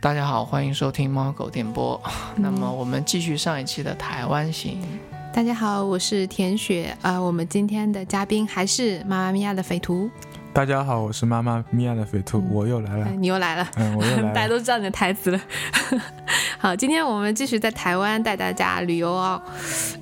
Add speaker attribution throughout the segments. Speaker 1: 大家好，欢迎收听猫狗电 波。那么我们继续上一期的台湾行。
Speaker 2: 大家好，我是田雪。呃，我们今天的嘉宾还是妈妈咪呀的匪徒。
Speaker 3: 大家好，我是妈妈咪呀的匪徒，
Speaker 2: 嗯
Speaker 3: 我又来了。
Speaker 2: 呃你又来了，
Speaker 3: 嗯，我又来
Speaker 2: 大家
Speaker 3: 了。
Speaker 2: 都知道你的台词了。 好，今天我们继续在台湾带大家旅游哦。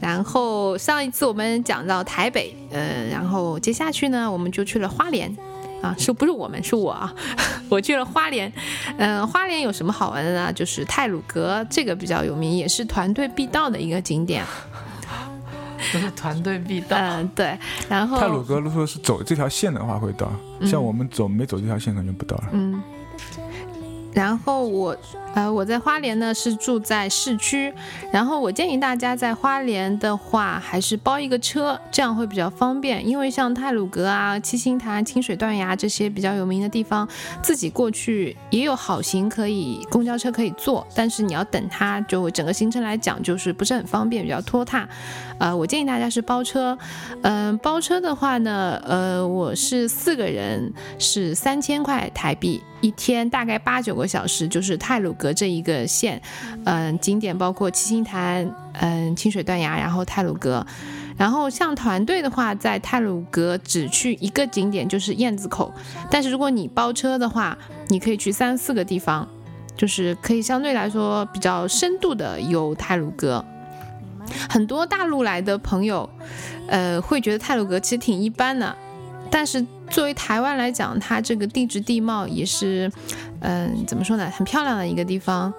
Speaker 2: 然后上一次我们讲到台北，呃，然后接下去呢，我们就去了花莲。啊，是不是我们是我啊？ 我去了花莲，嗯、花莲有什么好玩的呢？就是泰鲁阁这个比较有名，也是团队必到的一个景 点。
Speaker 1: 都是团队必到。
Speaker 2: 嗯，对。然后
Speaker 3: 泰鲁格如果是走这条线的话会到，像我们走没走这条线可能就不到了。
Speaker 2: 嗯，然后我呃我在花莲呢是住在市区，然后我建议大家在花莲的话还是包一个车，这样会比较方便，因为像泰鲁阁啊、七星潭、清水断崖这些比较有名的地方，自己过去也有好行可以公交车可以坐，但是你要等它，就整个行程来讲就是不是很方便，比较拖沓。呃，我建议大家是包车，嗯、包车的话呢，呃，我是四个人，是三千块台币一天，大概八九个小时，就是泰鲁阁这一个县，嗯、景点包括七星潭，嗯、清水断崖，然后泰鲁阁。然后像团队的话，在泰鲁阁只去一个景点，就是燕子口。但是如果你包车的话，你可以去三四个地方，就是可以相对来说比较深度的游泰鲁阁。很多大陆来的朋友，呃，会觉得泰鲁阁其实挺一般的，但是作为台湾来讲，它这个地质地貌也是，嗯、怎么说呢，很漂亮的一个地方。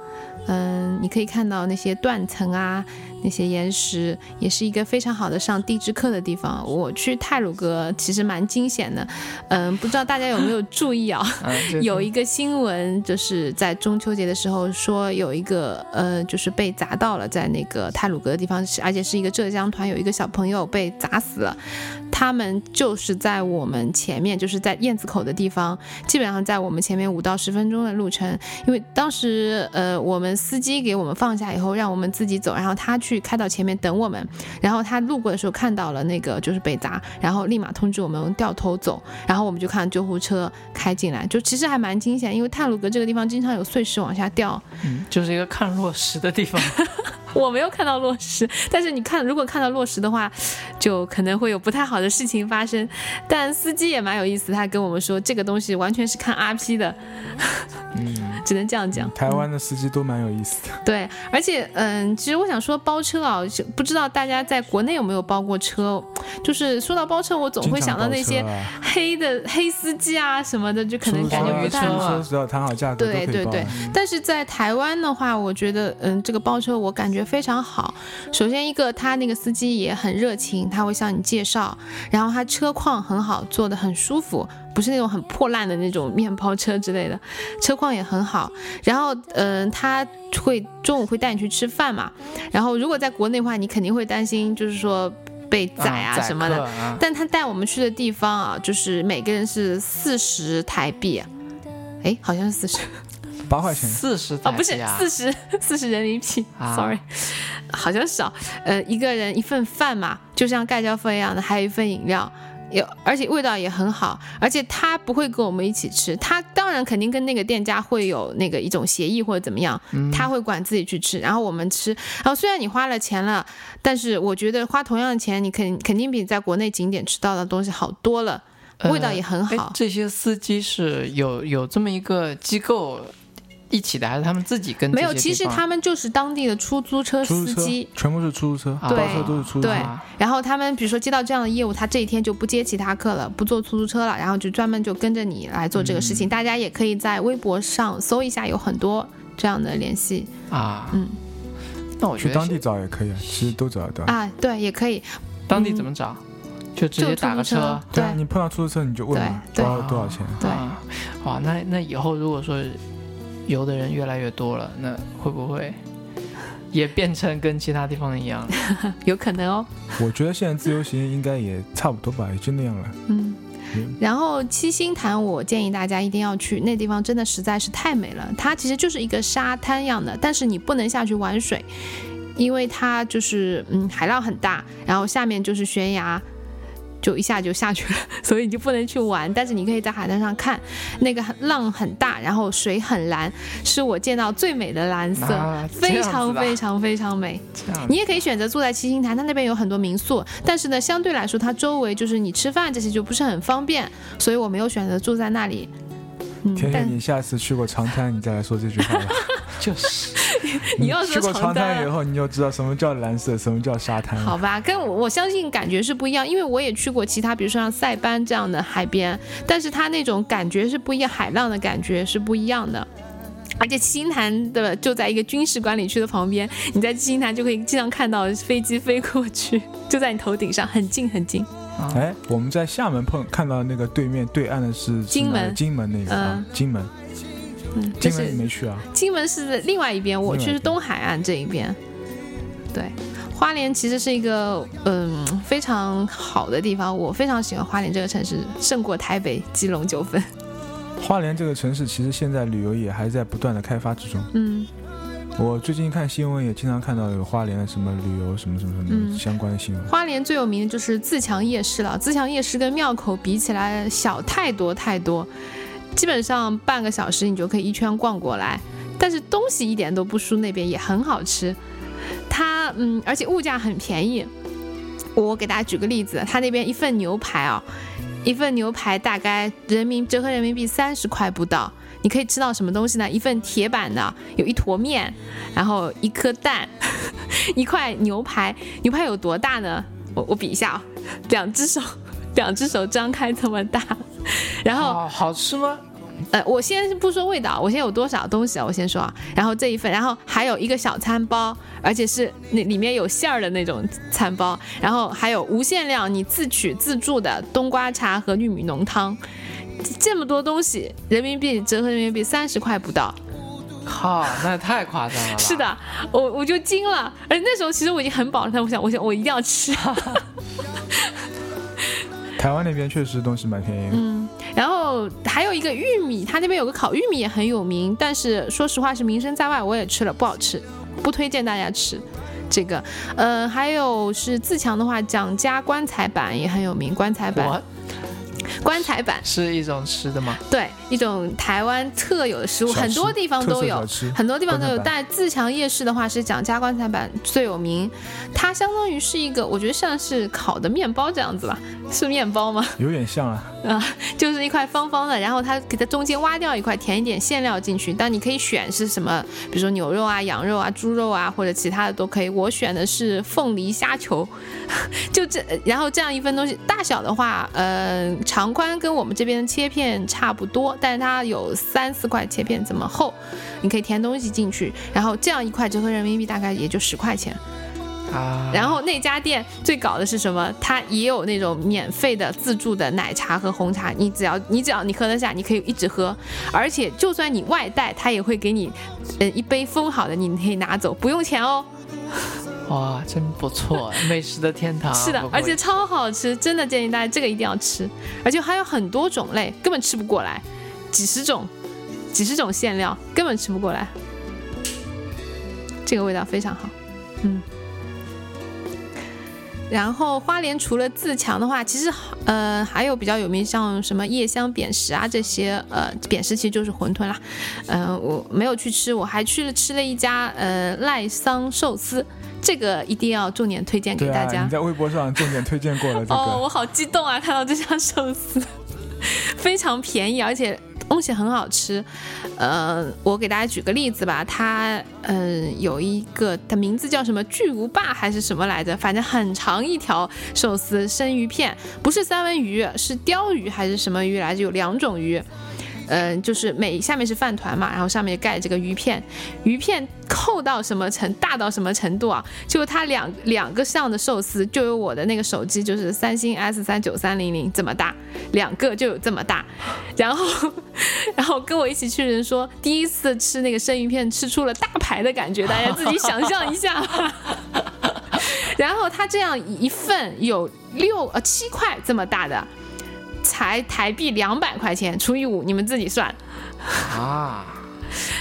Speaker 2: 嗯，你可以看到那些断层啊，那些岩石，也是一个非常好的上地质课的地方。我去泰鲁阁其实蛮惊险的，嗯，不知道大家有没有注意啊？
Speaker 1: 啊这
Speaker 2: 有一个新闻，就是在中秋节的时候说有一个呃，就是被砸到了，在那个泰鲁阁的地方，是而且是一个浙江团，有一个小朋友被砸死了。他们就是在我们前面，就是在燕子口的地方，基本上在我们前面五到十分钟的路程。因为当时呃，我们司机给我们放下以后，让我们自己走，然后他去开到前面等我们，然后他路过的时候看到了那个就是被砸，然后立马通知我们掉头走，然后我们就看救护车开进来，就其实还蛮惊险，因为泰鲁阁这个地方经常有碎石往下掉，
Speaker 1: 嗯就是一个看落实的地方。
Speaker 2: 我没有看到落石，但是你看如果看到落石的话，就可能会有不太好的事情发生。但司机也蛮有意思，他跟我们说这个东西完全是看 RP 的，
Speaker 3: 嗯，
Speaker 2: 只能这样讲。
Speaker 3: 台湾的司机都蛮有意思的。
Speaker 2: 对，而且嗯，其实我想说包车啊，就不知道大家在国内有没有包过车？就是说到包车，我总
Speaker 3: 经
Speaker 2: 会
Speaker 3: 常
Speaker 2: 想到
Speaker 3: 包
Speaker 2: 那
Speaker 3: 车
Speaker 2: 些
Speaker 3: 啊
Speaker 2: 黑的黑司机啊什么的，就可能
Speaker 3: 出
Speaker 2: 感觉
Speaker 3: 租
Speaker 2: 不
Speaker 3: 车啊
Speaker 2: 太
Speaker 3: 出租
Speaker 2: 好。
Speaker 1: 好
Speaker 3: 车只要谈好价格都可
Speaker 2: 对
Speaker 3: 以
Speaker 2: 对
Speaker 3: 报
Speaker 2: 对
Speaker 3: 啊
Speaker 2: 但是在台湾的话，我觉得嗯，这个包车我感觉非常好。首先一个，他那个司机也很热情，他会向你介绍，然后他车况很好，坐得很舒服，不是那种很破烂的那种面包车之类的，车况也很好。然后嗯，他会中午会带你去吃饭嘛。然后如果在国内的话，你肯定会担心，就是说被宰啊
Speaker 1: 宰
Speaker 2: 什么的。
Speaker 1: 客啊
Speaker 2: 但他带我们去的地方啊，就是每个人是四十台币，哎，好像是四十
Speaker 3: 八块钱。
Speaker 1: 四十
Speaker 2: 哦，
Speaker 1: 台
Speaker 2: 不是
Speaker 1: 币啊
Speaker 2: 四十 四十人民币、
Speaker 1: 啊
Speaker 2: s o r r y 好像是啊，呃，一个人一份饭嘛，就像盖浇饭一样的，还有一份饮料。有，而且味道也很好，而且他不会跟我们一起吃，他当然肯定跟那个店家会有那个一种协议或者怎么样，
Speaker 1: 嗯
Speaker 2: 他会管自己去吃，然后我们吃，然后虽然你花了钱了，但是我觉得花同样的钱，你肯肯定比在国内景点吃到的东西好多了，味道也很
Speaker 1: 哎
Speaker 2: 好。
Speaker 1: 这些司机是有有这么一个机构一起的，还是他们自己跟这
Speaker 2: 没
Speaker 1: 些
Speaker 2: 有，其实
Speaker 1: 地方
Speaker 2: 他们就是当地的出租车
Speaker 3: 出
Speaker 2: 司
Speaker 3: 租车
Speaker 2: 机，
Speaker 3: 全部是出租车，
Speaker 1: 啊
Speaker 3: 包车都是出租车
Speaker 2: 对。
Speaker 1: 啊
Speaker 2: 然后他们比如说接到这样的业务，他这一天就不接其他客了，不坐出租车了，然后就专门就跟着你来做这个
Speaker 1: 嗯
Speaker 2: 事情。大家也可以在微博上搜一下，有很多这样的联系
Speaker 1: 啊。
Speaker 2: 嗯，
Speaker 1: 那我觉
Speaker 3: 去
Speaker 1: 得
Speaker 3: 当地找也可以，啊，其实都找得到。
Speaker 2: 啊，对，也可以，
Speaker 1: 当地怎么找？就直接
Speaker 2: 嗯就
Speaker 1: 打
Speaker 2: 出
Speaker 1: 个
Speaker 2: 租车，
Speaker 3: 对啊，你碰到出租车你就问嘛，
Speaker 2: 对对哦
Speaker 3: 包多少钱？
Speaker 2: 对
Speaker 1: 啊哇，那那以后如果说游的人越来越多了，那会不会也变成跟其他地方一样？
Speaker 2: 有可能哦，
Speaker 3: 我觉得现在自由行应该也差不多吧，也就那样了。
Speaker 2: 嗯
Speaker 3: 嗯。
Speaker 2: 然后七星潭，我建议大家一定要去，那地方真的实在是太美了。它其实就是一个沙滩样的，但是你不能下去玩水，因为它就是嗯海浪很大，然后下面就是悬崖，就一下就下去了， 所以你就不能去玩。但是你可以在海滩上看，那个浪很大，然后水很蓝，是我见到最美的蓝色，
Speaker 1: 啊
Speaker 2: 非常非，常非常美。
Speaker 1: 这样子的这样
Speaker 2: 你也可以选择住在七星潭，它那边有很多民宿，但是呢，相对来说，它周围就是你吃饭这些就不是很方便，所以我没有选择住在那里。嗯，
Speaker 3: 甜
Speaker 2: 但
Speaker 3: 甜，你下次去过长滩，你再来说这句话吧。
Speaker 1: 就是
Speaker 2: 你要
Speaker 3: 去
Speaker 2: 说
Speaker 3: 过长
Speaker 2: 长滩
Speaker 3: 滩以后，你就知道什么叫蓝色，什么叫沙滩了。
Speaker 2: 好吧，跟我我相信感觉是不一样，因为我也去过其他，比如说像塞班这样的海边，但是它那种感觉是不一样，海浪的感觉是不一样的。而且七星潭的就在一个军事管理区的旁边，你在七星潭就可以经常看到飞机飞过去，就在你头顶上，很近很近。
Speaker 1: 啊，
Speaker 3: 哎，我们在厦门碰看到那个对面对岸的是是
Speaker 2: 金门
Speaker 3: 哪里金门那个啊，金门，
Speaker 2: 嗯，这
Speaker 3: 金
Speaker 2: 是
Speaker 3: 门你没去啊？
Speaker 2: 金门是另外一边，我去是东海岸这一边。对，花莲其实是一个嗯非常好的地方，我非常喜欢花莲这个城市，胜过台北、基隆、九份。
Speaker 3: 花莲这个城市其实现在旅游业还在不断的开发之中。
Speaker 2: 嗯，
Speaker 3: 我最近看新闻也经常看到有花莲的什么旅游什么什么什
Speaker 2: 嗯
Speaker 3: 么相关的新闻。
Speaker 2: 花莲最有名的就是自强夜市了，自强夜市跟庙口比起来小太多太多，基本上半个小时你就可以一圈逛过来，但是东西一点都不输那边，也很好吃。它嗯，而且物价很便宜。我给大家举个例子，它那边一份牛排啊、一份牛排大概人民折合人民币三十块不到，你可以吃到什么东西呢？一份铁板的，有一坨面，然后一颗蛋， 一块牛排，牛排有多大呢？我我比一下啊、两只手， 两只手张开这么大。 然后
Speaker 1: 好好吃吗？
Speaker 2: 呃，我先不说味道，我先有多少东西啊？我先说啊，然后这一份，然后还有一个小餐包，而且是那里面有馅儿的那种餐包，然后还有无限量你自取自助的冬瓜茶和玉米浓汤，这这么多东西，人民币折合人民币三十块不到，
Speaker 1: 靠，那也太夸张了吧？
Speaker 2: 是，的，我我就惊了，而那时候其实我已经很饱了，但我想，我想我一定要吃，
Speaker 3: 台湾那边确实东西蛮便宜的。
Speaker 2: 嗯然后还有一个玉米，它那边有个烤玉米也很有名，但是说实话是名声在外，我也吃了，不好吃，不推荐大家吃。这个，呃，还有是自强的话，蒋家棺材板也很有名，棺材板，
Speaker 1: 我
Speaker 2: 棺材板，
Speaker 1: 是一种吃的吗？
Speaker 2: 对，一种台湾特有的食物，
Speaker 3: 小吃
Speaker 2: 很多地方都有
Speaker 3: 特色小，吃
Speaker 2: 很多地方都有，
Speaker 3: 棺材
Speaker 2: 但自强夜市的话是蒋家棺材板最有名，它相当于是一个，我觉得像是烤的面包这样子吧，是面包吗？
Speaker 3: 有点像啊。
Speaker 2: 就是一块方方的，然后它给它中间挖掉一块，填一点馅料进去。但你可以选是什么，比如说牛肉啊、羊肉啊、猪肉啊，或者其他的都可以。我选的是凤梨虾球， 就这，然后这样一份东西，大小的话，呃，长宽跟我们这边的切片差不多，但是它有三四块切片这么厚，你可以填东西进去。然后这样一块折合人民币大概也就十块钱。
Speaker 1: 啊，
Speaker 2: 然后那家店最搞的是什么？它也有那种免费的自助的奶茶和红茶，你只要你只要你喝得下，你可以一直喝，而且就算你外带，它也会给你，呃，一杯封好的，你可以拿走，不用钱哦。
Speaker 1: 哇，真不错，美食的天堂。
Speaker 2: 是的
Speaker 1: 不，过
Speaker 2: 而且超好吃，真的建议大家这个一定要吃，而且还有很多种类，根本吃不过来，几十种，几十种馅料，根本吃不过来。这个味道非常好，嗯。然后花莲除了自强的话，其实呃还有比较有名，像什么夜香扁食啊这些，呃扁食其实就是馄饨啦。呃，我没有去吃，我还去了吃了一家呃赖桑寿司，这个一定要重点推荐给
Speaker 3: 对
Speaker 2: 大
Speaker 3: 啊，
Speaker 2: 家。
Speaker 3: 你在微博上重点推荐过了这
Speaker 2: 哦，
Speaker 3: 个。
Speaker 2: 我好激动啊！看到这家寿司， 非常便宜，而且东西很好吃。呃，我给大家举个例子吧，它嗯、有一个，它名字叫什么巨无霸还是什么来着？反正很长一条寿司生鱼片，不是三文鱼，是鲷鱼还是什么鱼来着？有两种鱼。嗯，就是每下面是饭团嘛，然后上面盖这个鱼片，鱼片厚到什么程大到什么程度啊？就它两两个上的寿司，就有我的那个手机就是三星 S 三九三零零这么大，两个就有这么大。然后， 然后跟我一起去的人说，第一次吃那个生鱼片，吃出了大排的感觉，大家自己想象一下 吧。然后它这样一份有六呃七块这么大的，才台币两百块钱，除以五，你们自己算。
Speaker 1: 啊，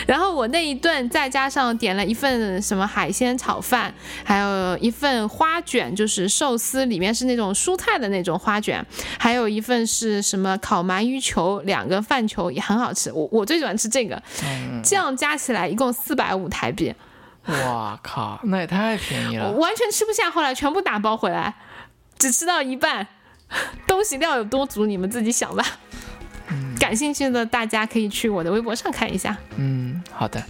Speaker 2: 然后我那一顿再加上点了一份什么海鲜炒饭，还有一份花卷，就是寿司里面是那种蔬菜的那种花卷，还有一份是什么烤鳗鱼球，两个饭球也很好吃。我 我最喜欢吃这个，
Speaker 1: 嗯，
Speaker 2: 这样加起来一共四百五台币，
Speaker 1: 哇靠，那也太便宜
Speaker 2: 我
Speaker 1: 了。
Speaker 2: 完全吃不下，后来全部打包回来，只吃到一半。东西量有多足，你们自己想吧。感兴趣的大家可以去我的微博上看一下。
Speaker 1: 嗯，好的，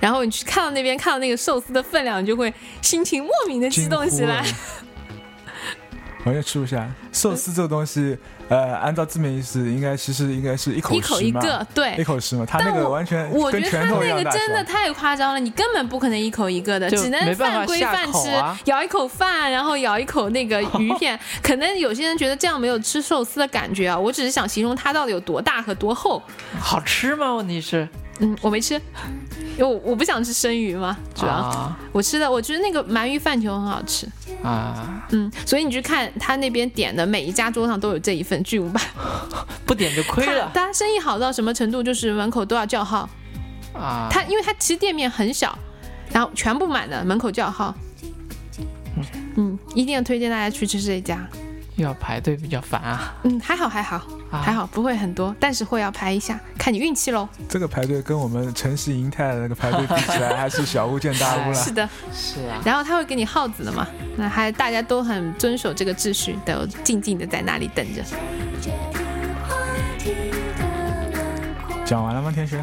Speaker 2: 然后你去看到那边看到那个寿司的分量，你就会心情莫名的激动起来。
Speaker 3: 惊呼了，完全吃不下。寿司这个东西，呃，按照字面意思，应该其实应该是一口
Speaker 2: 一
Speaker 3: 食嘛，
Speaker 2: 口一个，
Speaker 3: 一
Speaker 2: 对，
Speaker 3: 口食嘛，它
Speaker 2: 但
Speaker 3: 那个
Speaker 2: 我
Speaker 3: 完全
Speaker 2: 我觉
Speaker 3: 跟
Speaker 2: 得
Speaker 3: 拳
Speaker 2: 他
Speaker 3: 头一
Speaker 2: 那
Speaker 3: 样
Speaker 2: 个
Speaker 3: 大
Speaker 2: 真的
Speaker 3: 小。
Speaker 2: 太夸张了，你根本不可能一口一个的，
Speaker 1: 就
Speaker 2: 只
Speaker 1: 没
Speaker 2: 能
Speaker 1: 办法
Speaker 2: 饭归
Speaker 1: 下
Speaker 2: 饭
Speaker 1: 口
Speaker 2: 吃，
Speaker 1: 啊
Speaker 2: 咬一口饭，然后咬一口那个鱼片。可能有些人觉得这样没有吃寿司的感觉啊，我只是想形容它到底有多大和多厚。
Speaker 1: 好吃吗？问题是
Speaker 2: 嗯，我没吃， 因为我我不想吃生鱼嘛，主要、
Speaker 1: 啊
Speaker 2: 我吃的，我觉得那个鳗鱼饭球很好吃。
Speaker 1: 啊，
Speaker 2: 嗯，所以你去看他那边点的每一家桌上都有这一份巨无霸，
Speaker 1: 不点就亏
Speaker 2: 他
Speaker 1: 了
Speaker 2: 他生意好到什么程度？就是门口都要叫号，
Speaker 1: 啊。
Speaker 2: 他因为他其实店面很小，然后全部满的，门口叫号。嗯，一定要推荐大家去吃这一家。
Speaker 1: 又要排队比较烦啊，
Speaker 2: 嗯，还好还好
Speaker 1: 啊
Speaker 2: 还好，不会很多，但是会要排一下，看你运气喽。
Speaker 3: 这个排队跟我们城市银泰的那个排队比起来，还是小巫见大巫 了
Speaker 2: 是。的，
Speaker 1: 是啊，
Speaker 2: 然后他会给你号子的嘛，那还大家都很遵守这个秩序，都静静的在那里等着。
Speaker 3: 讲完了吗，天学？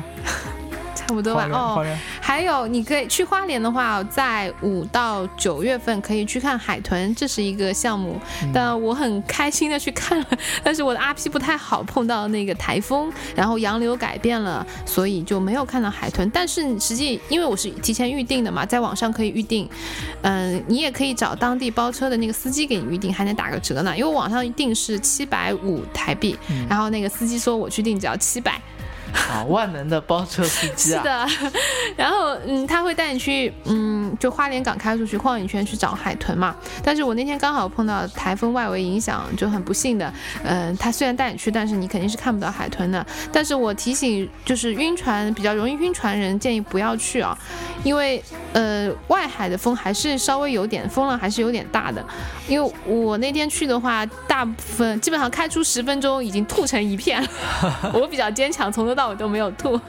Speaker 2: 差不多
Speaker 3: 花
Speaker 2: 吧。
Speaker 3: 莲，花
Speaker 2: 哦，
Speaker 3: 莲，
Speaker 2: 还有，你可以去花莲的话，在五到九月份可以去看海豚，这是一个项目。但我很开心的去看了，但是我的 RP 不太好，碰到那个台风，然后洋流改变了，所以就没有看到海豚。但是实际因为我是提前预定的嘛，在网上可以预定，嗯，你也可以找当地包车的那个司机给你预定，还能打个折呢。因为网上预定是七百五台币，然后那个司机说我去订只要七百。
Speaker 1: 啊，万能的包车司机
Speaker 2: 是
Speaker 1: 啊，
Speaker 2: 的， 然后嗯，他会带你去嗯，就花莲港开出去晃一圈去找海豚嘛。但是我那天刚好碰到台风外围影响，就很不幸的，嗯、他虽然带你去，但是你肯定是看不到海豚的。但是我提醒，就是晕船比较容易晕船人，建议不要去啊，因为呃，外海的风还是稍微有点风浪，还是有点大的。因为我那天去的话，大部分基本上开出十分钟已经吐成一片了， 我比较坚强，从头到尾都没有吐。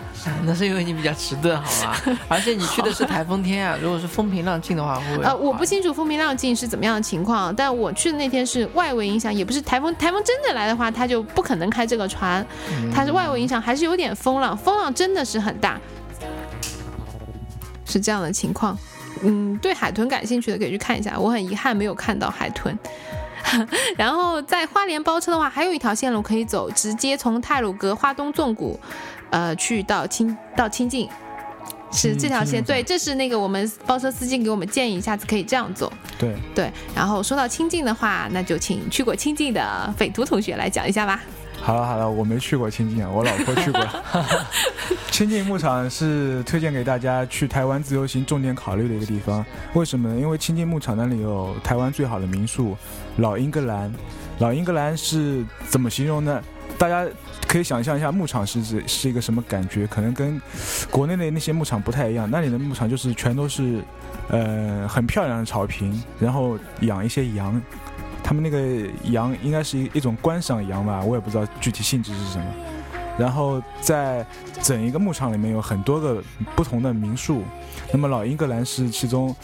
Speaker 1: 那是因为你比较迟钝，好 吧？而且你去的是台风天啊，如果是风平浪静的话，会不会
Speaker 2: 呃，我不清楚风平浪静是怎么样的情况，但我去的那天是外围影响，也不是台风。台风真的来的话，它就不可能开这个船，它是外围影响，还是有点风浪，风浪真的是很大，是这样的情况。嗯，对海豚感兴趣的可以去看一下，我很遗憾没有看到海豚。 然后在花莲包车的话，还有一条线路可以走，直接从泰鲁阁花东纵谷，呃，去到清到清境，是
Speaker 3: 嗯
Speaker 2: 这条
Speaker 3: 清
Speaker 2: 线。
Speaker 3: 境
Speaker 2: 对，这是那个我们包车司机给我们建议，下次可以这样走。
Speaker 3: 对，
Speaker 2: 对，然后说到清境的话，那就请去过清境的匪徒同学来讲一下吧。
Speaker 3: 好了好了，我没去过清境啊，我老婆去过。清境牧场是推荐给大家去台湾自由行重点考虑的一个地方。为什么呢？因为清境牧场那里有台湾最好的民宿——老英格兰。老英格兰是怎么形容呢？大家可以想象一下，牧场是指是一个什么感觉？可能跟国内的那些牧场不太一样。那里的牧场就是全都是，呃，很漂亮的草坪，然后养一些羊，他们那个羊应该是一一种观赏羊吧，我也不知道具体性质是什么。然后在整一个牧场里面有很多个不同的民宿，那么老英格兰是其中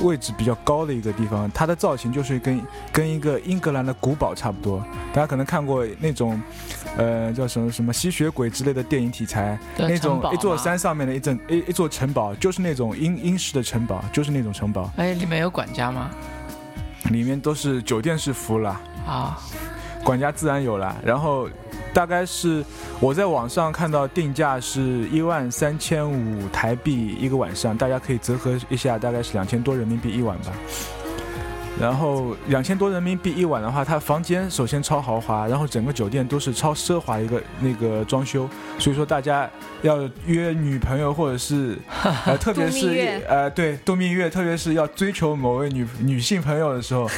Speaker 3: 位置比较高的一个地方，它的造型就是跟跟一个英格兰的古堡差不多。大家可能看过那种，呃，叫什么什么吸血鬼之类的电影题材，
Speaker 1: 对
Speaker 3: 那
Speaker 1: 城
Speaker 3: 种
Speaker 1: 堡
Speaker 3: 一座
Speaker 1: 嘛
Speaker 3: 山上面的一整一一座城堡，就是那种英英式的城堡，就是那种城堡，
Speaker 1: 哎，里面有管家吗？
Speaker 3: 里面都是酒店式服务啦。
Speaker 1: 啊，
Speaker 3: 管家自然有了。然后大概是我在网上看到定价是一万三千五台币一个晚上，大家可以折合一下，大概是两千多人民币一晚吧。然后两千多人民币一晚的话，它房间首先超豪华，然后整个酒店都是超奢华的一个那个装修，所以说大家要约女朋友或 者是呃，特别
Speaker 2: 度蜜
Speaker 3: 是
Speaker 2: 月
Speaker 3: 呃对度蜜月，特别是要追求某位女女性朋友的时候，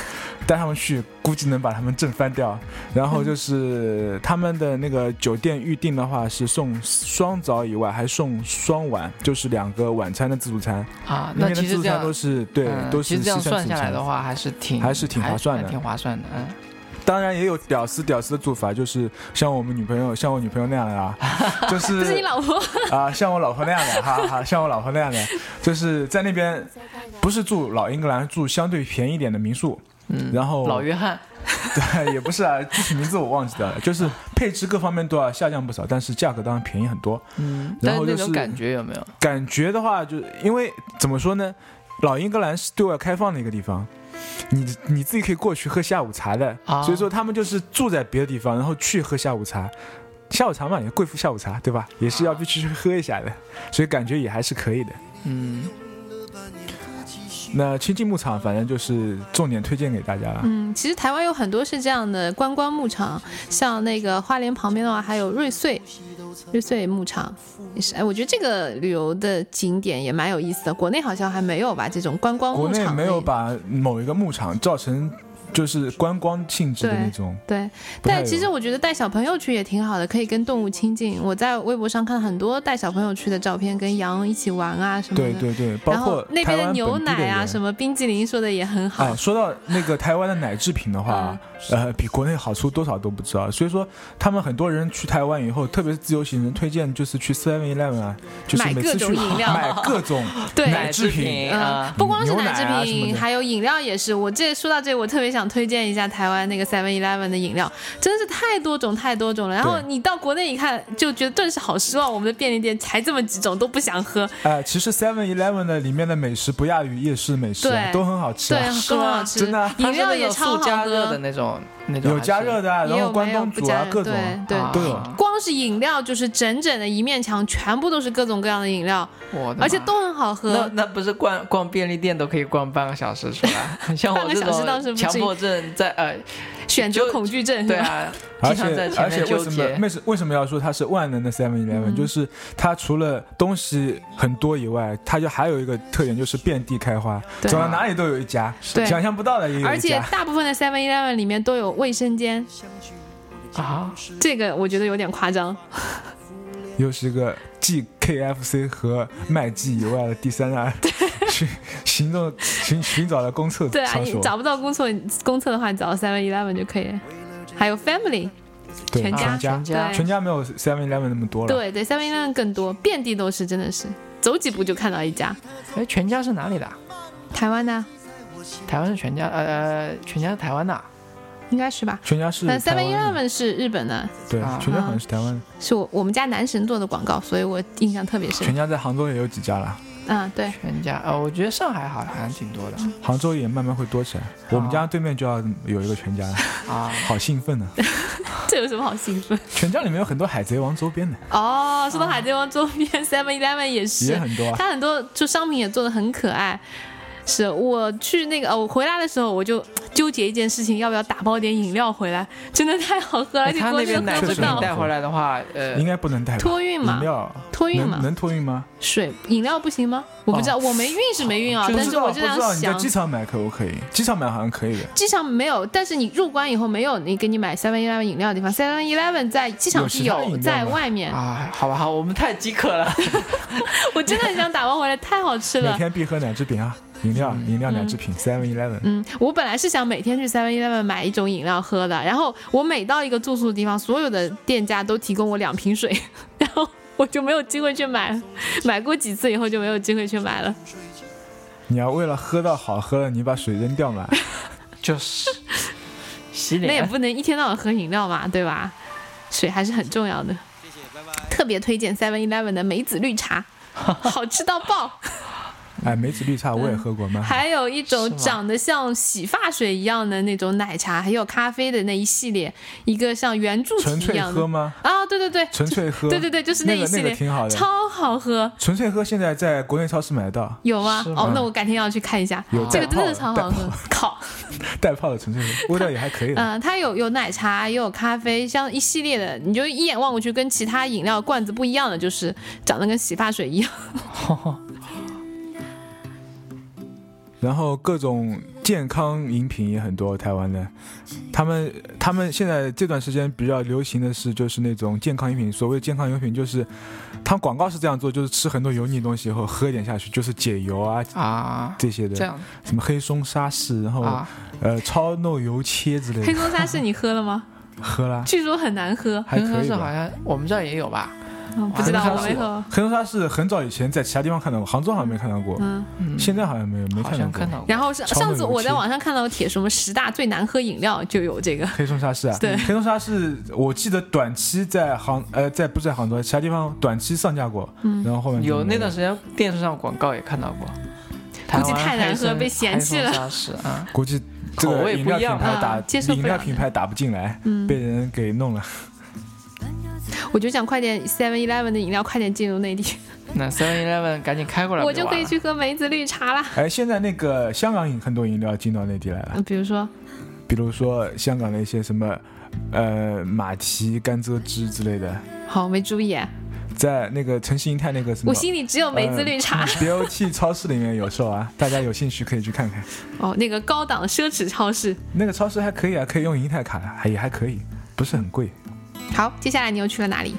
Speaker 3: 带他们去，估计能把他们震翻掉。然后就是他们的那个酒店预定的话是送双早以外，还送双晚，就是两个晚餐的自助餐。
Speaker 1: 啊，
Speaker 3: 那
Speaker 1: 那
Speaker 3: 边的
Speaker 1: 其
Speaker 3: 自
Speaker 1: 实
Speaker 3: 助
Speaker 1: 这
Speaker 3: 餐
Speaker 1: 样
Speaker 3: 都是对
Speaker 1: 嗯，
Speaker 3: 都
Speaker 1: 其
Speaker 3: 是
Speaker 1: 实这样
Speaker 3: 西餐
Speaker 1: 算
Speaker 3: 自
Speaker 1: 下
Speaker 3: 助
Speaker 1: 来
Speaker 3: 餐
Speaker 1: 的话，还是挺
Speaker 3: 还是挺划算的
Speaker 1: 挺划算的。嗯，
Speaker 3: 当然也有屌丝屌丝的做法，就是像我们女朋友像我女朋友那样 的啊，就
Speaker 2: 不是你
Speaker 3: 是
Speaker 2: 老婆，
Speaker 3: 啊、像我老婆那样的，哈哈 哈，像我老婆那样的，就是在那边不是住老英格兰，住相对便宜一点的民宿，
Speaker 1: 嗯
Speaker 3: 然后
Speaker 1: 老约翰，
Speaker 3: 对， 也不是啊，具体名字我忘记掉了，就是配置各方面都要下降不少，但是价格当然便宜很多。
Speaker 1: 嗯，
Speaker 3: 然
Speaker 1: 但
Speaker 3: 后
Speaker 1: 是那
Speaker 3: 就是
Speaker 1: 种感觉有没有？
Speaker 3: 感觉的话，就是因为怎么说呢，老英格兰是对外开放的一个地方，你你自己可以过去喝下午茶的，
Speaker 1: 啊
Speaker 3: 所以说他们就是住在别的地方，然后去喝下午茶。下午茶嘛，也贵妇下午茶，对吧？也是要必须去喝一下的，所以感觉也还是可以的。
Speaker 1: 嗯，
Speaker 3: 那亲近牧场，反正就是重点推荐给大家了。
Speaker 2: 嗯，其实台湾有很多是这样的观光牧场，像那个花莲旁边的话，还有瑞穗，瑞穗牧场也是。哎，我觉得这个旅游的景点也蛮有意思的，国内好像还没有吧？这种观光
Speaker 3: 国
Speaker 2: 牧
Speaker 3: 内
Speaker 2: 场
Speaker 3: 没有
Speaker 2: 类的
Speaker 3: 把某一个牧场造成就是观光性质的
Speaker 2: 对
Speaker 3: 那种，
Speaker 2: 对，
Speaker 3: 不太
Speaker 2: 但其
Speaker 3: 有
Speaker 2: 实我觉得带小朋友去也挺好的，可以跟动物亲近。我在微博上看很多带小朋友去的照片，跟羊一起玩啊什么的。
Speaker 3: 对对对，包
Speaker 2: 然后
Speaker 3: 括
Speaker 2: 那
Speaker 3: 台
Speaker 2: 边的
Speaker 3: 湾
Speaker 2: 牛
Speaker 3: 本地的
Speaker 2: 奶啊，
Speaker 3: 人
Speaker 2: 什么冰激凌说的也很好。嗯
Speaker 3: 哎，说到那个台湾的奶制品的话，呃，比国内好处多少都不知道。所以说，他们很多人去台湾以后，特别是自由行人，推荐就是去 Seven Eleven 啊，就是
Speaker 2: 买
Speaker 3: 每
Speaker 2: 各
Speaker 3: 次去
Speaker 2: 种饮料
Speaker 3: 买各种
Speaker 2: 对
Speaker 3: 奶制
Speaker 1: 奶制
Speaker 3: 品
Speaker 1: 品
Speaker 2: 嗯
Speaker 1: 啊，
Speaker 2: 不光是
Speaker 3: 牛
Speaker 2: 奶制
Speaker 3: 奶啊什么
Speaker 2: 品，
Speaker 3: 的
Speaker 2: 还有饮料也是。我这说到这，我特别想推荐一下台湾那个 Seven Eleven 的饮料，真是太多种太多种了。然后
Speaker 3: 对
Speaker 2: 你到国内一看，就觉得顿时好失望，我们的便利店才这么几种，都不想喝。
Speaker 3: 哎，其实 Seven Eleven 的里面的美食不亚于夜市美食啊，
Speaker 2: 对
Speaker 3: 都很好吃
Speaker 2: 对
Speaker 3: 啊，，
Speaker 2: 更
Speaker 1: 吗
Speaker 2: 好吃，
Speaker 3: 真的啊
Speaker 2: 饮料也
Speaker 1: 它是那
Speaker 2: 超
Speaker 1: 种
Speaker 2: 好
Speaker 1: 速加热的
Speaker 2: 喝，
Speaker 1: 那种那种
Speaker 3: 有加热的啊，
Speaker 2: 也
Speaker 3: 然后
Speaker 2: 有
Speaker 3: 关
Speaker 2: 没有
Speaker 3: 东
Speaker 2: 不
Speaker 3: 煮
Speaker 2: 加
Speaker 3: 啊
Speaker 2: 热，
Speaker 3: 各种。
Speaker 2: 对对
Speaker 1: 还是。
Speaker 3: 都有
Speaker 1: 啊
Speaker 2: 光是饮料就是整整的一面墙，全部都是各种各样的饮料，
Speaker 1: 我
Speaker 3: 嗯
Speaker 1: 的妈
Speaker 2: 而且都很好
Speaker 1: 那
Speaker 2: 喝。
Speaker 1: 那不是逛逛便利店都可以逛半个小时出 来，像
Speaker 2: 半
Speaker 1: 我
Speaker 2: 个
Speaker 1: 这
Speaker 2: 小时倒是
Speaker 1: 种
Speaker 2: 不
Speaker 1: 强
Speaker 2: 至于
Speaker 1: 迫症在呃，
Speaker 2: 选择
Speaker 1: 就
Speaker 2: 恐惧症，
Speaker 1: 对
Speaker 2: 是吧，
Speaker 1: 啊，
Speaker 3: 而
Speaker 1: 经
Speaker 3: 且
Speaker 1: 常在前
Speaker 3: 而
Speaker 1: 面
Speaker 3: 且为
Speaker 1: 纠
Speaker 3: 什么
Speaker 1: 结。
Speaker 3: 为什为什么要说它是万能
Speaker 2: 嗯
Speaker 3: 的 Seven Eleven？、就是它除了东西很多以外，它就还有一个特点就是遍地开花，
Speaker 2: 对
Speaker 3: 走到哪里都有一家，
Speaker 2: 对
Speaker 3: 想象不到的也有
Speaker 2: 而
Speaker 3: 一
Speaker 2: 且
Speaker 3: 家。
Speaker 2: 大部分的 Seven Eleven 里面都有卫生间，
Speaker 1: 啊，
Speaker 2: 这个我觉得有点夸张。
Speaker 3: 又是一个继 KFC 和麦记以外的第三大寻行动寻寻找的公厕
Speaker 2: 对啊，
Speaker 3: 场
Speaker 2: 你
Speaker 3: 所。
Speaker 2: 找不到公厕，你公厕的话，你找 Seven Eleven 就可以了。还有 Family，
Speaker 3: 对
Speaker 2: 全家
Speaker 3: 全家
Speaker 1: 全家
Speaker 2: 对
Speaker 3: 全家没有 Seven Eleven 那么多了。
Speaker 2: 对对，Seven Eleven 更多，遍地都是，真的是走几步就看到一家。
Speaker 1: 哎，全家是哪里的啊？
Speaker 2: 台湾的
Speaker 1: 台湾是全家，呃呃，全家是台湾的啊。
Speaker 2: 应该是吧？
Speaker 3: 全家是
Speaker 2: 但
Speaker 3: 台
Speaker 2: Seven
Speaker 3: 湾的，
Speaker 2: Eleven 是日本的，
Speaker 3: 对，
Speaker 1: 啊
Speaker 3: 全家好像是台湾的。
Speaker 2: 是我我们家男神做的广告，所以我印象特别深
Speaker 3: 全。家在杭州也有几家了，
Speaker 2: 啊，对，
Speaker 1: 全家，呃，我觉得上海好像挺多的
Speaker 3: 杭州也慢慢会多起来。我们家对面就要有一个全家了。
Speaker 1: 啊。
Speaker 3: 好兴奋呢、
Speaker 2: 这有什么好兴奋？
Speaker 3: 全家里面有很多海贼王周边的，
Speaker 2: 哦，说到海贼王周边，Seven Eleven 也 是，
Speaker 3: 也很多啊。
Speaker 2: 它很多就商品也做的很可爱。是我去那个呃，我回来的时候我就纠结一件事情，要不要打包点饮料回来？真的太好
Speaker 3: 哎
Speaker 2: 喝了，而且
Speaker 1: 哎他
Speaker 2: 国
Speaker 1: 那
Speaker 2: 内
Speaker 1: 边奶
Speaker 2: 喝
Speaker 1: 制
Speaker 2: 不
Speaker 1: 品
Speaker 2: 到
Speaker 3: 确实，
Speaker 1: 带回来的话，呃
Speaker 3: 应，该不能带吧？
Speaker 2: 托运嘛
Speaker 3: 饮，料
Speaker 2: 托运
Speaker 3: 能
Speaker 2: 嘛，
Speaker 3: 能托运吗？
Speaker 2: 水饮料不行吗？我不知道，我没运是没运啊，
Speaker 3: 不
Speaker 2: 但
Speaker 3: 知
Speaker 2: 是
Speaker 3: 道，
Speaker 2: 我
Speaker 3: 不
Speaker 2: 就这
Speaker 3: 知
Speaker 2: 样
Speaker 3: 道你在
Speaker 2: 想
Speaker 3: 机。场买可不可以？机场买好像可以的，
Speaker 2: 机场没有，但是你入关以后没有，你给你买 Seven Eleven 饮料的地方，Seven Eleven 在机场
Speaker 3: 有
Speaker 2: 是
Speaker 3: 其他饮
Speaker 2: 有，
Speaker 3: 料
Speaker 2: 在
Speaker 3: 吗
Speaker 2: 外面，
Speaker 1: 啊，好吧，好，我们太饥渴了。
Speaker 2: 我真的很想打包回来，太好吃
Speaker 3: 每
Speaker 2: 了。
Speaker 3: 天必喝奶制品啊，饮料、饮料、奶制品，Seven Eleven。
Speaker 2: 嗯，我本来是想每天去 Seven Eleven 买一种饮料喝的，然后我每到一个住宿的地方，所有的店家都提供我两瓶水， 然后我就没有机会去买 了。买过几次以后就没有机会去买 了。
Speaker 3: 你要为了喝到好喝的，你把水扔掉
Speaker 2: 嗯
Speaker 3: 嘛？
Speaker 1: 就是洗
Speaker 2: 那也
Speaker 1: 脸，
Speaker 2: 不能一天到晚喝饮料嘛，对吧？水还是很重要的。特别推荐 Seven Eleven 的梅子绿茶，好吃到爆！
Speaker 3: 哎，梅子绿茶我也喝过，蛮
Speaker 2: 嗯
Speaker 3: 好。
Speaker 2: 还有一
Speaker 1: 是
Speaker 2: 种
Speaker 1: 吗
Speaker 2: 长得像洗发水一样的那种奶茶，还有咖啡的那一系列，一个像圆柱
Speaker 3: 纯
Speaker 2: 体一
Speaker 3: 粹
Speaker 2: 样
Speaker 3: 喝
Speaker 2: 的
Speaker 3: 吗？
Speaker 2: 啊，对对对，
Speaker 3: 纯粹喝。
Speaker 2: 对对对，就是
Speaker 3: 那
Speaker 2: 一
Speaker 3: 个
Speaker 2: 系
Speaker 3: 那
Speaker 2: 列，
Speaker 3: 个挺好的。
Speaker 2: 超好喝，
Speaker 3: 纯粹喝现在在国内超市买得到，
Speaker 2: 有吗？
Speaker 1: 是吗
Speaker 2: 哦，那我改天要去看一下，
Speaker 3: 有
Speaker 2: 这个
Speaker 3: 带泡
Speaker 2: 真的
Speaker 3: 的，
Speaker 2: 超
Speaker 3: 带
Speaker 2: 好喝，靠，
Speaker 3: 带泡的纯粹喝，味道也还可以的。
Speaker 2: 嗯、它有有奶茶，也有咖啡，像一系列的，你就一眼望过去，跟其他饮料罐子不一样的，就是长得跟洗发水一样。
Speaker 3: 然后各种健康饮品也很多，台湾的，他们他们现在这段时间比较流行的是就是那种健康饮品，所谓健康饮品就是，他们广告是这样做，就是吃很多油腻东西以后喝一点下去，就是解油啊
Speaker 1: 啊，
Speaker 3: 这些的，
Speaker 1: 这样
Speaker 3: 什么黑松沙士，然后、
Speaker 1: 啊，
Speaker 3: 呃超糯油切之类
Speaker 2: 黑
Speaker 3: 的，
Speaker 2: 松沙士你喝了 吗？
Speaker 3: 喝啦，
Speaker 2: 据说很难喝，
Speaker 3: 还可
Speaker 1: 但
Speaker 3: 以
Speaker 1: 是好
Speaker 3: 吧。
Speaker 1: 像我们这儿也有吧？
Speaker 2: 嗯不
Speaker 1: 黑
Speaker 2: 知道
Speaker 1: 松
Speaker 2: 我
Speaker 1: 沙
Speaker 2: 没
Speaker 1: 士
Speaker 2: 喝。
Speaker 3: 黑松沙士很早以前在其他地方看到过，杭州好像没看到过，
Speaker 2: 嗯，
Speaker 1: 嗯，
Speaker 3: 现在好像没有没
Speaker 1: 好
Speaker 3: 看到
Speaker 1: 像
Speaker 3: 过。
Speaker 1: 看到过。
Speaker 2: 然后上
Speaker 3: 超
Speaker 2: 上
Speaker 3: 能
Speaker 2: 次
Speaker 3: 容
Speaker 2: 我在
Speaker 3: 器
Speaker 2: 网上看到帖，什么十大最难喝饮料就有这个，
Speaker 3: 黑松沙士啊，
Speaker 2: 对
Speaker 3: 黑松沙士，我记得短期在杭呃，在不是在杭州，其他地方短期上架过，
Speaker 2: 嗯
Speaker 3: 然后后面就
Speaker 1: 有那
Speaker 3: 没了
Speaker 1: 段时间电视上广告也看到过，
Speaker 2: 估计
Speaker 1: 台
Speaker 2: 太难喝
Speaker 1: 湾黑松
Speaker 2: 被嫌弃了
Speaker 1: 黑松沙士啊，
Speaker 3: 估计这
Speaker 1: 口
Speaker 3: 个
Speaker 1: 味
Speaker 3: 饮
Speaker 1: 不
Speaker 3: 料
Speaker 1: 一
Speaker 3: 品
Speaker 1: 样
Speaker 3: 牌打、
Speaker 2: 啊接受不
Speaker 3: 饮
Speaker 2: 了
Speaker 3: 料品牌打不进来，
Speaker 2: 嗯
Speaker 3: 被人给弄了。
Speaker 2: 我就想快点 Seven Eleven 的饮料快点进入内地，
Speaker 1: 那 Seven Eleven 赶紧开过来，
Speaker 2: 我就可以。去喝梅子绿茶啦。
Speaker 3: 哎，现在那个香港饮很多饮料进到内地来了，
Speaker 2: 嗯，比如说，
Speaker 3: 比如说香港的一些什么呃马蹄、甘蔗汁之类的，
Speaker 2: 好，没注意，啊
Speaker 3: 在那个城市银泰那个什么呃嗯
Speaker 2: 我。心里只有梅子绿茶。
Speaker 3: BOT 超市里面有售啊，大家有兴趣可以去看看。
Speaker 2: 哦，那个高档奢侈超市。
Speaker 3: 那个超市还可以啊，可以用银泰卡的，还也还可以，不是很贵。
Speaker 2: 好，接下来你又去了哪里？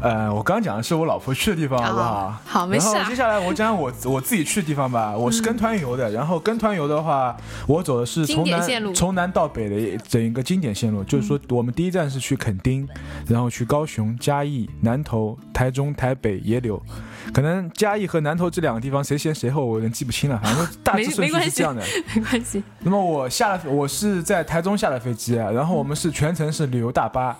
Speaker 3: 呃，我刚讲的是我老婆去的地方，好不好？
Speaker 2: 哦好没事啊
Speaker 3: 然后接下来我讲我我自己去的地方吧。我是跟团游的，然后跟团游的话，我走的是
Speaker 2: 经
Speaker 3: 从
Speaker 2: 典线路嗯
Speaker 3: 南从南到北的整一个经典线路，就是说我们第一站是去垦丁，然后去高雄、嘉义、南投、台中、台北、野柳。可能嘉义和南投这两个地方谁先谁后，我有点记不清了，反正大致顺
Speaker 2: 没
Speaker 3: 序
Speaker 2: 关
Speaker 3: 是
Speaker 2: 系
Speaker 3: 这样的。
Speaker 2: 没关系，
Speaker 3: 那么我下了，我是在台中下了飞机啊，然后我们是全程是旅游大巴。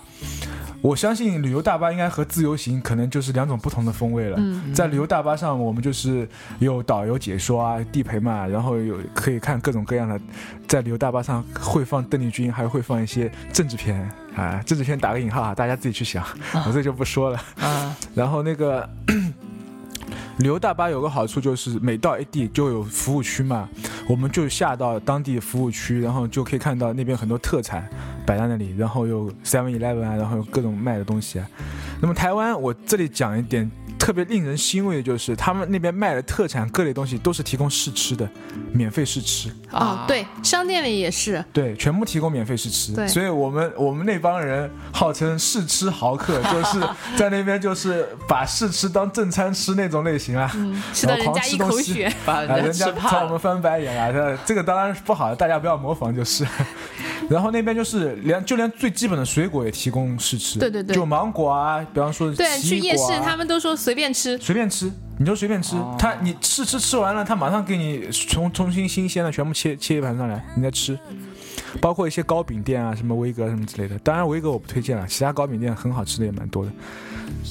Speaker 3: 我相信旅游大巴应该和自由行可能就是两种不同的风味了。
Speaker 2: 嗯
Speaker 3: 在旅游大巴上，我们就是有导游解说啊、地陪嘛，然后有可以看各种各样的。在旅游大巴上会放邓丽君，还会放一些政治片啊，政治片打个引号啊，大家自己去想，我这就不说了。
Speaker 1: 啊，
Speaker 3: 然后那个 旅游大巴有个好处就是每到一地就有服务区嘛，我们就下到当地服务区，然后就可以看到那边很多特产摆在那里，然后有 Seven Eleven 啊，然后有各种卖的东西啊。那么台湾，我这里讲一点特别令人欣慰的就是，他们那边卖的特产各类东西都是提供试吃的，免费试吃。
Speaker 1: 啊
Speaker 2: 哦，对，商店里也是，
Speaker 3: 对，全部提供免费试吃。
Speaker 2: 对
Speaker 3: 所以我们我们那帮人号称试吃 豪客，就是在那边就是把试吃当正餐吃那种类型啊。
Speaker 2: 嗯，吃到
Speaker 3: 然
Speaker 2: 人
Speaker 3: 后
Speaker 2: 家
Speaker 3: 狂
Speaker 2: 一
Speaker 3: 吃东
Speaker 2: 口
Speaker 3: 西
Speaker 2: 血。哎
Speaker 1: 把
Speaker 3: 啊，人
Speaker 1: 人家
Speaker 3: 家
Speaker 1: 吃
Speaker 3: 朝
Speaker 1: 怕
Speaker 3: 我们
Speaker 1: 了。
Speaker 3: 翻白眼啊！这这个当然是不好的，大家不要模 仿就是。然后那边就是连就连最基本的水果也提供试吃，
Speaker 2: 对对对
Speaker 3: 就芒果啊，比方说
Speaker 2: 对，去
Speaker 3: 奇异
Speaker 2: 夜
Speaker 3: 果
Speaker 2: 市
Speaker 3: 啊
Speaker 2: 他们都说随便吃，
Speaker 3: 随便吃，你就随便吃。
Speaker 1: 哦
Speaker 3: 他你试吃吃完了，他马上给你重重新新鲜的全部切切一盘上来，你再吃。包括一些糕饼店啊，什么威格什么之类的。当然威格我不推荐了，其他糕饼店很好吃的也蛮多的。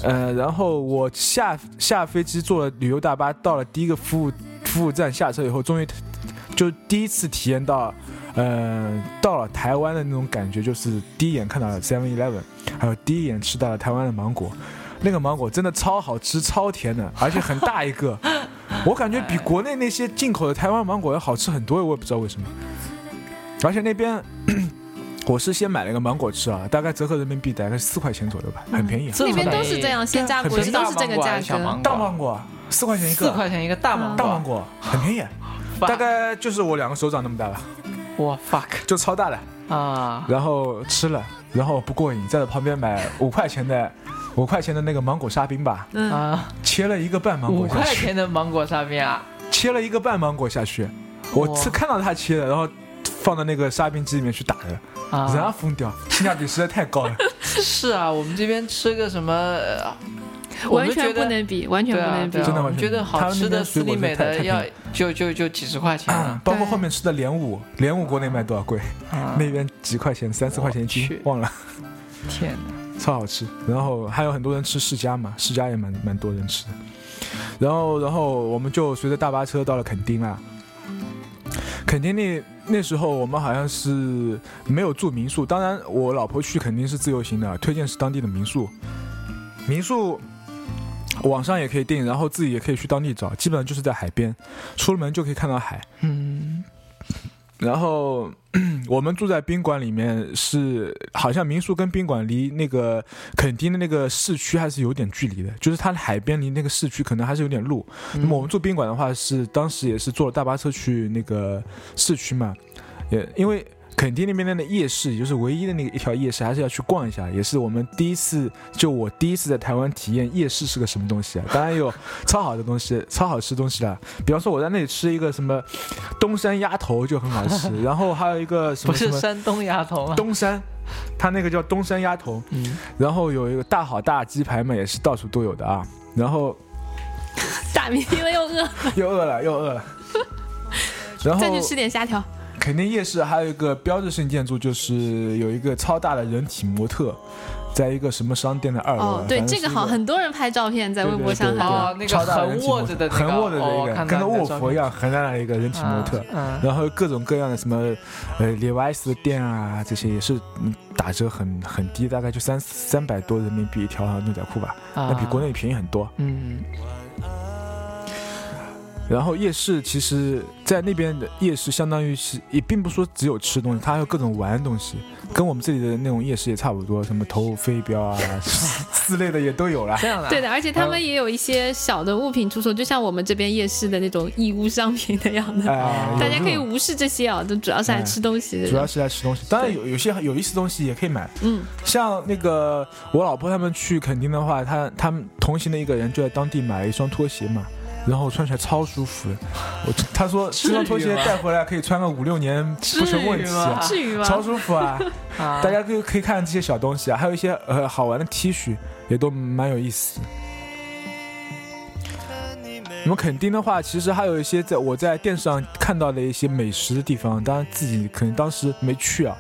Speaker 3: 呃，然后我下下飞机坐了旅游大巴，到了第一个服务服务站下车以后，终于就第一次体验到，呃，到了台湾的那种感觉，就是第一眼看到了 Seven Eleven，还有第一眼吃到了台湾的芒果。那个芒果真的超好吃、超甜的，而且很大一 个，我感觉比国内那些进口的台湾芒果要好吃很多，我也不知道为什么。而且那边嗯我是先买了一个芒果吃啊，大概折合人民币大概四块钱左右吧，很便宜啊。
Speaker 1: 这
Speaker 2: 那
Speaker 1: 么
Speaker 2: 边都
Speaker 1: 便
Speaker 2: 是
Speaker 1: 宜
Speaker 2: 这样，鲜榨
Speaker 3: 很
Speaker 2: 果汁
Speaker 3: 便宜
Speaker 2: 都是这个价格。
Speaker 3: 大芒果四块钱一
Speaker 1: 嗯四
Speaker 3: 个，
Speaker 1: 块钱一个大芒
Speaker 3: 大芒果很便宜，啊大概就是我两个手掌那么大吧，
Speaker 1: 我 fuck
Speaker 3: 就超大的。
Speaker 1: 啊，
Speaker 3: 然后吃了，然后不过瘾，在旁边买五块钱的五块钱的那个芒果沙冰吧，
Speaker 2: 嗯，
Speaker 1: 啊，
Speaker 3: 切了一个半芒
Speaker 1: 五
Speaker 3: 果下
Speaker 1: 块
Speaker 3: 去。
Speaker 1: 钱的芒果沙冰啊，
Speaker 3: 切了一个半芒果下去，我
Speaker 1: 哇
Speaker 3: 吃看到他切的，然后放到那个沙冰机里面去打的，人家
Speaker 1: 啊，
Speaker 3: 疯掉，性价比实在太高了。
Speaker 1: 是啊，我们这边吃个什么，呃我
Speaker 2: 完
Speaker 1: 们
Speaker 2: 全
Speaker 1: 觉
Speaker 2: 不
Speaker 1: 得。
Speaker 2: 能比，完全
Speaker 1: 对
Speaker 2: 不
Speaker 1: 啊，
Speaker 2: 能比
Speaker 1: 对啊。
Speaker 3: 真的
Speaker 1: 我
Speaker 3: 完
Speaker 1: 们
Speaker 3: 全
Speaker 1: 觉
Speaker 3: 不
Speaker 1: 得
Speaker 3: 能
Speaker 1: 好
Speaker 3: 他们
Speaker 1: 吃
Speaker 3: 那
Speaker 1: 的
Speaker 3: 边
Speaker 1: 斯
Speaker 3: 水果
Speaker 1: 利
Speaker 3: 是
Speaker 1: 美
Speaker 3: 太
Speaker 1: 的
Speaker 3: 太
Speaker 1: 要
Speaker 3: 便
Speaker 1: 就就就几十块钱了，
Speaker 3: 包括后面吃的莲雾，莲雾国内卖多少贵？
Speaker 1: 啊
Speaker 3: 那边几块钱，三四块钱一
Speaker 1: 我
Speaker 3: 斤
Speaker 1: 去，
Speaker 3: 忘了，
Speaker 1: 天哪，
Speaker 3: 超好吃。然后还有很多人吃世家嘛，世家也蛮蛮多人吃的。然后，然后我们就随着大巴车到了垦丁啦。垦丁那那时候我们好像是没有住民宿，当然我老婆去肯定是自由行的，推荐是当地的民宿。民宿网上也可以订，然后自己也可以去当地找，基本上就是在海边，出了门就可以看到海。
Speaker 1: 嗯，
Speaker 3: 然后嗯我们住在宾馆里面是，好像民宿跟宾馆离那个垦丁的那个市区还是有点距离的，就是它的海边离那个市区可能还是有点路。那么
Speaker 1: 嗯
Speaker 3: 我们住宾馆的话是，当时也是坐了大巴车去那个市区嘛，也因为垦丁那边的那夜市，也就是唯一的那个一条夜市，还是要去逛一下。也是我们第一次，就我第一次在台湾体验夜市是个什么东西啊！当然有超好的东西，超好吃东西啦。比方说我在那里吃一个什么东山鸭头就很好吃， 然后还有一个什
Speaker 1: 不
Speaker 3: 么什
Speaker 1: 是
Speaker 3: 么
Speaker 1: 山东丫
Speaker 2: 啊
Speaker 1: 头吗？
Speaker 3: 东山，它那个叫东山鸭头，
Speaker 1: 嗯，
Speaker 3: 然后有一个大好大鸡排嘛，也是到处都有的啊。然后
Speaker 2: 大明因为又饿，
Speaker 3: 又饿了又饿了，然 后
Speaker 2: 再去吃点虾条。
Speaker 3: 肯定夜市还有一个标志性建筑，就是有一个超大的人体模特，在一个什么商店的二楼啊。
Speaker 2: 哦，对，
Speaker 3: 反正
Speaker 2: 这
Speaker 3: 是
Speaker 2: 个好，
Speaker 3: 一个
Speaker 2: 很多人拍照片在微博上
Speaker 3: 对
Speaker 2: 看
Speaker 3: 对对
Speaker 2: 到。
Speaker 1: 哦，那个
Speaker 3: 超大的人
Speaker 1: 横
Speaker 3: 体
Speaker 1: 卧
Speaker 3: 模
Speaker 1: 着
Speaker 3: 特
Speaker 1: 的那个，
Speaker 3: 横卧着的一
Speaker 1: 哦
Speaker 3: 个，
Speaker 1: 看
Speaker 3: 跟
Speaker 1: 到
Speaker 3: 个
Speaker 1: 你的
Speaker 3: 卧
Speaker 1: 照
Speaker 3: 佛一
Speaker 1: 片
Speaker 3: 样横在那里一个人体模
Speaker 2: 啊
Speaker 3: 特。
Speaker 1: 嗯，
Speaker 3: 然后各种各样的什么，呃，Levi's 的店啊，这些也是嗯打折很很低，大概就三三百多人民币一条牛仔裤吧，那
Speaker 1: 那
Speaker 3: 比国内便宜很多。
Speaker 1: 啊嗯
Speaker 3: 然后夜市其实，在那边的夜市相当于是也并不说只有吃东西，它还有各种玩的东西，跟我们这里的那种夜市也差不多，什么投飞镖啊 之类的也都有啦。
Speaker 1: 这样的啊，
Speaker 2: 对的，而且他们也有一些小的物品出售，就像我们这边夜市的那种义乌商品那样的。
Speaker 3: 哎，
Speaker 1: 嗯
Speaker 2: 大家
Speaker 3: 有
Speaker 2: 可
Speaker 3: 这
Speaker 2: 以
Speaker 3: 种
Speaker 2: 无视这些啊，就主要是来
Speaker 3: 哎
Speaker 2: 吃东西的人。
Speaker 3: 主要是来吃东西，当然有有些有意思东西也可以买，
Speaker 2: 嗯，
Speaker 3: 像那个我老婆他们去垦丁的话，他他们同行的一个人就在当地买了一双拖鞋嘛，然后穿起来超舒服的。我他说
Speaker 1: 至
Speaker 3: 这
Speaker 1: 于吗
Speaker 3: 双拖鞋带回来可以穿个五六年不成问题
Speaker 1: 至于吗
Speaker 3: 啊，
Speaker 2: 至于吗？
Speaker 3: 超舒服啊！
Speaker 1: 啊
Speaker 3: 大家可以可以看看这些小东西啊，还有一些呃好玩的 T 恤，也都蛮有意思。我们垦丁的话，其实还有一些在我在电视上看到的一些美食的地方，当然自己可能当时没去啊，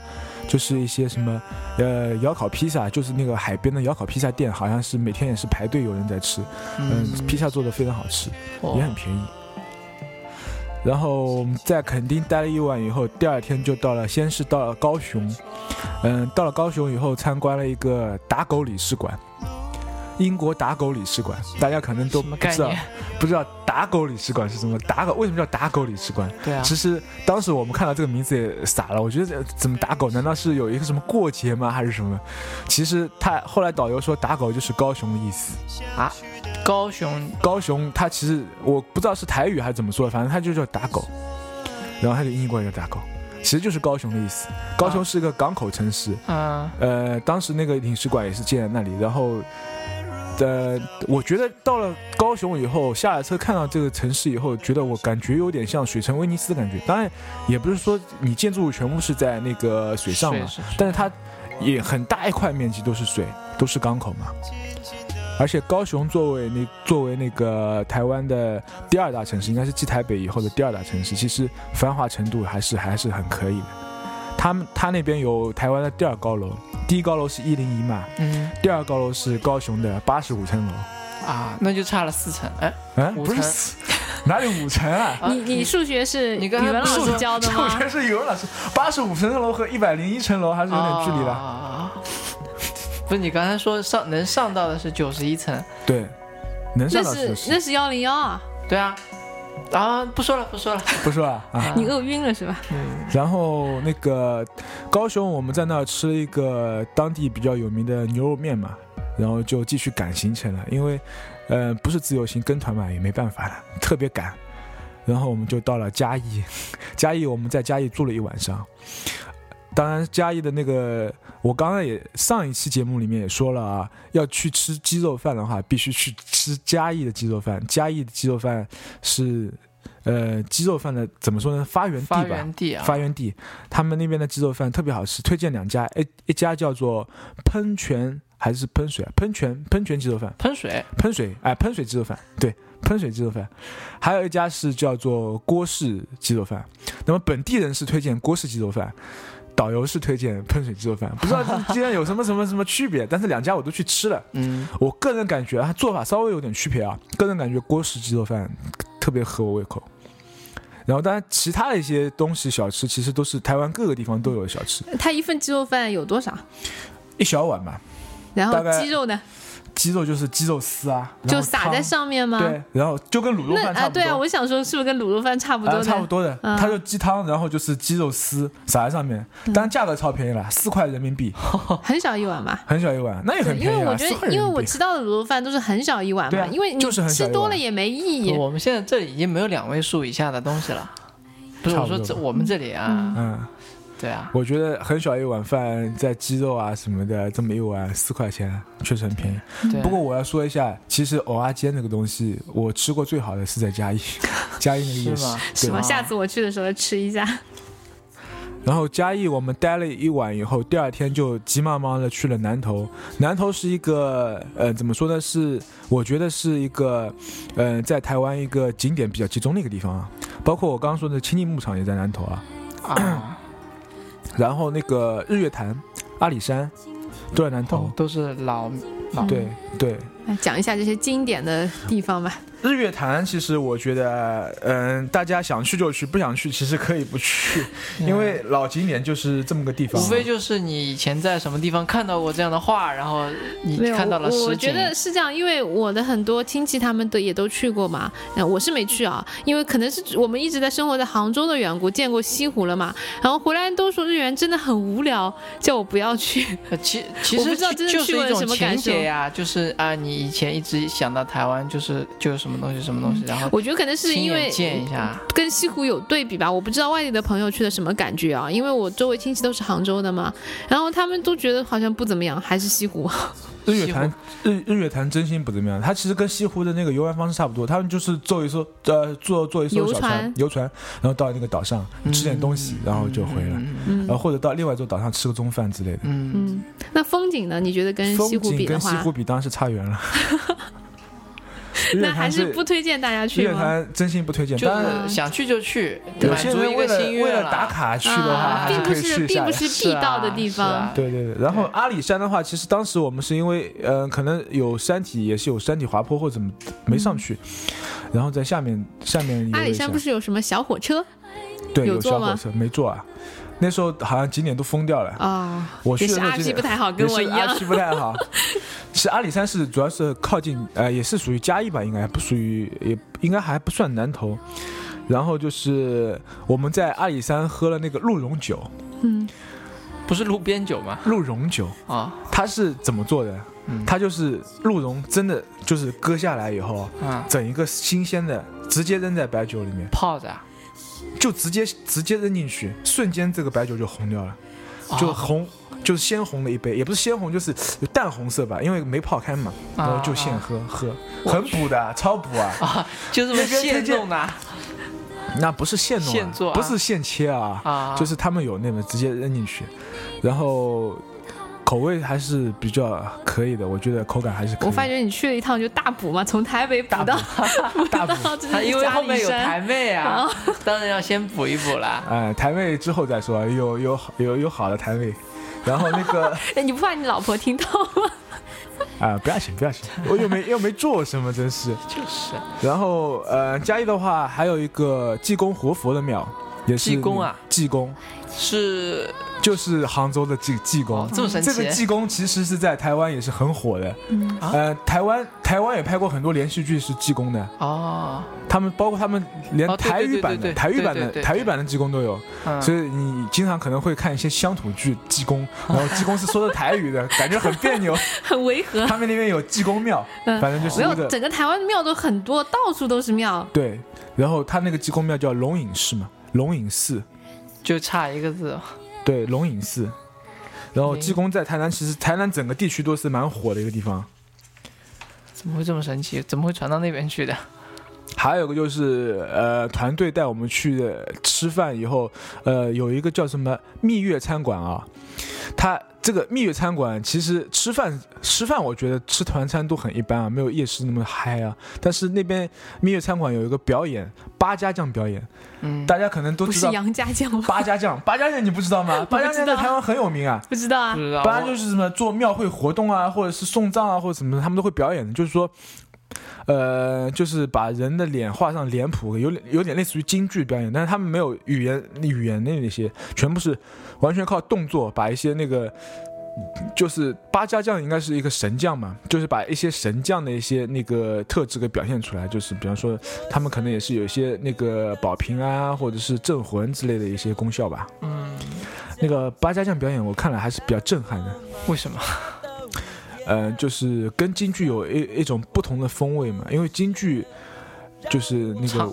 Speaker 3: 就是一些什么呃窑烤披萨，就是那个海边的窑烤披萨店，好像是每天也是排队有人在吃，嗯，披萨做的非常好吃。
Speaker 1: 哦
Speaker 3: 也很便宜。然后我们在垦丁待了一晚以后，第二天就到了，先是到了高雄，嗯，到了高雄以后参观了一个打狗领事馆，英国打狗领事馆，大家可能都
Speaker 1: 什
Speaker 3: 不
Speaker 1: 么概
Speaker 3: 知道
Speaker 1: 念？
Speaker 3: 不知道打狗领事馆是什么，打狗为什么叫打狗领事馆？
Speaker 1: 对啊，
Speaker 3: 其实当时我们看到这个名字也傻了，我觉得这怎么打狗？难道是有一个什么过节吗？还是什么？其实他后来导游说打狗就是高雄的意思。
Speaker 1: 高雄
Speaker 3: 高雄，它其实我不知道是台语还是怎么说的，反正它就叫打狗，然后它就英译过来叫打狗，其实就是高雄的意思。高雄是一个港口城市，
Speaker 1: 啊，
Speaker 3: 呃，当时那个领事馆也是建在那里，然后。呃，我觉得到了高雄以后，下了车看到这个城市以后，觉得我感觉有点像水城威尼斯的感觉。当然，也不是说你建筑物全部是在那个水上嘛，
Speaker 1: 是
Speaker 3: 但是它也很大一块面积都是水，都是港口嘛。而且高雄作为那作为那个台湾的第二大城市，应该是继台北以后的第二大城市，其实繁华程度还是还是很可以的。他们他那边有台湾的第二高楼，第一高楼是一零一嘛，
Speaker 1: 嗯
Speaker 3: 第二高楼是高雄的八十五层楼。
Speaker 1: 啊，那就差了四层，哎，
Speaker 3: 嗯，
Speaker 1: 五
Speaker 3: 不是
Speaker 1: 层
Speaker 3: 四，哪里五层 啊？
Speaker 1: 啊
Speaker 2: 你你数学是
Speaker 1: 你
Speaker 2: 语
Speaker 1: 刚才
Speaker 2: 文老
Speaker 1: 不是
Speaker 2: 师
Speaker 1: 说
Speaker 2: 教的
Speaker 3: 我觉
Speaker 2: 吗？
Speaker 3: 得是语文老师，八十五层楼和一百零一层楼还是有点距离
Speaker 1: 哦
Speaker 3: 了。
Speaker 1: 了。啊 不是你刚才说上能上到的是九十一层，
Speaker 3: 对，能上
Speaker 2: 那
Speaker 3: 到
Speaker 2: 是
Speaker 3: 是
Speaker 2: 那是幺零幺啊，
Speaker 1: 对啊，啊不说了不说了，
Speaker 3: 不是吧？啊，
Speaker 1: 啊
Speaker 2: 你饿晕了是吧？
Speaker 1: 嗯
Speaker 3: 然后那个高雄，我们在那儿吃了一个当地比较有名的牛肉面嘛，然后就继续赶行程了，因为呃不是自由行跟团嘛，也没办法了，特别赶。然后我们就到了嘉义，嘉义我们在嘉义住了一晚上。当然，嘉义的那个，我刚刚也上一期节目里面也说了啊，要去吃鸡肉饭的话，必须去吃嘉义的鸡肉饭。嘉义的鸡肉饭是，呃，鸡肉饭的怎么说呢？发源地
Speaker 1: 发
Speaker 3: 吧，
Speaker 1: 源地啊，
Speaker 3: 发源地，他们那边的鸡肉饭特别好吃，推荐两家，一一家叫做喷泉还是喷水啊？喷泉喷泉鸡肉饭，
Speaker 1: 喷水
Speaker 3: 喷水哎，喷水鸡肉饭，对，喷水鸡肉饭，还有一家是叫做郭氏鸡肉饭。那么本地人是推荐郭氏鸡肉饭，导游是推荐喷水鸡肉饭，不知道这之间有什么什么什么区别，但是两家我都去吃了，
Speaker 1: 嗯
Speaker 3: 我个人感觉啊，它做法稍微有点区别啊，个人感觉郭氏鸡肉饭特别合我胃口。然后，当然，其他的一些东西小吃其实都是台湾各个地方都有的小吃，
Speaker 2: 他一份鸡肉饭有多少？
Speaker 3: 一小碗嘛，
Speaker 2: 然后
Speaker 3: 大概
Speaker 2: 鸡肉呢？
Speaker 3: 鸡肉就是鸡肉丝啊，然
Speaker 2: 就
Speaker 3: 后
Speaker 2: 撒
Speaker 3: 汤
Speaker 2: 在上面吗？
Speaker 3: 对，然后就跟卤肉
Speaker 2: 那
Speaker 3: 饭差
Speaker 2: 啊，
Speaker 3: 不多。
Speaker 2: 对啊，我想说是不是跟卤肉饭差不多
Speaker 3: 啊，
Speaker 2: 的？
Speaker 3: 差不多的，
Speaker 2: 嗯
Speaker 3: 它就鸡汤，然后就是鸡肉丝撒在上面，当然价格超便宜了，四块人民币，
Speaker 2: 很小一碗吧。
Speaker 3: 很小一碗，那也很
Speaker 2: 因为
Speaker 3: 便宜
Speaker 2: 我
Speaker 3: 了，
Speaker 2: 觉
Speaker 3: 四块
Speaker 2: 得，
Speaker 3: 人
Speaker 2: 因为
Speaker 3: 民
Speaker 2: 我
Speaker 3: 币。
Speaker 2: 吃到的卤肉饭都是很小一碗
Speaker 3: 对
Speaker 2: 嘛，
Speaker 3: 啊
Speaker 2: 因为你
Speaker 3: 就是很小一
Speaker 2: 吃
Speaker 3: 碗
Speaker 2: 多了也没意义。
Speaker 1: 我们现在这里已经没有两位数以下的东西了。不是
Speaker 3: 差
Speaker 1: 我
Speaker 3: 不
Speaker 1: 说
Speaker 3: 多
Speaker 1: 这我们这里啊，
Speaker 3: 嗯，
Speaker 1: 对啊，
Speaker 3: 我觉得很小一碗饭，在鸡肉啊什么的，这么一碗四块钱，确实很便宜。
Speaker 1: 对啊。
Speaker 3: 不过我要说一下，其实蚵仔煎这个东西，我吃过最好的是在 嘉义，嘉义那个夜
Speaker 1: 是吗
Speaker 3: 市。
Speaker 2: 什
Speaker 3: 对
Speaker 2: 么？
Speaker 1: 啊
Speaker 2: 下次我去的时候吃一下。
Speaker 3: 然后嘉义我们待了一晚以后，第二天就急忙忙的去了南头。南头是一个呃，怎么说呢？是我觉得是一个呃，在台湾一个景点比较集中的一个地方啊。包括我刚刚说的亲近牧场也在南头啊，
Speaker 1: 啊，
Speaker 3: 然后那个日月潭、阿里山都在南头
Speaker 1: 都。都是老老
Speaker 2: 嗯
Speaker 3: 哦对对，
Speaker 2: 来讲一下这些经典的地方吧。
Speaker 3: 日月潭其实我觉得，嗯、大家想去就去，不想去其实可以 不去，因为
Speaker 2: 嗯
Speaker 3: 老景点就是这么个地
Speaker 1: 无
Speaker 3: 方。
Speaker 1: 非就是你以前在什么地方看到过这样的画，然后你
Speaker 2: 没有，
Speaker 1: 看到了
Speaker 2: 我我
Speaker 1: 实
Speaker 2: 觉
Speaker 1: 景。
Speaker 2: 得是这样，因为我的很多亲戚他们都也都去过嘛，呃我是没去啊，因为可能是我们一直在生活在杭州的缘故，见过西湖了嘛，然后回来都说日元真的很无聊，叫我不要去。
Speaker 1: 呃其其
Speaker 2: 我不
Speaker 1: 实
Speaker 2: 知道
Speaker 1: 就
Speaker 2: 真的
Speaker 1: 就
Speaker 2: 去
Speaker 1: 是
Speaker 2: 过
Speaker 1: 一
Speaker 2: 什
Speaker 1: 种
Speaker 2: 么感
Speaker 1: 情
Speaker 2: 受
Speaker 1: 节呀，就是啊，你以前一直想到台湾，就是就是什么东西什么东西，然后
Speaker 2: 我觉得可能嗯是
Speaker 1: 亲
Speaker 2: 因为
Speaker 1: 眼见一下，
Speaker 2: 跟西湖有对比吧，我不知道外地的朋友去的什么感觉啊，因为我周围亲戚都是杭州的嘛，然后他们都觉得好像不怎么样，还是西 湖。
Speaker 3: 日月潭，日日月潭真心不怎么样，它其实跟西湖的那个游玩方式差不多，他们就是坐一艘呃坐坐一艘
Speaker 2: 游
Speaker 3: 小
Speaker 2: 船
Speaker 3: 游船，然后到那个岛上吃点东西，然后就回来，
Speaker 1: 嗯嗯
Speaker 2: 嗯
Speaker 3: 然后或者到另外一座岛上吃个中饭之类的。
Speaker 1: 嗯嗯
Speaker 2: 嗯，那风景呢？你觉得跟
Speaker 3: 风
Speaker 2: 嗯西湖
Speaker 3: 景
Speaker 2: 比的
Speaker 3: 跟西
Speaker 2: 话
Speaker 3: 湖，比当然是差 远了。日月
Speaker 2: 那还
Speaker 3: 潭
Speaker 2: 是不推荐大家
Speaker 3: 日
Speaker 2: 去
Speaker 3: 月
Speaker 2: 吗？
Speaker 3: 潭真心不推荐，
Speaker 1: 就
Speaker 3: 当然
Speaker 1: 是想去就去，
Speaker 3: 有
Speaker 1: 满
Speaker 3: 些
Speaker 1: 足
Speaker 3: 人
Speaker 1: 一
Speaker 3: 为
Speaker 1: 个
Speaker 3: 了
Speaker 1: 心
Speaker 3: 为
Speaker 1: 愿啊
Speaker 3: 了打。卡去的话，
Speaker 2: 啊
Speaker 3: 还
Speaker 2: 并
Speaker 3: 是
Speaker 2: 不
Speaker 3: 可以去
Speaker 2: 是
Speaker 3: 一下
Speaker 2: 并
Speaker 3: 的
Speaker 2: 不。是必到的地
Speaker 1: 是
Speaker 2: 方
Speaker 1: 啊。
Speaker 3: 对对对，然后阿里山的话，其实当时我们是因为，呃，可能有山体，也是有山体滑坡或怎么没上去，然后在下面下面游了一
Speaker 2: 嗯
Speaker 3: 下
Speaker 2: 阿里山不是有什么小火车
Speaker 3: 对
Speaker 2: 有
Speaker 3: 有
Speaker 2: 坐
Speaker 3: 小
Speaker 2: 吗
Speaker 3: 火车没坐啊，那时候好像景点都封掉了。
Speaker 2: 啊？
Speaker 3: 我去
Speaker 2: 也
Speaker 3: 的
Speaker 2: 是
Speaker 3: 时候
Speaker 2: 阿
Speaker 3: 景
Speaker 2: 皮
Speaker 3: 点
Speaker 2: 不太好，跟我
Speaker 3: 也
Speaker 2: 一
Speaker 3: 是
Speaker 2: 样
Speaker 3: 阿。七不 太好。其实阿里山是主要是靠近，呃，也是属于嘉义吧，应该不属于，也应该还不算南投。然后就是我们在阿里山喝了那个鹿茸酒，
Speaker 2: 嗯，
Speaker 1: 不是路边酒吗？
Speaker 3: 鹿茸酒
Speaker 1: 啊
Speaker 3: 它是怎么做的
Speaker 1: 嗯？
Speaker 3: 它就是鹿茸，真的就是割下来以后，
Speaker 1: 啊，
Speaker 3: 整一个新鲜的，直接扔在白酒里面，
Speaker 1: 泡着啊，
Speaker 3: 就直接直接扔进去，瞬间这个白酒就红掉了，就
Speaker 1: 啊
Speaker 3: 红，就是鲜红的一杯，也不是鲜红，就是有淡红色吧，因为没泡开嘛，然后就现喝喝，很补的，超补啊！
Speaker 1: 啊，就这么
Speaker 3: 那边推
Speaker 1: 现
Speaker 3: 荐
Speaker 1: 弄的啊
Speaker 3: 那不是现弄啊，
Speaker 1: 现做啊
Speaker 3: 不是现切啊，
Speaker 1: 啊，
Speaker 3: 就是他们有那种直接扔进去，然后口味还是比较可以的，我觉得口感还是可以的。
Speaker 2: 我发觉你去了一趟就大补嘛，从台北补到 补
Speaker 3: 大补啊
Speaker 2: 到 这
Speaker 1: 他因
Speaker 2: 个
Speaker 1: 为
Speaker 2: 阿
Speaker 1: 后
Speaker 2: 里
Speaker 1: 面有台
Speaker 2: 山。
Speaker 1: 妹啊， 当然要先补一补啦。
Speaker 3: 哎，台妹之后再说，有有好有有好的台妹，然后那个
Speaker 2: 哎你不怕你老婆听到吗？
Speaker 3: 啊、不要紧不要紧，我又没又没做什么，真是。
Speaker 1: 就是
Speaker 3: 然后呃，嘉义的话还有一个济公活佛的庙，也是
Speaker 1: 济公啊，
Speaker 3: 济公
Speaker 1: 是
Speaker 3: 就是杭州的济济公。
Speaker 1: 哦，这么神
Speaker 3: 这个
Speaker 1: 奇
Speaker 3: 济公其实是在台湾也是很火的，
Speaker 2: 嗯
Speaker 1: 啊
Speaker 3: 呃，台湾台湾也拍过很多连续剧是济公的，
Speaker 1: 哦，
Speaker 3: 他们包括他们连
Speaker 1: 哦对
Speaker 3: 台语版
Speaker 1: 对对对
Speaker 3: 的、台语版
Speaker 1: 对对
Speaker 3: 的、
Speaker 1: 对
Speaker 3: 台语版的济公都有，
Speaker 1: 嗯
Speaker 3: 所以你经常可能会看一些乡土剧济 公，然后济公是说的台语的，感觉很别扭。
Speaker 2: 很违和。
Speaker 3: 他们那边有济公庙，
Speaker 2: 嗯
Speaker 3: 反正就是
Speaker 2: 没
Speaker 3: 那
Speaker 2: 有，
Speaker 3: 个
Speaker 2: 整个台湾庙都很多，到处都是庙。
Speaker 3: 对，然后他那个济公庙叫龙隐寺嘛，龙隐寺，
Speaker 1: 就差一个字，
Speaker 3: 对，龙隐寺。然后
Speaker 1: 嗯
Speaker 3: 济公在台南，其实台南整个地区都是蛮火的一个地方。
Speaker 1: 怎么会这么神奇？怎么会传到那边去的？
Speaker 3: 还有个就是，呃，团队带我们去呃吃饭以后，呃，有一个叫什么蜜月餐馆啊，它这个蜜月餐馆其实吃饭吃饭，我觉得吃团餐都很一般啊，没有夜市那么嗨啊。但是那边蜜月餐馆有一个表演，八家将表演，
Speaker 1: 嗯，
Speaker 3: 大家可能都
Speaker 2: 不
Speaker 3: 知
Speaker 2: 是
Speaker 3: 道
Speaker 2: 杨家将吗？
Speaker 3: 八家将，八家将你不知 道吗？
Speaker 2: 不知道
Speaker 3: 八家将在台湾很有名啊。
Speaker 2: 不知道啊
Speaker 1: 不，知道，
Speaker 3: 八家就
Speaker 1: 我
Speaker 3: 是什么做庙会活动啊，或者是送葬啊，或者什么的，他们都会表演的。就是说，呃，就是把人的脸画上脸谱，有点有点类似于京剧表演，但是他们没有语言语言的那些，全部是完全靠动作把一些那个就是八家将应该是一个神将嘛，就是把一些神将的一些那个特质给表现出来，就是比方说他们可能也是有一些那个保平安啊，或者是镇魂之类的一些功效吧。
Speaker 1: 嗯，
Speaker 3: 那个八家将表演我看了还是比较震撼的，
Speaker 1: 为什 么？
Speaker 3: 呃，就是跟京剧有一一种不同的风味嘛，因为京剧就是那个
Speaker 1: 唱，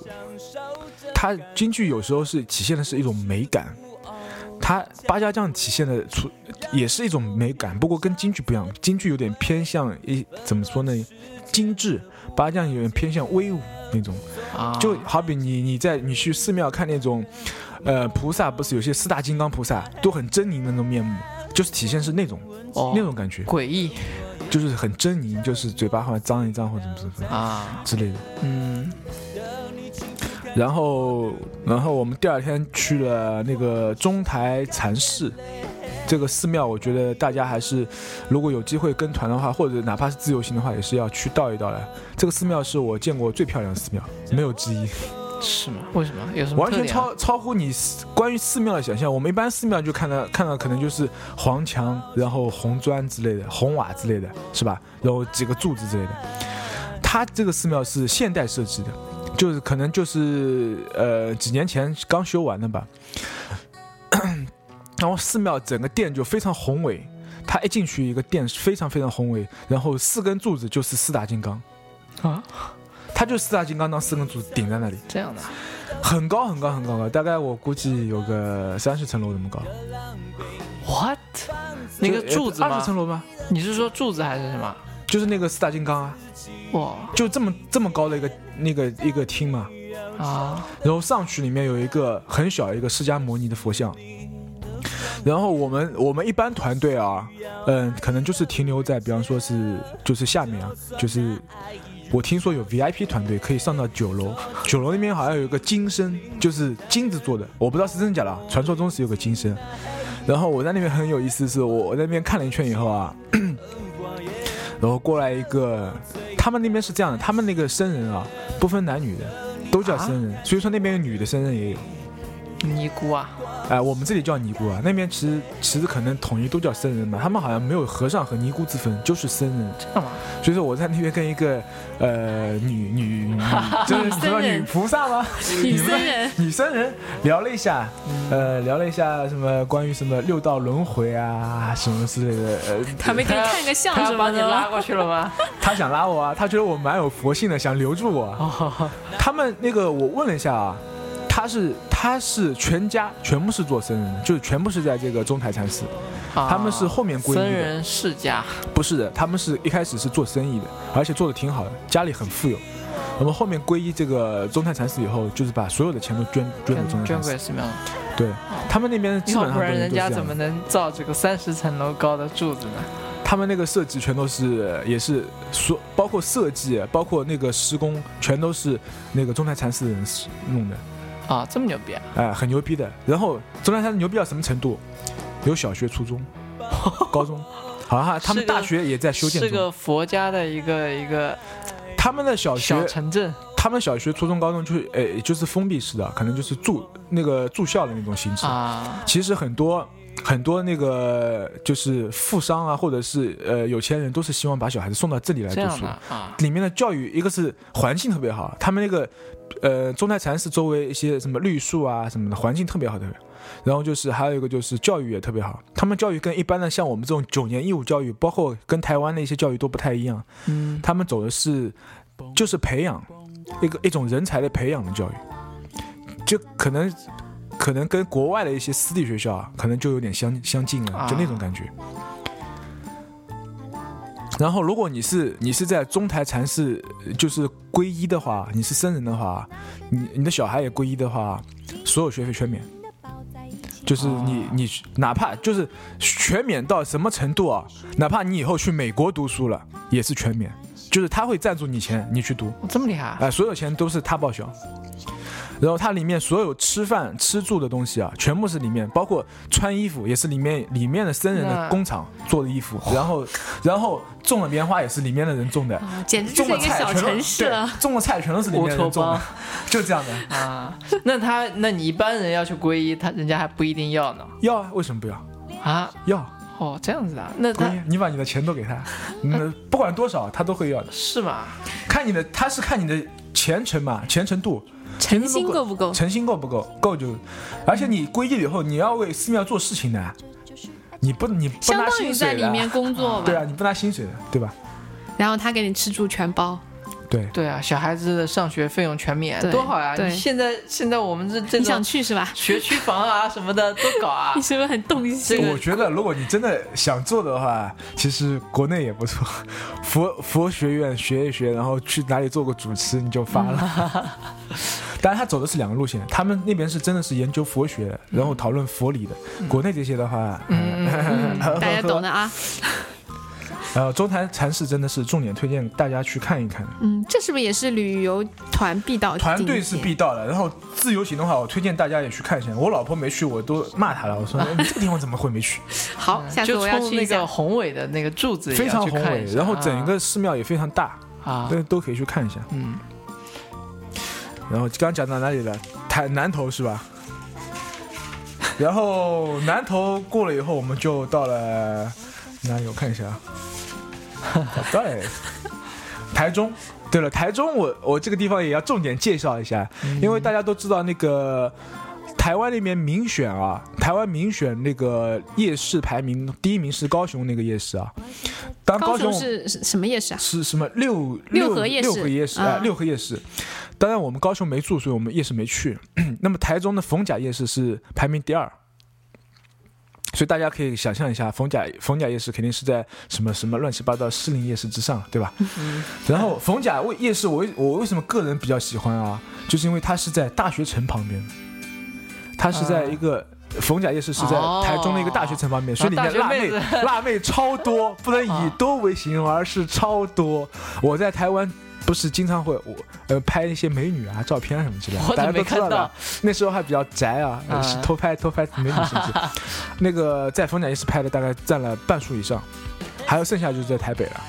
Speaker 3: 它京剧有时候是体现的是一种美感，它八家将体现的出也是一种美感，不过跟京剧不一样，京剧有点偏向一怎么说呢，精致，八家将有点偏向威武那种。
Speaker 1: 啊，
Speaker 3: 就好比你你在你去寺庙看那种，呃，菩萨不是有些四大金刚菩萨都很狰狞的那种面目，就是体现是那种、
Speaker 1: 哦
Speaker 3: 那种感觉，
Speaker 1: 诡异
Speaker 3: 就是很狰狞，就是嘴巴好像张一张或者怎么怎么怎么
Speaker 1: 啊，
Speaker 3: 之类的。
Speaker 1: 嗯，
Speaker 3: 然后然后我们第二天去了那个中台禅寺。这个寺庙，我觉得大家还是，如果有机会跟团的话，或者哪怕是自由行的话，也是要去到一到的。这个寺庙是我见过最漂亮的寺庙，没有之一。
Speaker 1: 是吗？为什么？有什么
Speaker 3: 完
Speaker 1: 特
Speaker 3: 全
Speaker 1: 点啊？
Speaker 3: 超超乎你寺关于寺庙的想象。我们一般寺庙就看到看到可能就是黄墙，然后红砖之类的，红瓦之类的，是吧？然后几个柱子之类的。它这个寺庙是现代设计的，就是可能就是呃几年前刚修完的吧。 然后寺庙整个殿就非常宏伟，它一进去一个殿是非常非常宏伟，然后四根柱子就是四大金刚，
Speaker 1: 啊，
Speaker 3: 它就四大金刚当四根柱子顶在那里。
Speaker 1: 这样的啊，
Speaker 3: 很高很高很高高，大概我估计有个三十层楼那么高。呃
Speaker 1: What？那个柱子
Speaker 3: 二
Speaker 1: 吗
Speaker 3: 十？层楼吗？
Speaker 1: 你是说柱子还是什么？
Speaker 3: 就是那个四大金刚啊，
Speaker 1: 哇
Speaker 3: 就这么这么高的一个那个一个厅嘛。
Speaker 1: 啊！
Speaker 3: 然后上去里面有一个很小一个释迦牟尼的佛像。然后我们我们一般团队啊，嗯，可能就是停留在，比方说是就是下面啊，就是我听说有 VIP 团队可以上到九楼，九楼那边好像有一个金身，就是金子做的，我不知道是真假的啊，传说中是有个金身。然后我在那边很有意思，是我我在那边看了一圈以后啊， 然后过来一个，他们那边是这样的，他们那个僧人啊，不分男女的，都叫僧人，所以说那边有女的僧人也有。
Speaker 1: 尼姑啊，
Speaker 3: 哎，我们这里叫尼姑啊，那边其实其实可能统一都叫僧人嘛，他们好像没有和尚和尼姑之分，就是僧人。
Speaker 1: 这样吗？
Speaker 3: 所以说我在那边跟一个呃女女 女，就是你说女菩萨吗？
Speaker 2: 女僧人，
Speaker 3: 女僧人聊了一下，呃，聊了一下什么关于什么六道轮回啊什么之类的，呃，
Speaker 2: 他们可以看个相
Speaker 1: 他
Speaker 2: 什
Speaker 1: 要
Speaker 2: 么
Speaker 1: 把你
Speaker 2: 的
Speaker 1: 拉
Speaker 2: 了。
Speaker 1: 过去了吗？
Speaker 3: 他想拉我啊，他觉得我蛮有佛性的，想留住我啊。
Speaker 1: 哦，
Speaker 3: 他们那个我问了一下啊，他是他是全家全部是做僧人的，就是全部是在这个中台禅寺，
Speaker 1: 啊
Speaker 3: 他们是后面皈
Speaker 1: 僧
Speaker 3: 依的，
Speaker 1: 人世家，
Speaker 3: 不是的，他们是一开始是做生意的，而且做的挺好的，家里很富有。那么后面皈依这个中台禅寺以后，就是把所有的钱都捐捐给
Speaker 1: 捐
Speaker 3: 中台禅
Speaker 1: 捐
Speaker 3: 寺
Speaker 1: 给。寺庙。
Speaker 3: 对他们那边基
Speaker 1: 要
Speaker 3: 本上
Speaker 1: 不
Speaker 3: 都
Speaker 1: 然
Speaker 3: 是
Speaker 1: 人
Speaker 3: 这
Speaker 1: 家
Speaker 3: 样
Speaker 1: 怎么
Speaker 3: 的，
Speaker 1: 能造这个三十层楼高的柱子呢？
Speaker 3: 他们那个设计全都是也是所包括设计，包括那个施工，全都是那个中台禅寺的人弄的。
Speaker 1: 啊，这么牛逼啊！
Speaker 3: 哎，很牛逼的。然后钟南山牛逼到什么程度？有小学、初中、高中，好像还他们
Speaker 1: 是个
Speaker 3: 大学也在修建
Speaker 1: 是
Speaker 3: 中。
Speaker 1: 个佛家的一个一个
Speaker 3: 他们的小
Speaker 1: 小
Speaker 3: 学，
Speaker 1: 城镇，
Speaker 3: 他们小学、初中、高中就是，哎，就是封闭式的，可能就是住那个住校的那种形式。
Speaker 1: 啊
Speaker 3: 其实很多。很多那个就是富商啊，或者是呃有钱人，都是希望把小孩子送到这里来
Speaker 1: 这
Speaker 3: 读
Speaker 1: 样
Speaker 3: 书
Speaker 1: 的。啊
Speaker 3: 里面的教育，一个是环境特别好，他们那个呃中泰禅寺周围一些什么绿树啊什么的，环境特别好，特别好。然后就是还有一个就是教育也特别好，他们教育跟一般的像我们这种九年义务教育，包括跟台湾的一些教育都不太一样，
Speaker 1: 嗯
Speaker 3: 他们走的是就是培养一个一种人才的培养的教育，就可能可能跟国外的一些私立学校啊，可能就有点相相近了，
Speaker 1: 啊
Speaker 3: 就那种感觉。然后，如果你是你是在中台禅寺，就是皈依的话，你是僧人的话，你你的小孩也皈依的话，所有学费全免，就是你
Speaker 2: 啊
Speaker 1: 哦
Speaker 3: 你哪怕就是全免到什么程度啊？哪怕你以后去美国读书了，也是全免，就是他会赞助你钱，你去读，
Speaker 1: 哦这么厉
Speaker 3: 哎、
Speaker 1: 害
Speaker 3: 所有钱都是他报销。然后它里面所有吃饭吃住的东西啊，全部是里面，包括穿衣服也是里面里面的僧人的
Speaker 1: 那
Speaker 3: 工厂做的衣服，然后然后种的棉花也是里面的人种的，
Speaker 2: 啊简直就是
Speaker 3: 种的
Speaker 2: 一个
Speaker 3: 菜
Speaker 2: 小
Speaker 3: 全都
Speaker 2: 城市啊了
Speaker 3: 对，种的菜全都是里面的人种
Speaker 1: 乌托
Speaker 3: 的
Speaker 1: 邦，
Speaker 3: 就这样的。
Speaker 1: 啊！那他，那你一般人要去皈依，他人家还不一定要呢
Speaker 3: 要啊，为什么不要？
Speaker 1: 啊！
Speaker 3: 要，
Speaker 1: 哦，这样子啊，那他
Speaker 3: 闺你把你的钱都给他， 那不管多少他都会要的。
Speaker 1: 是吗？
Speaker 3: 看你的，他是看你的虔诚嘛，虔诚度，
Speaker 2: 诚心够不够？
Speaker 3: 诚心够不够，够就。而且你归结了以后，你要为寺庙做事情的，你不你不
Speaker 2: 相
Speaker 3: 拿
Speaker 2: 当于
Speaker 3: 薪
Speaker 2: 在
Speaker 3: 水
Speaker 2: 里面
Speaker 3: 的，
Speaker 2: 工作
Speaker 3: 对
Speaker 2: 吧。
Speaker 3: 啊，你不拿薪水的，对吧？
Speaker 2: 然后他给你吃住全包，
Speaker 3: 对，
Speaker 1: 对啊，小孩子的上学费用全免，
Speaker 2: 对
Speaker 1: 多好呀！
Speaker 2: 对
Speaker 1: 你现在现在我们这
Speaker 3: 啊
Speaker 1: 这
Speaker 2: 你想
Speaker 1: 种
Speaker 2: 去是吧？
Speaker 1: 学区房啊什么的都搞啊
Speaker 2: 你，是不是很动
Speaker 1: 这
Speaker 2: 心？
Speaker 1: 个
Speaker 3: 我觉得如果你真的想做的话，其实国内也不错，佛佛学院学一学，然后去哪里做个主持你就发了。
Speaker 1: 嗯
Speaker 3: 当然，他走的是两个路线，他们那边是真的是研究佛学的，然后讨论佛理的。国内这些的话，
Speaker 1: 嗯
Speaker 2: 嗯，大家懂的啊。
Speaker 3: 呃，中坛禅寺真的是重点推荐大家去看一看的，
Speaker 2: 嗯，这是不是也是旅游团必到
Speaker 3: 团队
Speaker 2: 景
Speaker 3: 是
Speaker 2: 点
Speaker 3: 必到的。然后自由行的话，我推荐大家也去看一下。我老婆没去，我都骂她了，我说哎你这个地方怎么会没去？
Speaker 2: 好，下次
Speaker 1: 就
Speaker 2: 我要
Speaker 1: 冲
Speaker 2: 去一
Speaker 1: 那
Speaker 2: 下
Speaker 1: 个。宏伟的那个柱子也
Speaker 3: 非
Speaker 1: 要
Speaker 3: 常
Speaker 1: 去
Speaker 3: 宏
Speaker 1: 看
Speaker 3: 伟，
Speaker 1: 一下
Speaker 3: 然后整个寺庙也非常大，
Speaker 1: 啊，
Speaker 3: 都都可以去看一下。
Speaker 1: 嗯，
Speaker 3: 然后刚讲到哪里了？台南头是吧？然后南头过了以后，我们就到了哪里？我看 一下啊，好到了台中。对了，台中我我这个地方也要重点介绍一下，
Speaker 1: 嗯
Speaker 3: 因为大家都知道那个台湾那边民选啊，台湾民选那个夜市排名第一名是高雄那个夜市啊，当然
Speaker 2: 高
Speaker 3: 高雄
Speaker 2: 雄是是什么夜市啊？
Speaker 3: 是什么六
Speaker 2: 六合夜市
Speaker 3: 六合夜市啊
Speaker 2: 啊，
Speaker 3: 六合夜市。当然，我们高雄没住，所以我们夜市没去。 那么台中的逢甲夜市是排名第二，所以大家可以想象一下，逢甲逢甲夜市肯定是在什么什么乱七八糟士林夜市之上，对吧？
Speaker 2: 嗯
Speaker 3: 然后逢甲为夜市我为，我为什么个人比较喜欢啊？就是因为它是在大学城旁边，它是
Speaker 2: 啊
Speaker 3: 在一个。逢甲夜市是在
Speaker 1: 哦
Speaker 3: 台中的一个大学城旁边，所以里
Speaker 1: 大
Speaker 3: 面
Speaker 1: 学
Speaker 3: 辣
Speaker 1: 妹
Speaker 3: 妹
Speaker 1: 子
Speaker 3: 辣妹超多，不能
Speaker 1: 啊
Speaker 3: 以多为形容，而是超多。我在台湾不是经常会我呃拍一些美女啊照片啊什么之类
Speaker 1: 我怎
Speaker 3: 的，大
Speaker 1: 么
Speaker 3: 家
Speaker 1: 没
Speaker 3: 都知道
Speaker 1: 看
Speaker 3: 的
Speaker 1: 到。？
Speaker 3: 那时候还比较宅啊，呃
Speaker 1: 啊
Speaker 3: 是偷拍偷拍美女是不是？ 那个在逢甲夜市拍的大概占了半数以上，还有剩下就是在台北了。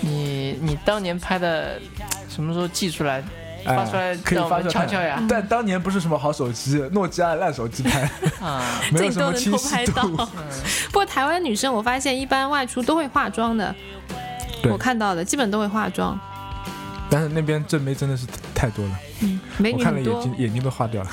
Speaker 1: 你你当年拍的什么时候寄出来？
Speaker 3: 哎
Speaker 1: 发出来
Speaker 3: 可以
Speaker 1: 让我
Speaker 3: 发
Speaker 1: 们
Speaker 3: 出来
Speaker 1: 瞧瞧呀
Speaker 3: 但当年不是什么好手机，诺基亚烂手 机拍，
Speaker 1: 啊，
Speaker 3: 没
Speaker 2: 这
Speaker 3: 有
Speaker 2: 你
Speaker 3: 什
Speaker 2: 都
Speaker 3: 么
Speaker 2: 能
Speaker 3: 清
Speaker 2: 偷
Speaker 3: 晰
Speaker 2: 拍到
Speaker 3: 度。。
Speaker 2: 不过台湾女生，我发现一般外出都会化妆的，
Speaker 3: 对
Speaker 2: 我看到的基本都会化妆，
Speaker 3: 但是那边正妹真的是太多了，
Speaker 2: 美
Speaker 3: 我
Speaker 2: 女
Speaker 3: 看了
Speaker 2: 很
Speaker 3: 眼
Speaker 2: 多
Speaker 3: 睛。眼睛都花掉了。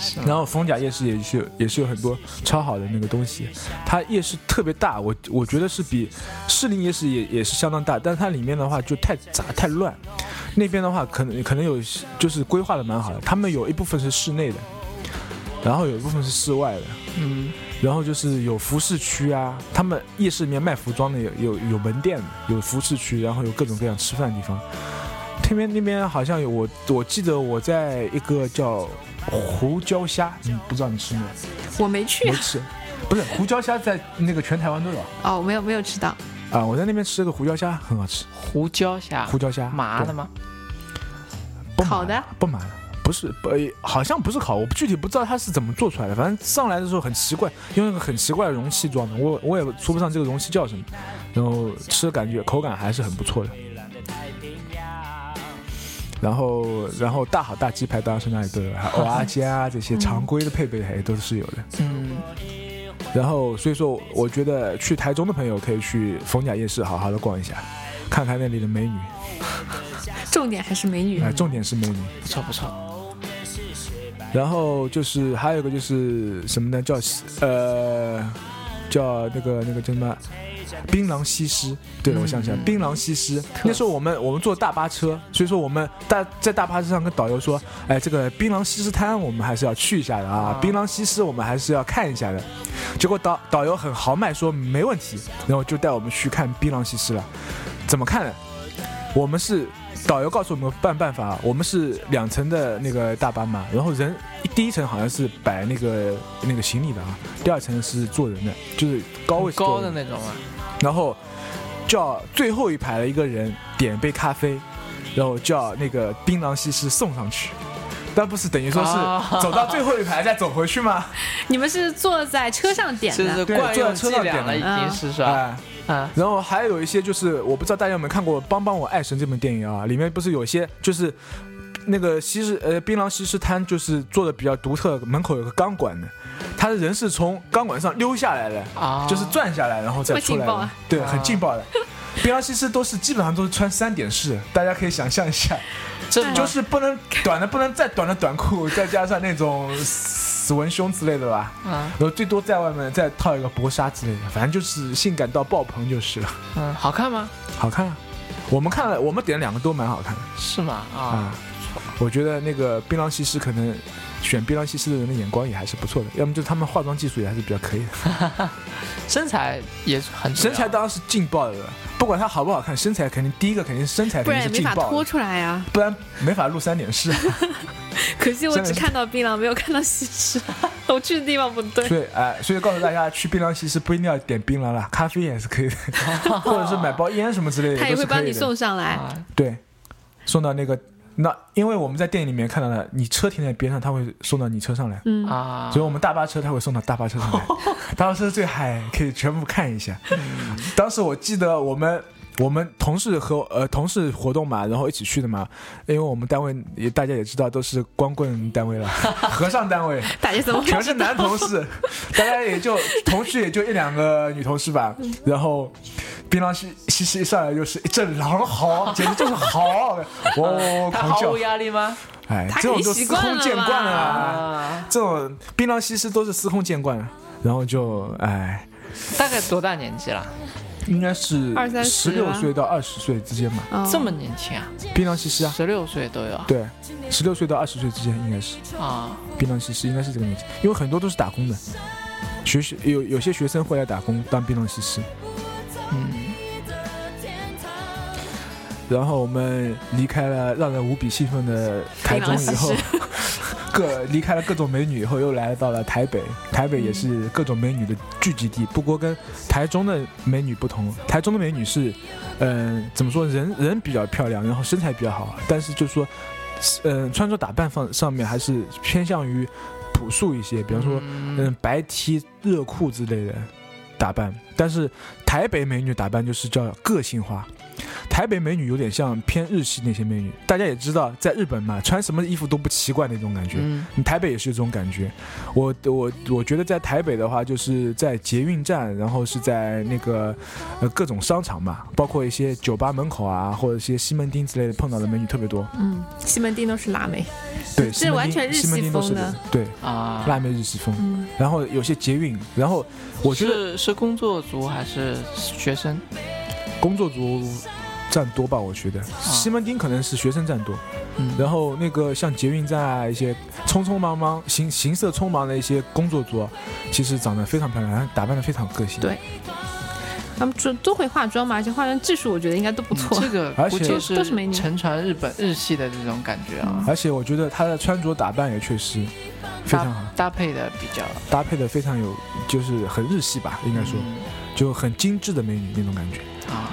Speaker 1: 是
Speaker 3: 然后逢甲夜市也是有也是有很多超好的那个东西，它夜市特别大，我我觉得是比士林夜市也也是相当大，但是它里面的话就太杂太乱，那边的话可能可能有就是规划的蛮好的，他们有一部分是室内的，然后有一部分是室外的，
Speaker 1: 嗯，
Speaker 3: 然后就是有服饰区啊，他们夜市里面卖服装的有有有门店的，有服饰区，然后有各种各样吃饭的地方。那边那边好像有我我记得我在一个叫胡椒虾，你不知道你吃没有？
Speaker 2: 我没去
Speaker 3: 没吃，不是胡椒虾在那个全台湾都有啊、
Speaker 2: 哦，没有没有吃到。
Speaker 3: 我在那边吃了个胡椒虾，很好吃，
Speaker 1: 胡椒虾，
Speaker 3: 胡椒虾
Speaker 1: 麻的
Speaker 3: 吗？
Speaker 1: 吗？
Speaker 3: 不麻
Speaker 2: 烤的
Speaker 3: 不麻的。不是，不，呃好像不是烤，我具体不知道它是怎么做出来的。反正上来的时候很奇怪，用那个很奇怪的容器装的，我我也说不上这个容器叫什么。然后吃的感觉口感还是很不错的。然后，然后大好大鸡排当然是那里都有，还有蚵仔煎啊这些常规的配备还都是有的。
Speaker 1: 嗯，
Speaker 3: 然后，所以说，我觉得去台中的朋友可以去逢甲夜市好好的逛一下，看看那里的美女。
Speaker 2: 重点还是美女
Speaker 3: 哎、。重点是美女。
Speaker 1: 不错不错。
Speaker 3: 然后就是还有一个就是什么呢？叫呃，叫那个那个叫什么？槟榔西施。对了，
Speaker 1: 嗯
Speaker 3: 我想起来，
Speaker 1: 嗯
Speaker 3: 槟榔西施。那时候我们我们坐大巴车，所以说我们大在大巴车上跟导游说，哎，这个槟榔西施滩我们还是要去一下的啊，
Speaker 1: 啊
Speaker 3: 槟榔西施我们还是要看一下的。结果导导游很豪迈说没问题，然后就带我们去看槟榔西施了。怎么看呢？我们是导游告诉我们办办法，我们是两层的那个大巴嘛，然后人第一层好像是摆那个那个行李的啊，第二层是坐人的，就是高位
Speaker 1: 很
Speaker 3: 是坐
Speaker 1: 高
Speaker 3: 人
Speaker 1: 的那种啊，
Speaker 3: 然后叫最后一排的一个人点杯咖啡，然后叫那个槟榔西施送上去。那不是等于说
Speaker 1: 啊
Speaker 3: 是走到最后一排再走回去吗？
Speaker 2: 你们是坐在车上点
Speaker 1: 这是
Speaker 2: 的，嗯
Speaker 3: 对
Speaker 1: 惯
Speaker 3: 坐
Speaker 1: 用
Speaker 3: 在
Speaker 1: 伎
Speaker 3: 车上
Speaker 1: 俩了，已
Speaker 3: 点
Speaker 2: 的
Speaker 1: 经 是是吧？
Speaker 3: 哎，
Speaker 1: 啊，
Speaker 3: 然后还有一些就是我不知道大家有没有看过《帮帮我爱神》这本电影啊，里面不是有一些就是那个西式呃槟榔西式摊就是做的比较独特，门口有个钢管的，他的人是从钢管上溜下来的，
Speaker 1: 啊，
Speaker 3: 就是转下来然后
Speaker 2: 这
Speaker 3: 再
Speaker 2: 么
Speaker 3: 出
Speaker 2: 劲
Speaker 3: 来
Speaker 2: 爆
Speaker 3: 的
Speaker 2: 啊，
Speaker 3: 对，
Speaker 1: 啊
Speaker 3: 很劲爆的。槟榔西施都是基本上都是穿三点式，大家可以想象一下，
Speaker 1: 这么
Speaker 3: 就是不能短的不能再短的短裤，再加上那种死文胸之类的吧，
Speaker 1: 嗯
Speaker 3: 然后最多在外面再套一个薄纱之类的，反正就是性感到爆棚就是了。
Speaker 1: 嗯，好看吗？
Speaker 3: 好看啊！我们看了，我们点了两个都蛮好看的
Speaker 1: 是吗？啊
Speaker 3: 啊，。我觉得那个槟榔西施可能选槟榔西施的人的眼光也还是不错的，要么就是他们化妆技术也还是比较可以 的。
Speaker 1: 身材也很重
Speaker 3: 身
Speaker 1: 要
Speaker 3: 材当然是劲爆的了，不管她好不好看，身材肯定第一个肯定是身材
Speaker 2: 不
Speaker 3: 肯
Speaker 2: 然
Speaker 3: 定
Speaker 2: 也
Speaker 3: 是
Speaker 2: 没
Speaker 3: 劲
Speaker 2: 法
Speaker 3: 爆
Speaker 2: 拖
Speaker 3: 的，
Speaker 2: 出来呀、
Speaker 3: 不然没法录三 点式。
Speaker 2: 可惜我
Speaker 3: 真的
Speaker 2: 只
Speaker 3: 是
Speaker 2: 看到槟榔，没有看到西施， 我去的地方不对。
Speaker 3: 所以哎、所以告诉大家，去槟榔西施不一定要点槟榔啦，咖啡也是可 以的，或者是买包烟什么之类的，
Speaker 2: 他也
Speaker 3: 都
Speaker 2: 会
Speaker 3: 是可
Speaker 2: 帮
Speaker 3: 以
Speaker 2: 你
Speaker 3: 的。
Speaker 2: 送上来，
Speaker 1: 啊，
Speaker 3: 对，送到那个那，因为我们在电影里面看到了，你车停在边上，他会送到你车上来。
Speaker 2: 嗯，
Speaker 1: 啊
Speaker 3: 所以我们大巴车他会送到大巴车上来，大巴车最嗨，可以全部看一下。当时我记得我们我们同事和呃同事活动嘛，然后一起去的嘛，因为我们单位也大家也知道都是光棍单位了，和尚单位
Speaker 2: 大家怎么
Speaker 3: 全是男同事，大家也就同事也就一两个女同事吧，然后。槟榔西西西一上来就是一阵狼嚎，简直就是嚎，哦，
Speaker 1: 他
Speaker 3: 狂
Speaker 1: 毫
Speaker 3: 叫
Speaker 1: 无，压力吗？
Speaker 3: 哎，
Speaker 2: 他
Speaker 3: 这种
Speaker 2: 肯定
Speaker 3: 就
Speaker 2: 习
Speaker 3: 司
Speaker 2: 惯
Speaker 3: 空
Speaker 2: 了
Speaker 3: 见惯了
Speaker 2: 吧
Speaker 3: 啊，
Speaker 1: 啊，
Speaker 3: 这种槟榔西施都是司空见惯，然后就哎，
Speaker 1: 大概多大年纪了？
Speaker 3: 应该是
Speaker 2: 二三
Speaker 3: 十
Speaker 2: 十啊
Speaker 3: 六
Speaker 2: 吧
Speaker 3: 岁到二十岁之间吧，
Speaker 2: 哦
Speaker 1: 这么年轻啊？
Speaker 3: 槟榔西施啊，
Speaker 1: 十六岁都有啊
Speaker 3: 对，十六岁到二十岁之间应该是
Speaker 1: 啊？
Speaker 3: 槟榔西施，应该是这个年纪，因为很多都是打工的，学学有有些学生会来打工当槟榔西施，
Speaker 1: 嗯，
Speaker 3: 然后我们离开了让人无比兴奋的台中以后
Speaker 2: 槟榔西，
Speaker 3: 各离开了各种美女以后，又来到了台北。台北也是各种美女的聚集地，不过跟台中的美女不同。台中的美女是，嗯、怎么说，人人比较漂亮，然后身材比较好，但是就是说，嗯、穿着打扮方上面还是偏向于朴素一些，比方说，嗯
Speaker 1: 嗯，，
Speaker 3: 白 T、热裤之类的打扮，但是台北美女打扮就是叫个性化。台北美女有点像偏日系那些美女，大家也知道，在日本嘛，穿什么衣服都不奇怪那种感觉。
Speaker 1: 嗯
Speaker 3: 你台北也是有这种感觉。我我我觉得在台北的话，就是在捷运站，然后是在那个呃各种商场嘛，包括一些酒吧门口啊，或者一些西门町之类的，碰到的美女特别多。
Speaker 2: 嗯，西门町都是辣妹，
Speaker 3: 对，
Speaker 2: 是
Speaker 3: 西门町
Speaker 2: 完全日系
Speaker 3: 西门町都是
Speaker 2: 风的
Speaker 3: 的，对，
Speaker 1: 啊，
Speaker 3: 辣妹日系风。
Speaker 2: 嗯，
Speaker 3: 然后有些捷运，然后我觉得
Speaker 1: 是是工作族还是学生？
Speaker 3: 工作族占多吧，我觉得
Speaker 2: 啊
Speaker 3: 西门町可能是学生占多，
Speaker 1: 嗯，
Speaker 3: 然后那个像捷运站啊，一些匆匆忙忙、行行色匆忙的一些工作族，其实长得非常漂亮，打扮的非常有个性。
Speaker 2: 对他们就都会化妆嘛，而且化妆技术我觉得应该都不
Speaker 1: 不
Speaker 2: 错
Speaker 1: 这。个
Speaker 3: 而
Speaker 1: 估
Speaker 3: 且
Speaker 1: 计
Speaker 2: 都是美女
Speaker 1: 沉传日本日系的这种感觉啊，
Speaker 3: 而且我觉得她的穿着打扮也确实嗯非常好，
Speaker 1: 搭配的比较
Speaker 3: 搭配的非常有，就是很日系吧，应该说就很精致的美女那种感觉。
Speaker 1: 嗯啊。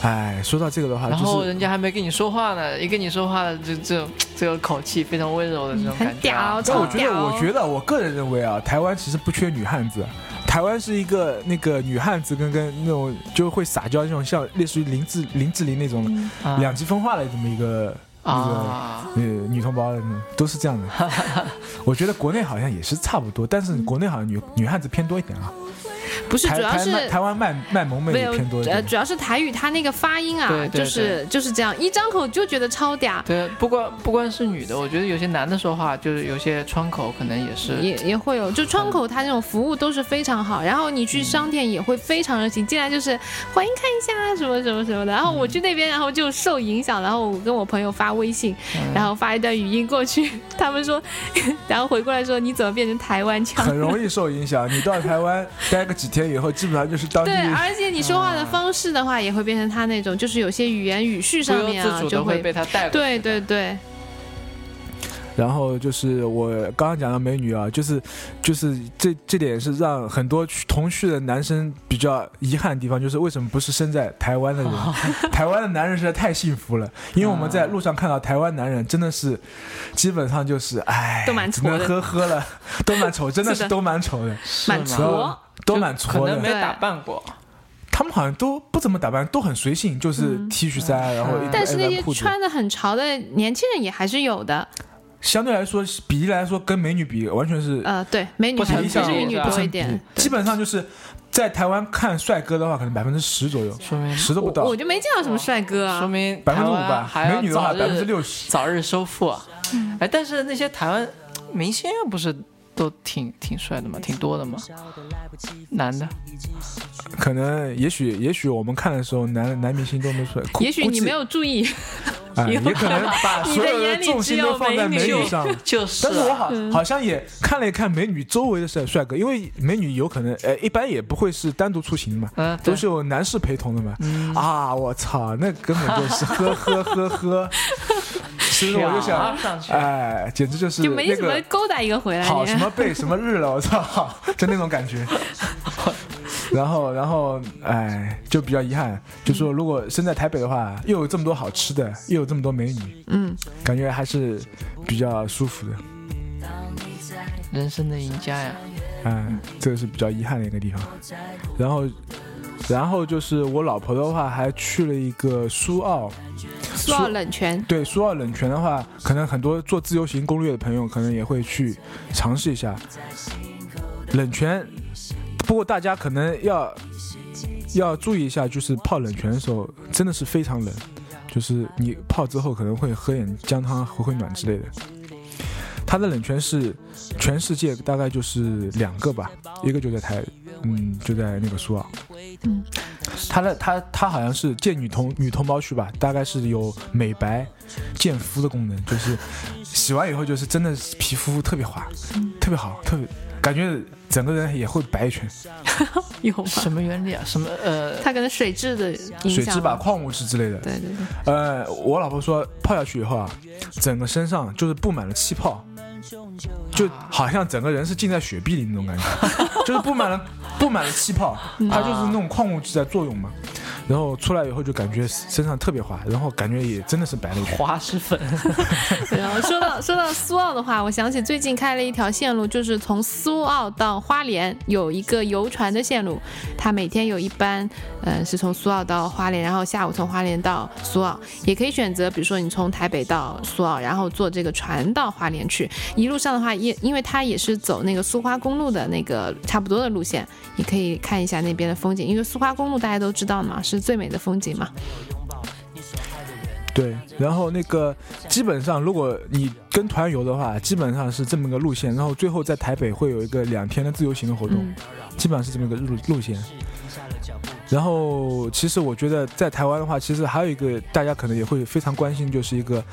Speaker 3: 哎，说到这个的话，
Speaker 1: 然后
Speaker 3: 就是哎
Speaker 1: 人家还没跟你说话呢，一跟你说话了，这这这个口气非常温柔的这种
Speaker 2: 嗯
Speaker 1: 感觉啊、
Speaker 2: 很屌
Speaker 3: 但我
Speaker 1: 啊
Speaker 3: 觉得，我觉得，我个人认为啊，台湾其实不缺女汉子，台湾是一个那个女汉子跟跟那种就会撒娇那种，像类似于林志林志玲那种
Speaker 2: 嗯
Speaker 1: 啊
Speaker 3: 两极分化的这么一个
Speaker 1: 啊，
Speaker 3: 呃女同胞，嗯都是这 样的。我觉得国内好像也是差不多，但是国内好像女女汉子偏多一点啊，
Speaker 2: 不是，
Speaker 3: 台
Speaker 2: 主要
Speaker 3: 台
Speaker 2: 是
Speaker 3: 湾台湾卖卖萌 妹
Speaker 2: 没
Speaker 3: 也
Speaker 2: 有
Speaker 3: 偏多一，
Speaker 2: 呃，
Speaker 3: 点。
Speaker 2: 主要是台语它那个发音啊，
Speaker 1: 对对
Speaker 2: 就是就是这样，一张口就觉得超嗲，
Speaker 1: 对，不光不光是女的，我觉得有些男的说话，就是有些窗口可能也是
Speaker 2: 也也会有，就窗口它那种服务都是非常好，然后你去商店也会非常热情，进来就是欢迎看一下啊什么什么什么的。然后我去那边，然后就受影响，然后我跟我朋友发微信，
Speaker 1: 嗯
Speaker 2: 然后发一段语音过去， 他们说，然后回过来说你怎么变成台湾腔？
Speaker 3: 很容易受影响，你到台湾待个几天以后，基本上就是当地
Speaker 2: 对，而且你说话的方式的话，也会变成他那种，就是有些语言语序
Speaker 1: 不
Speaker 2: 上
Speaker 1: 由
Speaker 2: 面
Speaker 1: 自
Speaker 2: 啊
Speaker 1: 主的
Speaker 2: 就
Speaker 1: 会
Speaker 2: 会。
Speaker 1: 被他带过去。
Speaker 2: 对对对，
Speaker 3: 然后就是我刚刚讲到美女啊，就是就是这这点是让很多去同去的男生比较遗憾的地方，就是为什么不是生在台湾的人？
Speaker 2: 哦
Speaker 3: 台湾的男人实在太幸福了，因为我们在路上看到台湾男人真的是基本上就是唉，
Speaker 2: 都蛮
Speaker 3: 只
Speaker 2: 挫
Speaker 3: 能
Speaker 2: 的
Speaker 3: 喝喝了，都蛮丑，真的
Speaker 2: 是
Speaker 3: 是
Speaker 2: 的
Speaker 3: 都蛮丑的，
Speaker 1: 是吗，
Speaker 2: 蛮
Speaker 3: 然
Speaker 2: 挫
Speaker 3: 后都蛮挫
Speaker 1: 可能
Speaker 3: 的
Speaker 1: 没。打扮过，
Speaker 3: 他们好像都不怎么打扮，都很随性，就是 T 恤衫，然后一
Speaker 1: 嗯
Speaker 2: 但是那些
Speaker 3: 一般裤子
Speaker 2: 穿的很潮的年轻人也还是有的，
Speaker 3: 相对来说比例来说跟美女比完全是
Speaker 2: 呃，对，美女
Speaker 1: 不
Speaker 2: 还
Speaker 1: 成
Speaker 2: 是
Speaker 1: 比
Speaker 2: 美女
Speaker 1: 是吧
Speaker 2: 多一
Speaker 3: 不
Speaker 2: 点
Speaker 3: 成，嗯比基本上就是在台湾看帅哥的话，可能百分之十左右，
Speaker 1: 说明
Speaker 3: 十都不
Speaker 2: 嗯我
Speaker 3: 到，
Speaker 2: 我就没见到什么帅哥啊
Speaker 1: 说。明
Speaker 3: 百分
Speaker 1: 台
Speaker 3: 之五
Speaker 1: 湾
Speaker 3: 吧。
Speaker 1: 还
Speaker 3: 美
Speaker 1: 要
Speaker 3: 女的话
Speaker 1: 早
Speaker 3: 百分之
Speaker 1: 日
Speaker 3: 六十，
Speaker 1: 早日收复啊。
Speaker 2: 嗯
Speaker 1: 哎，但是那些台湾明星啊不是都挺挺帅的吗？挺多的吗？男的，
Speaker 3: 可能也许也许我们看的时候男男明星都没出来，估
Speaker 2: 也许你没
Speaker 3: 估
Speaker 2: 有注意，
Speaker 3: 计啊，也可能把
Speaker 2: 你的
Speaker 3: 所有
Speaker 2: 眼
Speaker 3: 的
Speaker 2: 里
Speaker 3: 重
Speaker 2: 只
Speaker 3: 心
Speaker 2: 有
Speaker 3: 都放
Speaker 2: 美
Speaker 3: 在美
Speaker 2: 女嗯
Speaker 3: 女上。
Speaker 1: 就是啊。
Speaker 3: 但是我好好像也看了一看美女周围的帅帅哥，因为美女有可能，呃，一般也不会是单独出行的嘛，
Speaker 1: 嗯，对
Speaker 3: 都是有男士陪同的嘛。
Speaker 1: 嗯
Speaker 3: 啊，我操，那根本就是 呵呵呵 呵，其实我就
Speaker 1: 挑
Speaker 2: 啊
Speaker 3: 想，
Speaker 1: 上去，
Speaker 3: 啊哎，简直就是
Speaker 2: 就没
Speaker 3: 那
Speaker 2: 怎么
Speaker 3: 个
Speaker 2: 勾搭一个回来。
Speaker 3: 好
Speaker 2: 你
Speaker 3: 什么背什么日了，我操， 就那种感觉。然后，然后，哎，就比较遗憾，就说如果身在台北的话，又有这么多好吃的，又有这么多美女，
Speaker 2: 嗯，
Speaker 3: 感觉还是比较舒服的。
Speaker 1: 人生的赢家呀！
Speaker 3: 嗯，这个是比较遗憾的一个地方。然后，然后就是我老婆的话，还去了一个苏澳。
Speaker 2: 苏澳冷泉，
Speaker 3: 对苏澳冷泉的话，可能很多做自由行攻略的朋友可能也会去尝试一下冷泉。不过大家可能要要注意一下，就是泡冷泉的时候真的是非常冷，就是你泡之后可能会喝点姜汤回回暖之类的。它的冷泉是全世界大概就是两个吧，一个就在台，嗯，就在那个苏澳。
Speaker 2: 嗯，
Speaker 3: 它的它它好像是建女童女童包区吧，大概是有美白、健肤的功能，就是洗完以后就是真的是皮肤特别滑，特别好，特别感觉整个人也会白一圈。
Speaker 2: 有吗？
Speaker 1: 什么原理啊？什么呃，
Speaker 2: 它可能水质的影
Speaker 3: 水质
Speaker 2: 响
Speaker 3: 吧，
Speaker 2: 吧。
Speaker 3: 矿物质之类的。
Speaker 2: 对对对，
Speaker 3: 呃，我老婆说泡下去以后啊，整个身上就是布满了气泡，就好像整个人是浸在雪碧里那种感觉，就是布满了布满了气泡，它就是那种矿物质在作用嘛。然后出来以后就感觉身上特别滑，然后感觉也真的是白了一圈。
Speaker 1: 滑石粉，
Speaker 2: 然后说到说到苏澳的话，我想起最近开了一条线路，就是从苏澳到花莲有一个游船的线路，它每天有一班，嗯、是从苏澳到花莲，然后下午从花莲到苏澳，也可以选择，比如说你从台北到苏澳，然后坐这个船到花莲去。一路上的话，也因为它也是走那个苏花公路的那个差不多的路线，你可以看一下那边的风景，因为苏花公路大家都知道嘛，是最美的风景嘛。
Speaker 3: 对，然后那个基本上，如果你跟团游的话，基本上是这么个路线，然后最后在台北会有一个两天的自由行的活动，
Speaker 2: 嗯
Speaker 3: 基本上是这么一个路路线。然后，其实我觉得在台湾的话，其实还有一个大家可能也会非常关心，就是一个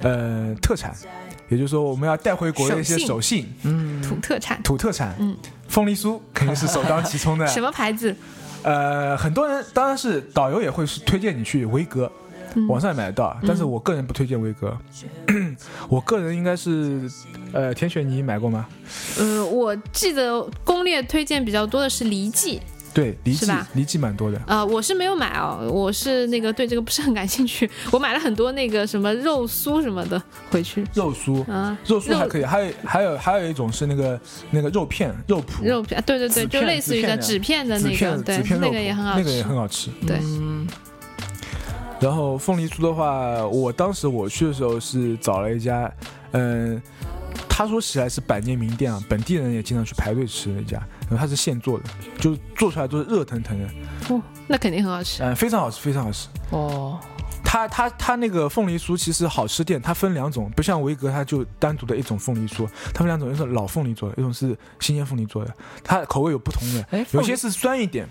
Speaker 3: 呃特产，也就是说我们要带回国的一些
Speaker 2: 手
Speaker 3: 手信、
Speaker 1: 嗯，
Speaker 2: 土特产，
Speaker 3: 土特产，
Speaker 2: 嗯，
Speaker 3: 凤梨酥肯定是首当其冲 的。
Speaker 2: 什么牌子？
Speaker 3: 呃，很多人当然是导游也会是推荐你去维格，
Speaker 2: 嗯
Speaker 3: 网上也买得到，但是我个人不推荐威格。 我个人应该是，呃，田雪你买过吗？
Speaker 2: 呃，我记得攻略推荐比较多的是梨记，
Speaker 3: 对，离
Speaker 2: 是
Speaker 3: 记
Speaker 2: 吧
Speaker 3: 离记蛮多的。
Speaker 2: 呃，我是没有买哦，我是那个对这个不是很感兴趣，我买了很多那个什么肉酥什么的回去，
Speaker 3: 肉酥，
Speaker 2: 啊，
Speaker 3: 肉酥还
Speaker 2: 肉
Speaker 3: 可以，还有还有还有一种是那个那个肉片肉脯，
Speaker 2: 肉片，啊对对对，
Speaker 3: 纸
Speaker 2: 就
Speaker 3: 片
Speaker 2: 类似于像纸
Speaker 3: 纸
Speaker 2: 片的
Speaker 3: 纸
Speaker 2: 那个
Speaker 3: 片，
Speaker 2: 对
Speaker 3: 纸，片肉
Speaker 2: 那
Speaker 3: 脯，
Speaker 2: 个也很好
Speaker 3: 那个也
Speaker 2: 吃，
Speaker 3: 很好吃。
Speaker 2: 对
Speaker 1: 嗯
Speaker 3: 然后凤梨酥的话，我当时我去的时候是找了一家，嗯、他说起来是百年名店啊，本地人也经常去排队吃那家，然后它是现做的，就是做出来都是热腾腾的，
Speaker 2: 哦，那肯定很好吃，
Speaker 3: 嗯、非常好吃，非常好吃。
Speaker 1: 哦，
Speaker 3: 它它它那个凤梨酥其实好吃店，它分两种，不像维格它就单独的一种凤梨酥，它分两种，一种老凤梨做的，一种是新鲜凤梨做的，它口味有不同的，
Speaker 1: 哎，
Speaker 3: 有
Speaker 1: 凤
Speaker 3: 些是酸一点，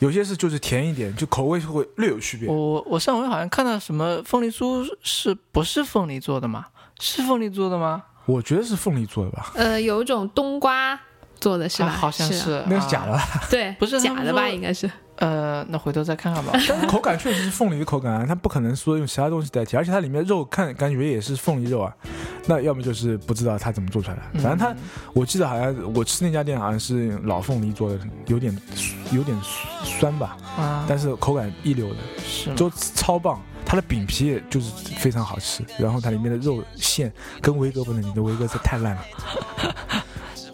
Speaker 3: 有些是就是甜一点，就口味会略有区别
Speaker 1: 我。我我上回好像看到什么凤梨酥是不是凤梨做的吗？是凤梨做的吗？
Speaker 3: 我觉得是凤梨做的吧，
Speaker 2: 呃，有一种冬瓜做的是吧？
Speaker 1: 啊好像
Speaker 2: 是啊，
Speaker 1: 是，
Speaker 3: 那是假的
Speaker 1: 啊。
Speaker 3: 吧？
Speaker 2: 对，
Speaker 1: 不是他
Speaker 2: 假
Speaker 1: 们
Speaker 2: 的吧？
Speaker 1: 说
Speaker 2: 应该是，
Speaker 1: 呃，那回头再看看 吧。
Speaker 3: 口感确实是凤梨的口感啊，它不可能说用其他东西代替，而且它里面肉看感觉也是凤梨肉啊，那要么就是不知道它怎么做出来的，反正它
Speaker 1: 嗯
Speaker 3: 我记得好像我吃那家店好像是老凤梨做的，有点有点酸吧，
Speaker 1: 啊，
Speaker 3: 但是口感一流的，
Speaker 1: 是吗
Speaker 3: 都超棒。它的饼皮也就是非常好吃，然后它里面的肉馅跟维格不能比，你的维格是太烂了。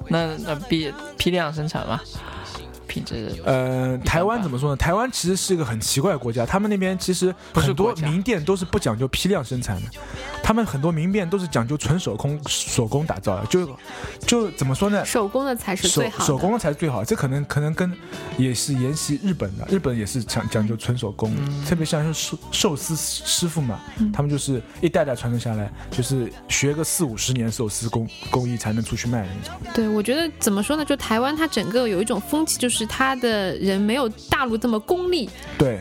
Speaker 1: 那那批批量生产嘛，品质的
Speaker 3: 呃，台湾怎么说呢？台湾其实是一个很奇怪的国家，他们那边其实
Speaker 1: 不是
Speaker 3: 很多
Speaker 1: 国家
Speaker 3: 名店都是不讲究批量生产的，他们很多名店都是讲究纯手工手工打造的，就就怎么说呢？
Speaker 2: 手工的才是
Speaker 3: 呃手
Speaker 2: 最好的。
Speaker 3: 手工才是最好，这可能可能跟也是沿袭日本的，日本也是讲讲究纯手工，
Speaker 1: 嗯
Speaker 3: 特别像是寿寿司师傅嘛，
Speaker 2: 嗯
Speaker 3: 他们就是一代代传承下来，就是学个四五十年寿司工工艺才能出去卖的那种。
Speaker 2: 对，我觉得怎么说呢？就台湾它整个有一种风气，就是它的人没有大陆这么功利，
Speaker 3: 对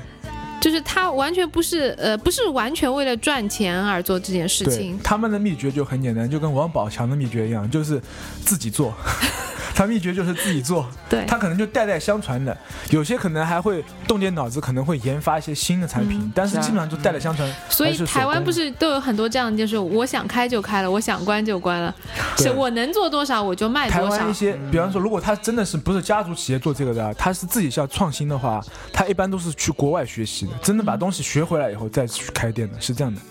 Speaker 2: 就是他完全不是呃不是完全为了赚钱而做这件事
Speaker 3: 对
Speaker 2: 情，，
Speaker 3: 他们的秘诀就很简单，就跟王宝强的秘诀一样，就是自 己做。他秘诀就是自己做，
Speaker 2: 对
Speaker 3: 他可能就代代相传的，有些可能还会动点脑子，可能会研发一些新的产品，
Speaker 2: 嗯
Speaker 3: 但是
Speaker 1: 是啊
Speaker 3: 基本上就代代相传。
Speaker 2: 所
Speaker 3: 还
Speaker 2: 以
Speaker 3: 是手
Speaker 2: 台湾
Speaker 3: 工
Speaker 2: 不是都有很多这样，就是我想开就开了，我想关就关 了，
Speaker 3: 对
Speaker 2: 是我能做多少我就卖
Speaker 3: 台
Speaker 2: 多
Speaker 3: 湾
Speaker 2: 少嗯
Speaker 3: 一。些，比方说，如果他真的是不是家族企业做这个的，啊他是自己想创新的话，他一般都是去国外学习的，真的把东西学回来以后再去开店的，是这样的，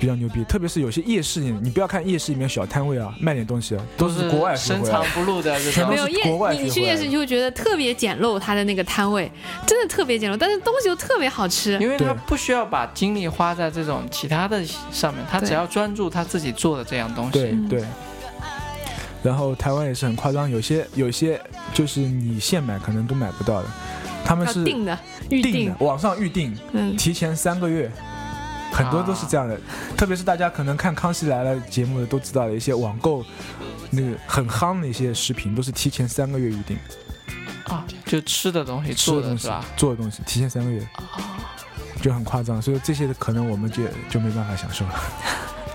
Speaker 3: 比较牛逼。特别是有些夜市里，你不要看夜市里面小摊位啊，卖点东西啊，都是啊国外学
Speaker 1: 深
Speaker 3: 回
Speaker 1: 藏
Speaker 3: 来的。
Speaker 1: 不露的这种
Speaker 3: 全部
Speaker 2: 没
Speaker 3: 都
Speaker 2: 有
Speaker 3: 是国外
Speaker 2: 夜，你
Speaker 3: 学
Speaker 2: 你去
Speaker 3: 回来
Speaker 2: 夜
Speaker 3: 的
Speaker 2: 市就会觉得特别简陋，它的那个摊位真的特别简陋，但是东西又特别好吃。
Speaker 1: 因为他
Speaker 3: 对
Speaker 1: 不需要把精力花在这种其他的上面，他
Speaker 2: 对
Speaker 1: 只要专注他自己做的这样东
Speaker 3: 对
Speaker 1: 西。
Speaker 3: 对。然后台湾也是很夸张，有些有些就是你现买可能都买不到的，他们
Speaker 2: 要
Speaker 3: 是
Speaker 2: 定的，预
Speaker 3: 定的，网上预定，
Speaker 2: 嗯，
Speaker 3: 提前三个月，很多都是这样的。
Speaker 2: 啊
Speaker 3: 特别是大家可能看《康熙来了》节目的都知道的一些网购，那个很夯的一些食品，都是提前三个月预定，
Speaker 1: 啊，就吃的东西
Speaker 3: 吃
Speaker 1: 做
Speaker 3: 的东
Speaker 1: 的
Speaker 3: 西
Speaker 1: 是吧？，
Speaker 3: 做的东西提前三个月，
Speaker 2: 哦
Speaker 3: 就很夸张。所以这些可能我们就就没办法享受了。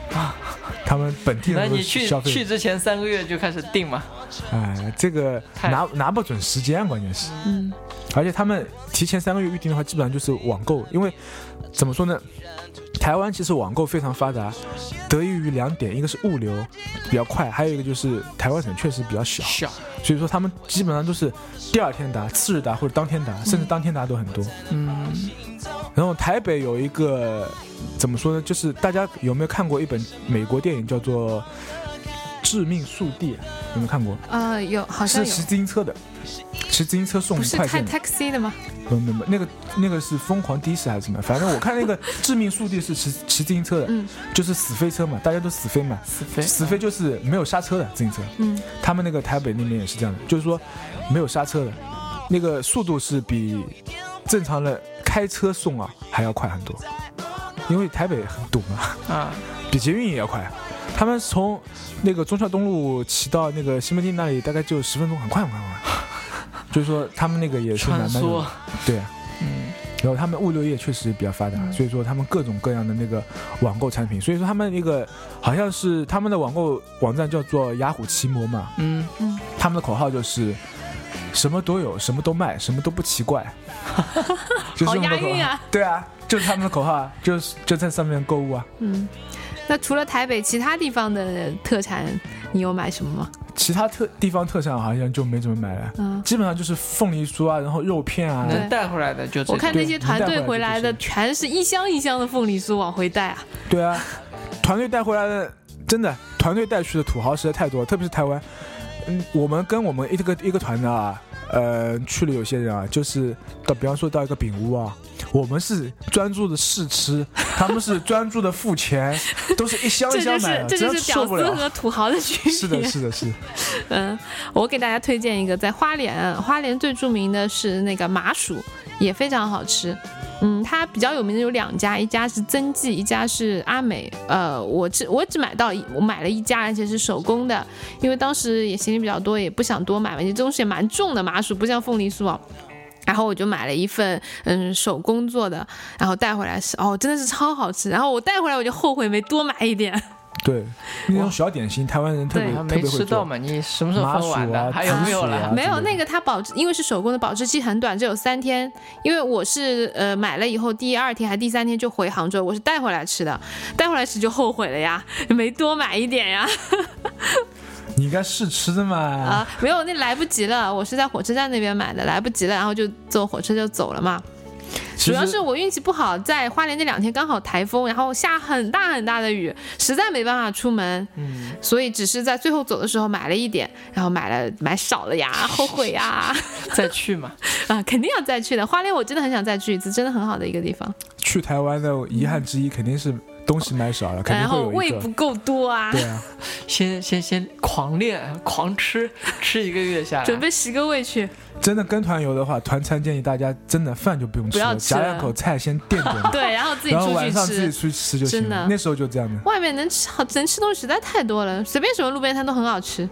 Speaker 3: 他们本地
Speaker 1: 那
Speaker 3: 人都
Speaker 1: 你去
Speaker 3: 消
Speaker 1: 去
Speaker 3: 费，
Speaker 1: 之前三个月就开始定嘛？
Speaker 3: 哎，这个
Speaker 1: 太
Speaker 3: 拿拿不准时间，关键是。
Speaker 2: 嗯，
Speaker 3: 而且他们提前三个月预定的话，基本上就是网购，因为怎么说呢？台湾其实网购非常发达，得益于两点，一个是物流比较快，还有一个就是台湾省确实比较小，
Speaker 1: 小，
Speaker 3: 所以说他们基本上都是第二天打、次日打或者当天打，甚至当天打都很多。
Speaker 1: 嗯，
Speaker 3: 然后台北有一个怎么说呢？就是大家有没有看过一本美国电影叫做《致命速递》？有没有看过？
Speaker 2: 呃，有好像
Speaker 3: 是
Speaker 2: 有，
Speaker 3: 骑自行车的，骑自行车送
Speaker 2: 不是
Speaker 3: 快
Speaker 2: 开
Speaker 3: 件的。
Speaker 2: taxi 的吗？
Speaker 3: 不不不，那个那个是疯狂的士还是什么？反正我看那 个致命速递是骑骑自行车的，
Speaker 2: 嗯
Speaker 3: 就是死飞车嘛，大家都死飞嘛，
Speaker 1: 死飞
Speaker 3: 死飞就是没有刹车的自行车。
Speaker 2: 嗯，
Speaker 3: 他们那个台北那边也是这样的，就是说没有刹车的，那个速度是比正常的开车送啊还要快很多，因为台北很堵嘛。
Speaker 1: 啊，
Speaker 3: 比捷运也要快。他们从那个忠孝东路骑到那个西门町那里，大概就十分钟，很快很快很快。 就是说他们那个也是蛮
Speaker 1: 穿
Speaker 3: 蛮有
Speaker 1: 梭，
Speaker 3: 对啊。
Speaker 1: 嗯，
Speaker 3: 然后他们物流业确实比较发达，
Speaker 2: 嗯
Speaker 3: 所以说他们各种各样的那个网购产品，所以说他们那个好像是他们的网购网站叫做雅虎奇摩嘛，
Speaker 1: 嗯，
Speaker 3: 他们的口号就是什么都有，什么都卖，什么都不奇怪， 就是
Speaker 2: 好
Speaker 3: 他们
Speaker 2: 押
Speaker 3: 的口
Speaker 2: 韵
Speaker 3: 号。
Speaker 2: 啊。
Speaker 3: 对啊，就是他们的口号，啊，就是就在上面购物啊。
Speaker 2: 嗯，那除了台北，其他地方的特产你有买什么吗？
Speaker 3: 其他特地方特产好像就没怎么买了，
Speaker 2: 嗯
Speaker 3: 基本上就是凤梨酥啊，然后肉片啊，
Speaker 1: 能带回来的就这种。
Speaker 2: 我看
Speaker 3: 对
Speaker 2: 那些团队回来的
Speaker 3: 你带回来就
Speaker 2: 全是一箱一箱的凤梨酥往回带啊。
Speaker 3: 对啊，团队带回来的，真的团队带去的土豪实在太多了，特别是台湾，嗯，我们跟我们一个一个团的啊，呃，去了有些人啊，就是到比方说到一个饼屋啊，我们是专注的试吃，他们是专注的 付钱，都是一箱
Speaker 2: 这
Speaker 3: 一
Speaker 2: 就
Speaker 3: 箱买
Speaker 2: 是
Speaker 3: 的，
Speaker 2: 这
Speaker 3: 真
Speaker 2: 就
Speaker 3: 的
Speaker 2: 是
Speaker 3: 受
Speaker 2: 屌
Speaker 3: 不
Speaker 2: 丝
Speaker 3: 了。
Speaker 2: 和土豪的区别。
Speaker 3: 是的，是的，是的，
Speaker 2: 嗯，我给大家推荐一个，在花莲，花莲最著名的是那个麻薯，也非常好吃。嗯，它比较有名的有两家，一家是曾记，一家是阿美。呃，我只我只买到一我买了一家，而且是手工的，因为当时也行李比较多，也不想多买嘛，这东西也蛮重的，麻薯不像凤梨酥啊。然后我就买了一份，嗯，手工做的，然后带回来吃，哦，真的是超好吃。然后我带回来我就后悔没多买一点。
Speaker 3: 对，那种小点心，台湾人特别
Speaker 2: 对
Speaker 1: 啊
Speaker 3: 特
Speaker 1: 没
Speaker 3: 别
Speaker 1: 吃
Speaker 3: 会
Speaker 1: 到
Speaker 3: 做。
Speaker 1: 嘛？你什么时候
Speaker 3: 麻
Speaker 1: 分完
Speaker 3: 薯
Speaker 1: 的？
Speaker 3: 啊
Speaker 1: 还有没有
Speaker 3: 紫薯啊
Speaker 1: 了？
Speaker 2: 没有
Speaker 3: 之类的
Speaker 2: 那个，它保质，因为是手工的，保质期很短，只有三天。因为我是呃买了以后，第二天还第三天就回杭州，我是带回来吃的，带回来吃就后悔了呀， 没多买一点 呀
Speaker 3: 你应该试吃的嘛？
Speaker 2: 啊，没有，那来不及了，我是在火车站那边买的，来不及了，然后就坐火车就走了嘛。主
Speaker 3: 其实
Speaker 2: 要是我运气不好，在花莲那两天刚好台风，然后下很大很大的雨，实在没办法出门，
Speaker 1: 嗯，
Speaker 2: 所以只是在最后走的时候买了一点，然后买了买少了呀，后悔呀。
Speaker 1: 再去嘛。
Speaker 2: 啊，肯定要再去的。花莲我真的很想再去一次，真的很好的一个地方。
Speaker 3: 去台湾的遗憾之一肯定是东西买少了，肯
Speaker 2: 哎呃然
Speaker 3: 定会
Speaker 2: 后
Speaker 3: 有一
Speaker 2: 胃不
Speaker 3: 个。
Speaker 2: 够多啊，
Speaker 3: 对啊，
Speaker 1: 先先先狂练，狂吃，吃一个月下来，
Speaker 2: 准备十个胃去。
Speaker 3: 真的跟团游的话，团餐建议大家真的饭就不用吃
Speaker 2: 不要
Speaker 3: 了，
Speaker 2: 吃
Speaker 3: 夹
Speaker 2: 了，
Speaker 3: 两口菜先垫垫
Speaker 2: 对，然后自己
Speaker 3: 然后
Speaker 2: 出
Speaker 3: 晚
Speaker 2: 去
Speaker 3: 上自己
Speaker 2: 吃。
Speaker 3: 出去吃就行
Speaker 2: 真的
Speaker 3: 了。那时候就这样的。
Speaker 2: 外面能吃好能吃东西实在太多了，随便什么路边摊都很好吃。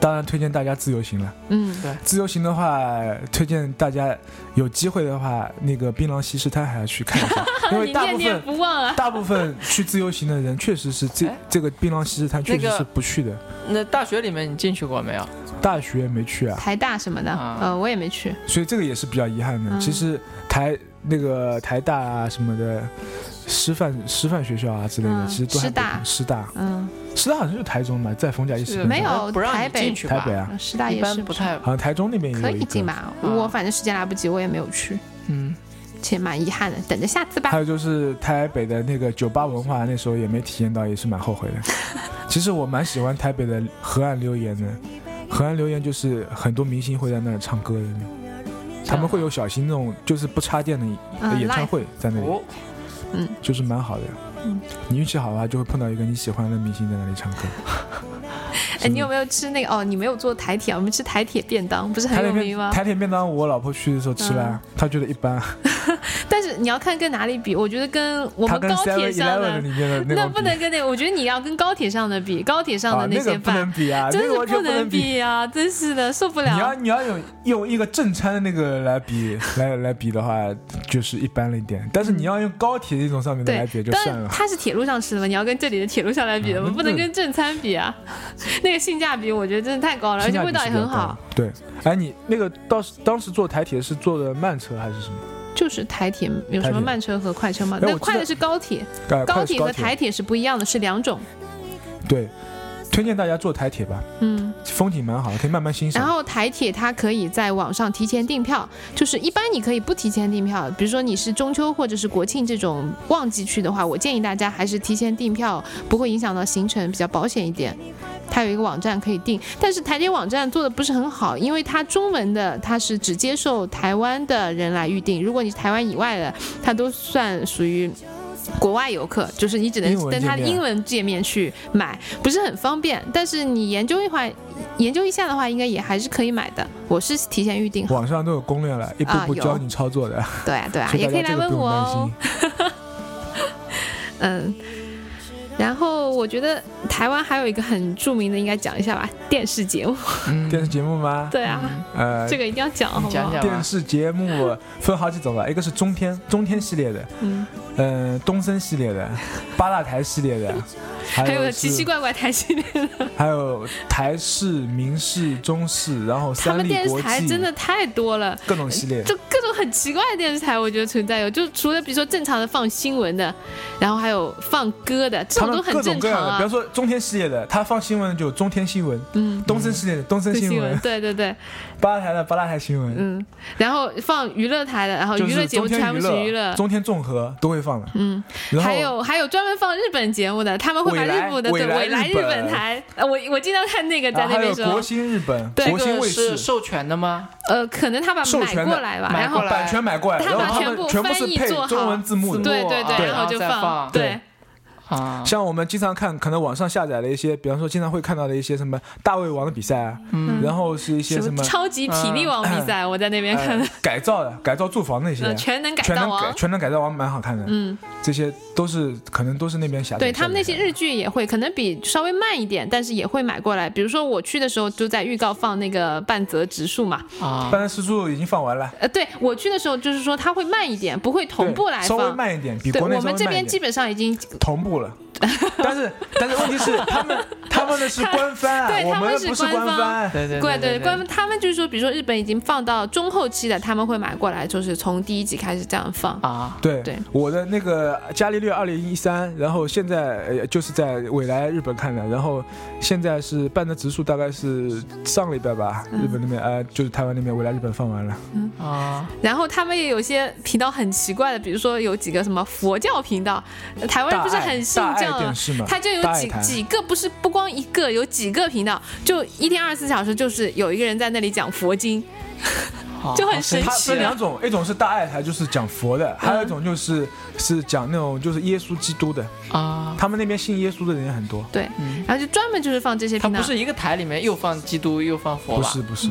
Speaker 3: 当然推荐大家自由行了。
Speaker 2: 嗯，
Speaker 3: 自由行的话，推荐大家有机会的话，那个槟榔西施滩还要去看 一下，因为
Speaker 2: 你
Speaker 3: 大
Speaker 2: 念
Speaker 3: 部
Speaker 2: 念
Speaker 3: 分
Speaker 2: 不忘啊。
Speaker 3: 大部分去自由行的人确实是这
Speaker 1: 哎
Speaker 3: 这个槟榔西施滩确实
Speaker 1: 那个
Speaker 3: 是不去的，
Speaker 1: 那大学里面你进去过没有？
Speaker 3: 大学没去啊，
Speaker 2: 台大什么的，
Speaker 1: 啊
Speaker 2: 呃，我也没去。
Speaker 3: 所以这个也是比较遗憾的。
Speaker 2: 嗯
Speaker 3: 其实台那个台大啊什么的，师范师范学校啊之类的，
Speaker 2: 嗯
Speaker 3: 其实都还
Speaker 2: 师大
Speaker 3: 师大
Speaker 2: 嗯，
Speaker 3: 师大好像就是台中吧，在冯甲一
Speaker 1: 是
Speaker 3: 十
Speaker 2: 没有
Speaker 1: 不让
Speaker 2: 台
Speaker 1: 你
Speaker 2: 北
Speaker 1: 进去
Speaker 3: 台
Speaker 1: 吧？
Speaker 3: 北啊，
Speaker 2: 师大
Speaker 1: 一
Speaker 2: 也
Speaker 1: 般
Speaker 2: 是
Speaker 1: 不太
Speaker 3: 好像台中那边也
Speaker 2: 可
Speaker 3: 有一
Speaker 2: 以进
Speaker 3: 个。
Speaker 2: 吧？
Speaker 1: 啊
Speaker 2: 我反正时间来不及，我也没有去，
Speaker 1: 嗯，
Speaker 2: 且蛮遗憾的。等着下次吧
Speaker 3: 还。有就是台北的那个酒吧文化，那时候也没体验到，也是蛮 后悔的。其实我蛮喜欢台北的河岸留言的，河岸留言就是很多明星会在那儿唱歌的，他们会有小型那种就是不插电的
Speaker 2: 嗯
Speaker 3: 演唱会在那里，
Speaker 1: 哦，
Speaker 3: 就是蛮好的。
Speaker 2: 嗯
Speaker 3: 你运气好的话，就会碰到一个你喜欢的明星在那里唱歌。
Speaker 2: 哎，你有没有吃那个？哦，你没有坐台铁啊，我们吃台铁便当，不是
Speaker 3: 台
Speaker 2: 很有
Speaker 3: 铁
Speaker 2: 名
Speaker 3: 面
Speaker 2: 吗？嗯
Speaker 3: 台铁面当，我老婆去的时候吃了，她觉得一般。
Speaker 2: 但是你要看跟哪里比，我觉得跟我
Speaker 3: 她
Speaker 2: 们
Speaker 3: 跟
Speaker 2: 高
Speaker 3: Seven
Speaker 2: 铁上
Speaker 3: Eleven
Speaker 2: 的
Speaker 3: 里面的那
Speaker 2: 那
Speaker 3: 种
Speaker 2: 不
Speaker 3: 比
Speaker 2: 能跟那，我觉得你要跟高铁上的比，高铁上
Speaker 3: 啊
Speaker 2: 的，
Speaker 3: 那
Speaker 2: 些
Speaker 3: 个不
Speaker 2: 饭、
Speaker 3: 能比啊，
Speaker 2: 真
Speaker 3: 那
Speaker 2: 是
Speaker 3: 个完全
Speaker 2: 不能
Speaker 3: 能比。
Speaker 2: 比啊，真是的，受不
Speaker 3: 你要
Speaker 2: 了。
Speaker 3: 你要用用一个正餐的那个来比来来比的话，就是一般了一点。但是你要用高铁这种上面的来
Speaker 2: 对
Speaker 3: 比，就算
Speaker 2: 但
Speaker 3: 了。
Speaker 2: 它是铁路上吃的嘛，你要跟这里的铁路上来比的嘛，
Speaker 3: 嗯
Speaker 2: 不能
Speaker 3: 对
Speaker 2: 跟正餐比啊。 那个性价比，我觉得真的太高了，而且味道也很好。
Speaker 3: 对，哎，你那个当时当时坐台铁是坐的慢车 还是什么？
Speaker 2: 就是台铁有什么慢车和快车吗
Speaker 3: 哎？
Speaker 2: 那
Speaker 3: 我知道
Speaker 2: 快的是高铁，
Speaker 3: 呃，
Speaker 2: 高
Speaker 3: 快
Speaker 2: 铁
Speaker 3: 是
Speaker 2: 和
Speaker 3: 高
Speaker 2: 台铁是不一样的，是两种。
Speaker 3: 对，推荐大家坐台铁吧，
Speaker 2: 嗯，
Speaker 3: 风景蛮好的，可以慢慢欣
Speaker 2: 然
Speaker 3: 赏。
Speaker 2: 后台铁它可以在网上提前订票，就是一般你可以不提前订票，比如说你是中秋或者是国庆这种旺季去的话，我建议大家还是提前订票，不会影响到行程，比较保险一点。它有一个网站可以订，但是台铁网站做的不是很好，因为它中文的它是只接受台湾的人来预定，如果你是台湾以外的，它都算属于。国外游客就是你只能
Speaker 3: 英文
Speaker 2: 登它的
Speaker 3: 界面
Speaker 2: 英文界面去买，不是很方便。但是你研究一会儿，研究一下的话，应该也还是可以买的。我是提前预定好，
Speaker 3: 网上都有攻略了，一步
Speaker 2: 啊
Speaker 3: 步
Speaker 2: 有
Speaker 3: 教你操作的，
Speaker 2: 对啊对啊，
Speaker 3: 所
Speaker 2: 也
Speaker 3: 以
Speaker 2: 可以
Speaker 3: 大家
Speaker 2: 来问
Speaker 3: 这个不用
Speaker 2: 我
Speaker 3: 担
Speaker 2: 哦
Speaker 3: 心。。
Speaker 2: 嗯，然后我觉得台湾还有一个很著名的，应该讲一下吧，电视节目。
Speaker 1: 嗯
Speaker 3: 电视节目吗？
Speaker 2: 对啊，哦
Speaker 3: 呃，
Speaker 2: 这个啊一定要讲，好不
Speaker 1: 你讲
Speaker 2: 好？
Speaker 1: 讲啊吧
Speaker 3: 电视节目 分好几种吧，一个是中天中天系列的，
Speaker 2: 嗯，
Speaker 3: 嗯、东森系 列的，八大台系列的，还
Speaker 2: 还有
Speaker 3: 有
Speaker 2: 奇奇
Speaker 3: 是
Speaker 2: 怪怪台系列，
Speaker 3: 还有台视、民视、中视，然后
Speaker 2: 他
Speaker 3: 三
Speaker 2: 们
Speaker 3: 立
Speaker 2: 电视
Speaker 3: 国
Speaker 2: 台
Speaker 3: 际，
Speaker 2: 真的太多了。
Speaker 3: 各种系列。
Speaker 2: 就各种很奇怪的电视台，我觉得存在有，就除了比如说正常的放新闻的，然后还有放歌的，这
Speaker 3: 他
Speaker 2: 种
Speaker 3: 们
Speaker 2: 都
Speaker 3: 各
Speaker 2: 很
Speaker 3: 种
Speaker 2: 正
Speaker 3: 各
Speaker 2: 常
Speaker 3: 样的，比
Speaker 2: 啊
Speaker 3: 方。说中天系列的，他放新闻就有中天新闻；
Speaker 2: 嗯，
Speaker 3: 东森系列的东森
Speaker 2: 对
Speaker 3: 新
Speaker 2: 新闻
Speaker 3: 闻，，
Speaker 2: 对对对，
Speaker 3: 八大台的八大台新闻，
Speaker 2: 嗯，然后放娱乐台的，然后
Speaker 3: 就
Speaker 2: 娱乐
Speaker 3: 是
Speaker 2: 节目
Speaker 3: 中天
Speaker 2: 全部是娱乐，
Speaker 3: 中天综合都会放的。
Speaker 2: 嗯，
Speaker 3: 然后
Speaker 2: 还有还有专门放日本节目的，他们会把
Speaker 3: 未来
Speaker 2: 日本的
Speaker 3: 未
Speaker 2: 对
Speaker 3: 来
Speaker 2: 未来
Speaker 3: 日
Speaker 2: 日
Speaker 3: 本
Speaker 2: 本台，呃我我经常看那个在
Speaker 3: 然后
Speaker 2: 那
Speaker 3: 还
Speaker 2: 边
Speaker 3: 有国
Speaker 2: 说，
Speaker 3: 新日本、
Speaker 2: 对
Speaker 3: 国
Speaker 1: 这
Speaker 3: 新
Speaker 1: 个
Speaker 3: 卫
Speaker 1: 是
Speaker 3: 视，
Speaker 1: 授权的吗？
Speaker 2: 呃，可能他把
Speaker 3: 授
Speaker 2: 买
Speaker 3: 权的
Speaker 2: 过来吧，
Speaker 1: 买
Speaker 2: 然
Speaker 1: 过
Speaker 2: 后
Speaker 1: 来
Speaker 3: 版权买过来，
Speaker 2: 他
Speaker 3: 然
Speaker 2: 把
Speaker 3: 后他
Speaker 2: 全部
Speaker 3: 们全部是
Speaker 2: 翻译
Speaker 3: 配
Speaker 2: 做好
Speaker 3: 中文字幕
Speaker 1: 字幕。
Speaker 3: 的
Speaker 2: 对对
Speaker 1: 对
Speaker 2: 对，然后就
Speaker 1: 然后再放
Speaker 2: 对，
Speaker 1: 啊，
Speaker 3: 像我们经常看，可能网上下载了一些，比方说经常会看到的一些什么大胃王的比赛啊，
Speaker 1: 嗯
Speaker 3: 然后是一些什么
Speaker 2: 超级体力王比赛，我在那边看
Speaker 3: 呃
Speaker 2: 的，
Speaker 3: 改造的、改造住房那 些
Speaker 2: 呃，，全能改
Speaker 3: 全
Speaker 2: 造
Speaker 3: 能改
Speaker 2: 王，
Speaker 3: 全能改造王蛮好看的，
Speaker 2: 嗯。
Speaker 3: 这些都是可能都是那边下载。
Speaker 2: 对他们那些
Speaker 3: 下载
Speaker 2: 日剧也会，可能比稍微慢一点，但是也会买过来。比如说我去的时候就在预告放那个半泽直树嘛，
Speaker 1: 啊
Speaker 3: 的，半泽直树已经放完了，
Speaker 2: 呃，对我去的时候就是说它会慢一点，不会同步
Speaker 3: 对
Speaker 2: 来
Speaker 3: 稍微
Speaker 2: 放。
Speaker 3: 慢一点，比
Speaker 2: 对，
Speaker 3: 国内
Speaker 2: 我
Speaker 3: 稍微
Speaker 2: 们这
Speaker 3: 慢一
Speaker 2: 边基
Speaker 3: 点，
Speaker 2: 本上已经，
Speaker 3: 同步 了。但是但是问题是，他们他们的是官番啊，
Speaker 2: 对
Speaker 3: 我
Speaker 2: 他
Speaker 3: 们
Speaker 2: 们
Speaker 3: 的
Speaker 2: 是
Speaker 3: 不是
Speaker 2: 官方
Speaker 3: 番。
Speaker 1: 对对
Speaker 2: 对
Speaker 1: 对
Speaker 2: 对，关他们就是说，比如说日本已经放到中后期的，他们会买过来，就是从第一集开始这样放。
Speaker 1: 啊，
Speaker 3: 对，
Speaker 2: 对
Speaker 3: 我的那个《伽利略》二零一三，然后现在呃就是在未来日本看的，然后现在是半泽直树，大概是上礼拜吧，
Speaker 2: 嗯
Speaker 3: 日本那边呃就是台湾那边未来日本放完了，
Speaker 1: 啊，
Speaker 2: 然后他们也有些频道很奇怪的，比如说有几个什么佛教频道，台湾人不是很信
Speaker 3: 大爱爱
Speaker 2: 道
Speaker 3: 电
Speaker 2: 了。
Speaker 3: 视嘛，
Speaker 2: 它就有
Speaker 3: 大爱
Speaker 2: 几
Speaker 3: 台
Speaker 2: 几个，不是不光一个，有几个频道，就一天二十四小时，就是有一个人在那里讲佛经，
Speaker 1: 好
Speaker 2: 就很
Speaker 1: 啊好
Speaker 2: 神
Speaker 1: 神
Speaker 3: 它
Speaker 2: 奇啊
Speaker 3: 分两种，一种是大爱台，就是讲佛的；还有一种就是
Speaker 2: 嗯
Speaker 3: 是讲那种就是耶稣基督的。
Speaker 1: 啊！
Speaker 3: 他们那边信耶稣的人也很多。
Speaker 2: 对，
Speaker 1: 嗯，
Speaker 2: 然后就专门就是放这些
Speaker 1: 它
Speaker 2: 频道。
Speaker 1: 不是一个台里面又放基督又放佛
Speaker 3: 不
Speaker 1: 吧？
Speaker 3: 是不是，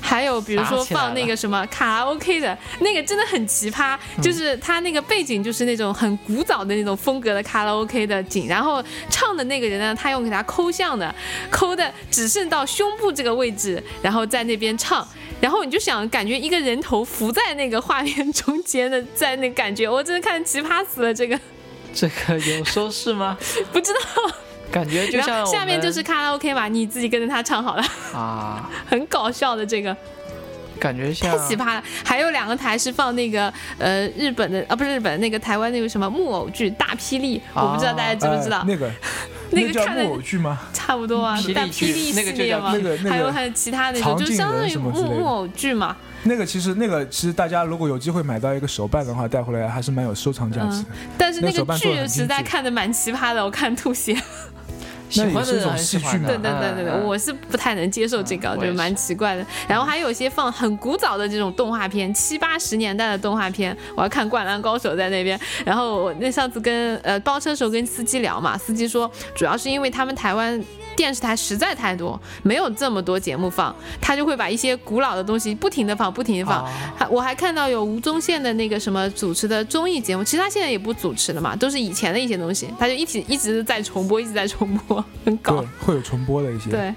Speaker 2: 还有比如说
Speaker 1: 打起来
Speaker 2: 放那个
Speaker 1: 了
Speaker 2: 什么卡拉 OK 的那个真的很奇葩，
Speaker 1: 嗯
Speaker 2: 就是它那个背景就是那种很古早的那种风格的卡拉 OK 的景，然后唱的那个人呢，他用给他抠像的，抠的只剩到胸部这个位置，然后在那边唱，然后你就想感觉一个人头浮在那个画面中间的，在那感觉，我真的看奇葩死了，这个
Speaker 1: 这个有收视吗？
Speaker 2: 不知道。
Speaker 1: 感觉就像
Speaker 2: 然
Speaker 1: 我
Speaker 2: 后下面
Speaker 1: 们
Speaker 2: 就是卡拉 OK 嘛，你自己跟着他唱好了，
Speaker 1: 啊，
Speaker 2: 很搞笑的这个。
Speaker 1: 感觉像
Speaker 2: 太奇葩了！还有两个台是放那个呃日本的啊，不是日本那个台湾那个什么木偶剧《大霹雳》，
Speaker 1: 哦
Speaker 2: 我不知道大家知不知道，
Speaker 3: 啊呃那 个
Speaker 2: 那
Speaker 3: 个
Speaker 2: 个
Speaker 3: 叫
Speaker 2: 看了
Speaker 3: 木偶剧吗？
Speaker 2: 差不多啊，
Speaker 1: 霹雳
Speaker 2: 大霹
Speaker 1: 剧
Speaker 2: 雳系
Speaker 1: 那个就
Speaker 2: 列
Speaker 1: 叫
Speaker 2: 嘛，
Speaker 3: 那个那个
Speaker 2: 还有还有其他那种，
Speaker 3: 长
Speaker 2: 就
Speaker 3: 颈
Speaker 2: 相当
Speaker 3: 人
Speaker 2: 于
Speaker 3: 什么之
Speaker 2: 木
Speaker 3: 类的
Speaker 2: 木偶剧嘛。
Speaker 3: 那个其实那个其实大家如果有机会买到一个手办的话，带回来还是蛮有收藏价值的。
Speaker 2: 但是
Speaker 3: 那
Speaker 2: 那
Speaker 3: 手
Speaker 2: 个
Speaker 3: 办做得
Speaker 2: 剧
Speaker 3: 很
Speaker 2: 实在
Speaker 3: 精致
Speaker 2: 看的蛮奇葩的，我看吐血。
Speaker 1: 喜欢的人
Speaker 3: 那也
Speaker 1: 很
Speaker 3: 是
Speaker 1: 喜
Speaker 3: 一种
Speaker 1: 欢的，
Speaker 3: 戏
Speaker 2: 对对对对对，
Speaker 1: 嗯
Speaker 2: 我是不太能接受这个，
Speaker 1: 嗯我
Speaker 2: 就
Speaker 1: 也
Speaker 2: 蛮
Speaker 1: 是
Speaker 2: 奇怪的。然后还有一些放很古早的这种动画片，七八十年代的动画片，我要看《灌篮高手》在那边。然后我那上次跟呃包车时候跟司机聊嘛，司机说主要是因为他们台湾。电视台实在太多，没有这么多节目放，他就会把一些古老的东西不停的放，不停的放，
Speaker 1: 啊
Speaker 2: 还我还看到有吴宗宪的那个什么主持的综艺节目，其实他现在也不主持了嘛，都是以前的一些东西，他就一直一直在重播，一直在重播，很搞
Speaker 3: 对。，会有重播的一些。，
Speaker 2: 对，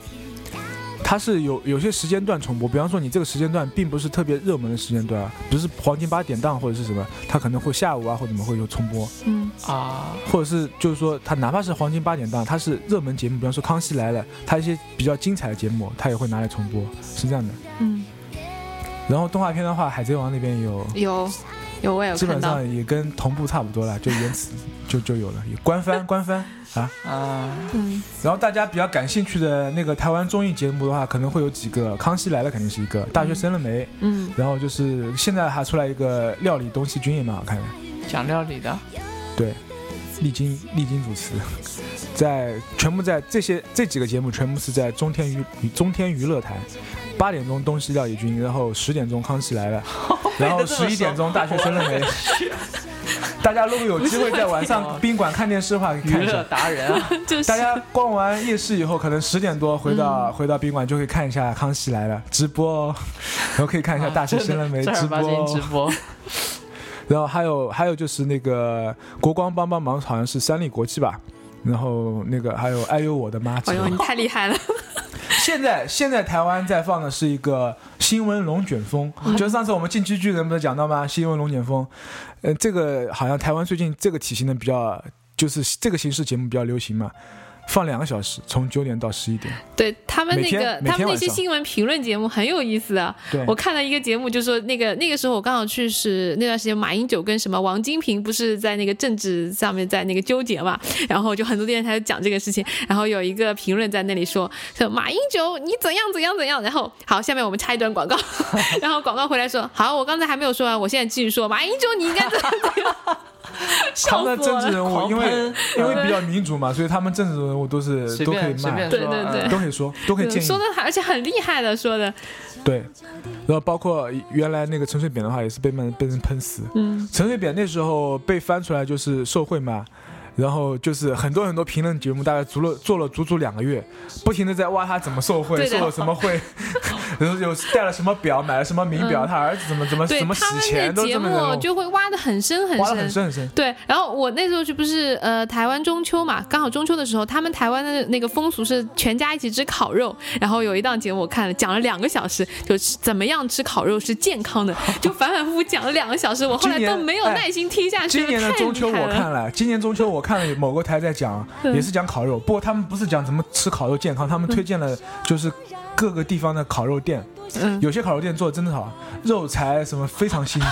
Speaker 3: 它是有有些时间段重播，比方说你这个时间段并不是特别热门的时间段啊，不是黄金八点档或者是什么，它可能会下午啊或者怎么会有重播，
Speaker 2: 嗯，
Speaker 1: 啊，
Speaker 3: 或者是就是说它哪怕是黄金八点档，它是热门节目，比方说《康熙来了》，它一些比较精彩的节目，它也会拿来重播，是这样的。
Speaker 2: 嗯，
Speaker 3: 然后动画片的话，《海贼王》那边有，
Speaker 2: 有有我也有
Speaker 3: 基
Speaker 2: 看
Speaker 3: 本
Speaker 2: 到，
Speaker 3: 上也跟同步差不多了，就 原词就就有了，有官方官方啊。
Speaker 1: 啊，
Speaker 2: 嗯，
Speaker 3: 然后大家比较感兴趣的那个台湾综艺节目的话，可能会有几个，《康熙来了》肯定是一个，《大学生了没》
Speaker 2: 嗯，
Speaker 3: 然后就是现在还出来一个料理东西君也蛮好看的，
Speaker 1: 讲料理的
Speaker 3: 对，丽晶丽晶主持，在全部在这些这几个节目全部是在中天娱中天娱乐台，八点钟东西料理君，然后十点钟康熙来 了，然后十一点钟大学生了没。 大家如果有机会在晚上宾馆看电视的话，可以
Speaker 1: 哦娱
Speaker 3: 看一
Speaker 1: 乐
Speaker 3: 下。
Speaker 1: 达人 啊，
Speaker 2: 就是
Speaker 3: 大家逛完夜市以后，可能十点多回到、
Speaker 1: 嗯
Speaker 3: 回到宾馆就可以看一下《康熙来了》直播哦， 然后可以看一下《大学生了没》
Speaker 1: 啊 正
Speaker 3: 直
Speaker 1: 儿
Speaker 3: 播
Speaker 1: 八经
Speaker 3: 哦。
Speaker 1: 直播
Speaker 3: 然后还有还有就是那个国光帮帮忙，好像是三立国际吧。然后那个还有哎呦我的妈！
Speaker 2: 哎呦，你太厉害 了，
Speaker 3: 现在现在台湾在放的是一个新闻龙卷风，
Speaker 2: 嗯
Speaker 3: 就是上次我们进剧剧人不是讲到吗？新闻龙卷风，呃，这个好像台湾最近这个体型的比较，就是这个形式节目比较流行嘛，放两个小时，从九点到十一点。
Speaker 2: 对他们
Speaker 3: 每
Speaker 2: 那
Speaker 3: 天
Speaker 2: 个
Speaker 3: 每
Speaker 2: 他们
Speaker 3: 天
Speaker 2: 那
Speaker 3: 晚
Speaker 2: 些
Speaker 3: 上
Speaker 2: 新闻评论节目很有意思啊，
Speaker 3: 对
Speaker 2: 我，看了一个节目，就说那个那个时候我刚好去是那段时间马英九跟什么王金平不是在那个政治上面在那个纠结嘛， 然后就很多电视台就讲这个事情，然后有一个评论在那里说说马英九你怎样怎样怎样，然后好下面我们插一段广 告，然后广告回来说好我刚才还没有说完，我现在继续说马英九你应该怎样怎样，
Speaker 3: 他
Speaker 2: 笑
Speaker 3: 们的
Speaker 2: 死
Speaker 3: 政
Speaker 2: 我
Speaker 3: 治
Speaker 2: 了，嗯
Speaker 3: 人物
Speaker 1: 狂
Speaker 3: 因为
Speaker 1: 喷
Speaker 3: 因为比较民主嘛，所以他们政治人物都是
Speaker 1: 随
Speaker 3: 都可以
Speaker 1: 便随
Speaker 3: 骂
Speaker 1: 便，
Speaker 2: 对
Speaker 1: 说，
Speaker 2: 对对
Speaker 1: 嗯
Speaker 3: 都可以说，都可以建议
Speaker 2: 说。的而且很厉害的说的，
Speaker 3: 对，然后包括原来那个陈水扁的话，也是被骂被人喷死。
Speaker 2: 嗯
Speaker 3: 陈水扁那时候被翻出来就是受贿嘛，然后就是很多很多评论节目，大概足了做了足足两个月，不停的在挖他怎么受贿，
Speaker 2: 对的
Speaker 3: 受了什么 贿，然后有带了什么表，买了什么名表，
Speaker 2: 嗯
Speaker 3: 他儿子怎么 怎么
Speaker 2: 对
Speaker 3: 怎么洗
Speaker 2: 他
Speaker 3: 钱，
Speaker 2: 们
Speaker 3: 都
Speaker 2: 那
Speaker 3: 这
Speaker 2: 节
Speaker 3: 么
Speaker 2: 目
Speaker 3: 弄
Speaker 2: 就会挖的很深很
Speaker 3: 挖的
Speaker 2: 深
Speaker 3: 很深很深。
Speaker 2: 对，然后我那时候去不是呃台湾中秋嘛，刚好中秋的时候，他们台湾的那个风俗是全家一起吃烤肉，然后有一档节目我看了，讲了两个小时，就是怎么样吃烤肉是健康 的，就反反复复讲了两个小时，我后来
Speaker 3: 今年
Speaker 2: 都没有
Speaker 3: 哎
Speaker 2: 耐心听下去
Speaker 3: 今
Speaker 2: 了。
Speaker 3: 年的
Speaker 2: 太
Speaker 3: 中秋
Speaker 2: 厉害
Speaker 3: 我
Speaker 2: 了
Speaker 3: 看了，今年中秋我看了某个台在讲，
Speaker 2: 嗯
Speaker 3: 也是讲烤肉，不过他们不是讲怎么吃烤肉健康，他们推荐了就是各个地方的烤肉店，
Speaker 2: 嗯，
Speaker 3: 有些烤肉店做的真的好，啊肉材什么非常新 鲜，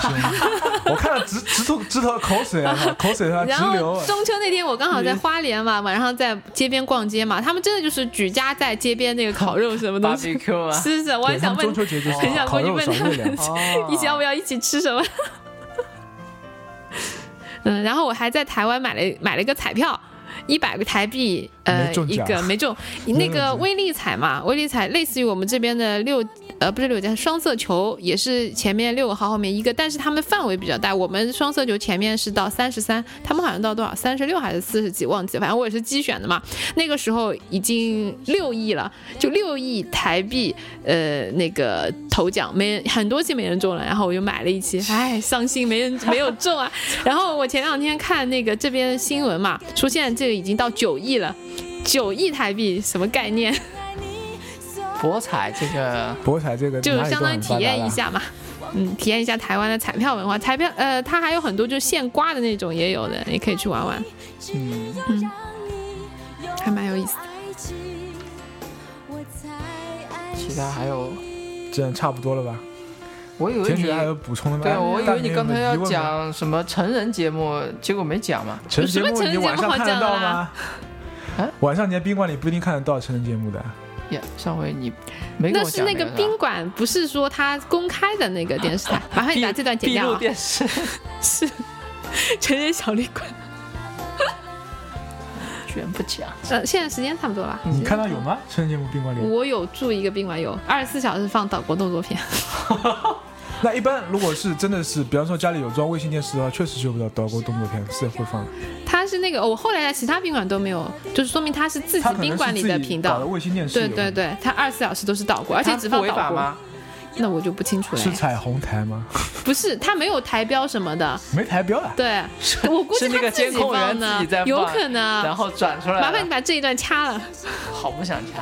Speaker 3: 我看了直直头直头口水啊，口水啊直
Speaker 2: 然后
Speaker 3: 流啊。
Speaker 2: 中秋那天我刚好在花莲嘛，晚上在街边逛街嘛，他们真的就是举家在街边那个烤肉什么东 西，
Speaker 1: ，barbecue 啊，
Speaker 2: 是是，我
Speaker 3: 对
Speaker 2: 很
Speaker 3: 他
Speaker 2: 想
Speaker 3: 们
Speaker 2: 问
Speaker 3: 中秋节就是
Speaker 2: 很想
Speaker 3: 哦烤
Speaker 2: 过去
Speaker 3: 肉
Speaker 2: 问
Speaker 3: 赏
Speaker 2: 他
Speaker 3: 月亮
Speaker 2: 们。 一起要不要一起吃什么？ 嗯，然后我还在台湾买了买了一个彩票，一百个台币，呃
Speaker 3: 没，中
Speaker 2: 一
Speaker 3: 奖
Speaker 2: 个没中，
Speaker 3: 没
Speaker 2: 那
Speaker 3: 中
Speaker 2: 个
Speaker 3: 奖
Speaker 2: 微粒彩嘛，微粒彩类似于我们这边的六，呃，不是六家双色球，也是前面六个号，后面一个，但是他们范围比较大。我们双色球前面是到三十三，他们好像到多少？三十六还是四十几？忘记了，反正我也是机选的嘛。那个时候已经六亿了，就六亿台币，呃，那个头奖没人，很多期没人中了，然后我就买了一 期，唉，伤心没人没有中啊。然后我前两天看那个这边新闻嘛，说现在这个已经到九亿了。九亿台币什么概念？
Speaker 1: 博彩这个
Speaker 3: 博彩这个
Speaker 2: 就
Speaker 3: 哪里
Speaker 2: 相
Speaker 3: 都
Speaker 2: 当于
Speaker 3: 很
Speaker 2: 体
Speaker 3: 发达
Speaker 2: 验
Speaker 3: 啦
Speaker 2: 一。下嘛，嗯，体验一下台湾的彩票文化。彩票呃，它还有很多就是现刮的那种也有的，也可以去玩玩。
Speaker 1: 嗯，
Speaker 2: 嗯，还蛮有意思的。
Speaker 1: 其他还有，
Speaker 3: 这样差不多了吧？
Speaker 1: 我以为
Speaker 3: 田
Speaker 1: 你
Speaker 3: 雪还有补充的吗？
Speaker 1: 对啊，我以
Speaker 3: 大
Speaker 1: 为你
Speaker 3: 明
Speaker 1: 刚
Speaker 3: 有
Speaker 1: 才
Speaker 3: 疑
Speaker 1: 要
Speaker 3: 问吗
Speaker 1: 讲什么成人节目，结果没讲嘛。
Speaker 3: 成人
Speaker 2: 有什
Speaker 3: 节
Speaker 2: 么
Speaker 3: 目，
Speaker 2: 成人
Speaker 3: 你
Speaker 2: 节
Speaker 3: 晚
Speaker 2: 目
Speaker 3: 上
Speaker 2: 好
Speaker 3: 看得
Speaker 2: 讲
Speaker 3: 到
Speaker 2: 的
Speaker 3: 吗
Speaker 2: 啦？
Speaker 1: 啊
Speaker 3: 晚上你在宾馆里不一定看得到成人节目的。
Speaker 1: 呀，上回你没跟
Speaker 2: 那
Speaker 1: 我
Speaker 2: 是
Speaker 1: 讲
Speaker 2: 那
Speaker 1: 个
Speaker 2: 个宾馆，不是说它公开的那个电视 台。麻烦你把这段剪
Speaker 1: 闭
Speaker 2: 掉
Speaker 1: 路
Speaker 2: 啊！
Speaker 1: 电 视。
Speaker 2: 是 成人小旅馆。
Speaker 1: 居然不 讲，
Speaker 2: 呃，现在时间差不多了。
Speaker 1: 嗯
Speaker 3: 你嗯看到有吗？成人节目宾馆里？
Speaker 2: 我有住一个宾馆，有二十四小时放岛国动作片。
Speaker 3: 那一般如果是真的是，比方说家里有装卫星电视的话，确实修不到导购动作片，是会放的。
Speaker 2: 它是那个，哦我后来在其他宾馆都没有，就是说明它是自己
Speaker 3: 他可
Speaker 2: 宾
Speaker 3: 能
Speaker 2: 馆
Speaker 3: 是
Speaker 2: 里
Speaker 3: 自
Speaker 2: 的
Speaker 3: 己
Speaker 2: 频
Speaker 3: 搞
Speaker 2: 道
Speaker 3: 的。卫星电视。
Speaker 2: 对对，对，它二十四小时都是岛国，而且
Speaker 1: 它
Speaker 2: 只
Speaker 1: 不
Speaker 2: 放
Speaker 1: 违
Speaker 2: 岛
Speaker 1: 法
Speaker 2: 国。
Speaker 1: 吗？
Speaker 2: 那我就不清楚了
Speaker 3: 是。彩虹台吗？
Speaker 2: 不是，它没有台标什么的。
Speaker 3: 没台标啊。
Speaker 2: 对，我估计
Speaker 1: 是那
Speaker 2: 它
Speaker 1: 个
Speaker 2: 自
Speaker 1: 监
Speaker 2: 己
Speaker 1: 控
Speaker 2: 放
Speaker 1: 员自
Speaker 2: 的
Speaker 1: 己在，放
Speaker 2: 有可能
Speaker 1: 然。后转出来了。
Speaker 2: 麻烦你把这一段掐了。
Speaker 1: 好不想掐，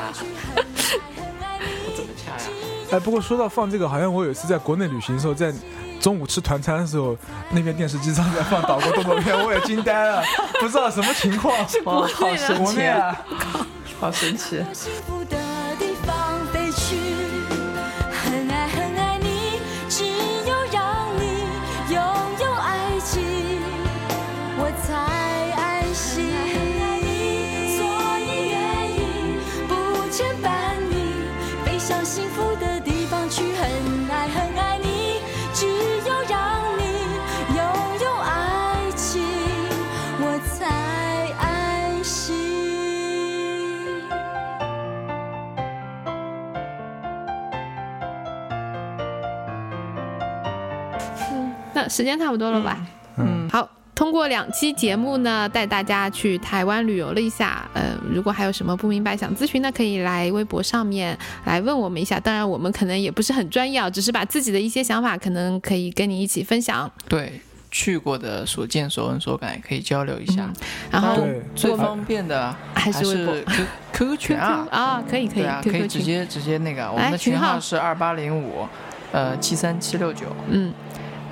Speaker 1: 我怎么掐呀？
Speaker 3: 哎，不过说到放这个，好像我有一次在国内旅行的时候，在中午吃团餐的时候，那边电视机上在放岛国动作片，我也惊呆 了，不知道什么情况。
Speaker 1: 哇，好神
Speaker 3: 国
Speaker 1: 奇
Speaker 3: 内
Speaker 1: 啊，
Speaker 3: 啊，
Speaker 1: 好神奇！
Speaker 4: 幸福的地方飞去，很爱很爱你，只有让你拥有爱情，我才安心。所以愿意不牵绊你，飞向幸福的地方去，很爱很爱你，只有让你拥有爱情，我才安心。
Speaker 2: 那时间差不多了吧？
Speaker 3: 嗯，
Speaker 2: 好，通过两期节目呢，带大家去台湾旅游了一下。呃，如果还有什么不明白想咨询的，可以来微博上面来问我们一下。当然，我们可能也不是很专业啊，只是把自己的一些想法，可能可以跟你一起分享。
Speaker 1: 对，去过的所见所闻所感也可以交流一下。
Speaker 2: 然后
Speaker 3: 对
Speaker 1: 最
Speaker 2: 我们
Speaker 1: 方便的
Speaker 2: 还是
Speaker 1: 还
Speaker 2: 微博
Speaker 1: 是 Q QQ 群
Speaker 2: QQ
Speaker 1: 啊，
Speaker 2: 啊，可以可
Speaker 1: 对
Speaker 2: 以
Speaker 1: 啊，可以
Speaker 2: ，QQ
Speaker 1: 直
Speaker 2: 群，哎
Speaker 1: 接直接那个，我们的
Speaker 2: 群
Speaker 1: 群
Speaker 2: 号
Speaker 1: 号是二八零五，呃，七三七六九。
Speaker 2: 嗯。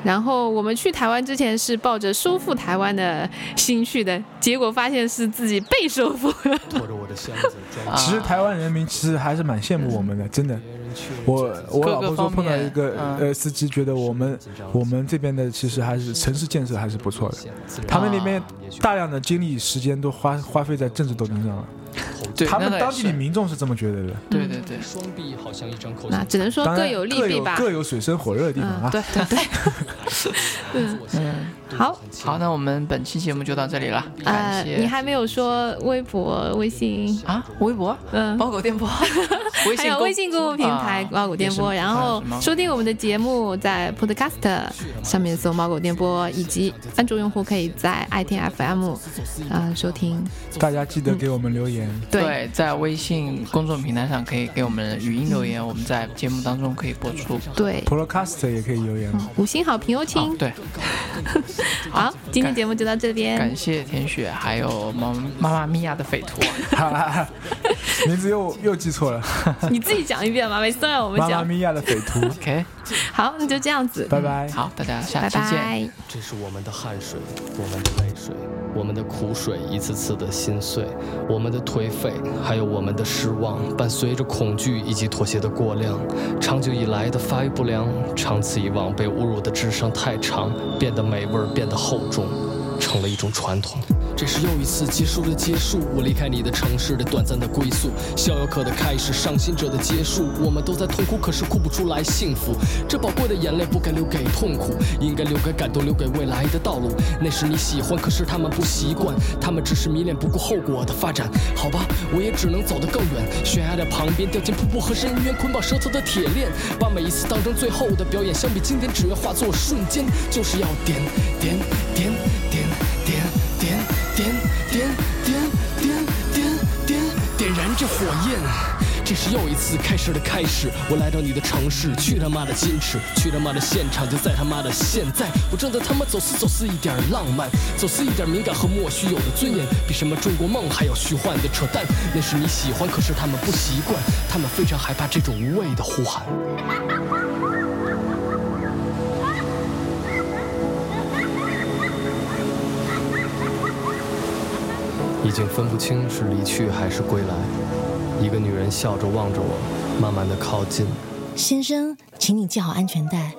Speaker 2: 然后我们去台湾之前是抱着收复台湾的心去的，结果发现是自己被收复。
Speaker 5: 拖着我的箱子，装
Speaker 1: 啊
Speaker 3: 其实台湾人民其实还是蛮羡慕我们的，真的。
Speaker 5: 别人去
Speaker 3: 我我
Speaker 1: 各
Speaker 3: 老
Speaker 1: 个
Speaker 3: 婆说
Speaker 1: 方
Speaker 3: 碰到
Speaker 1: 面
Speaker 3: 一个
Speaker 1: 嗯
Speaker 3: 呃司机，觉得我们我们这边的其实还是城市建设还是不错的，他们那边大量的精力时间都花花费在政治斗争上了，
Speaker 1: 对，
Speaker 3: 他们
Speaker 1: 那倒也
Speaker 3: 当地的
Speaker 1: 是
Speaker 3: 民众是这么觉得的。
Speaker 1: 对对对，
Speaker 5: 双臂好像一张口
Speaker 2: 那只能说
Speaker 3: 当
Speaker 2: 各
Speaker 3: 然
Speaker 2: 有利
Speaker 3: 各
Speaker 2: 弊
Speaker 3: 有
Speaker 2: 吧。
Speaker 3: 各有水深火热的地方
Speaker 2: 嗯，
Speaker 3: 啊。
Speaker 2: 对对对。
Speaker 1: 嗯，
Speaker 2: 好，
Speaker 1: 好，那我们本期节目就到这里了，
Speaker 2: 呃
Speaker 1: 感，谢
Speaker 2: 你还没有说微博、微信，
Speaker 1: 啊，微 博、
Speaker 2: 嗯。
Speaker 1: 猫狗电波、微信
Speaker 2: 还有
Speaker 1: 公
Speaker 2: 微信公众平台
Speaker 1: 啊
Speaker 2: “猫狗电波”，
Speaker 1: 也是
Speaker 2: 然后
Speaker 1: 啊
Speaker 2: 收听我们的节目在 Podcast 上面搜“猫狗电波”，以及安卓用户可以在爱听 FM 呃收听。
Speaker 3: 大家记得给我们留言，
Speaker 2: 对，
Speaker 1: 对，在微信公众平台上可以给我们语音留言，我们在节目当中可以播出。
Speaker 2: 对，
Speaker 3: Podcast 也可以留言。
Speaker 2: 五星好评哦，
Speaker 1: 啊
Speaker 2: 亲。
Speaker 1: 对，
Speaker 2: 好，今天节目就到这边
Speaker 1: 感，谢田雪，还有妈妈妈咪呀的匪 徒，
Speaker 3: 哈哈哈，名字又又记错了，
Speaker 2: 你自己讲一遍吧，每次都让我们
Speaker 3: 妈妈
Speaker 2: 讲。
Speaker 3: 咪呀的匪徒，
Speaker 1: OK，
Speaker 2: 好，那就这样子，嗯
Speaker 3: 拜拜。
Speaker 1: 好，大家下
Speaker 2: 拜
Speaker 1: 期见。
Speaker 2: 拜。
Speaker 5: 这是我们的汗水，我们的泪水，我们的苦水，一次次的心碎，我们的颓废，还有我们的失望，伴随着恐惧以及妥协的过量。长久以来的发育不良，长此以往被侮辱的智商太长，变得美味儿变得厚重，成了一种传统。这是又一次结束的结束，我离开你的城市的短暂的归宿，逍遥客的开始，伤心者的结束，我们都在痛哭，可是哭不出来幸福。这宝贵的眼泪不该留给痛苦，应该留给感动，留给未来的道路。那是你喜欢，可是他们不习惯，他们只是迷恋，不顾后果的发展。好吧，我也只能走得更远，悬崖的旁边掉进瀑布和深渊，捆绑舌头的铁链，把每一次当成最后的表演，相比经典，只愿化作瞬间，就是要点点点点点点点点点点点点点燃这火焰。这是又一次开始的开始，我来到你的城市，去他妈的矜持，去他妈的现场，就在他妈的现在。我正在他妈走私，走私一点浪漫，走私一点敏感和莫须有的尊严，比什么中国梦还要虚幻的扯淡。那是你喜欢，可是他们不习惯，他们非常害怕这种无谓的呼喊。已经分不清是离去还是归来。一个女人笑着望着我，慢慢的靠近。
Speaker 6: 先生，请你系好安全带，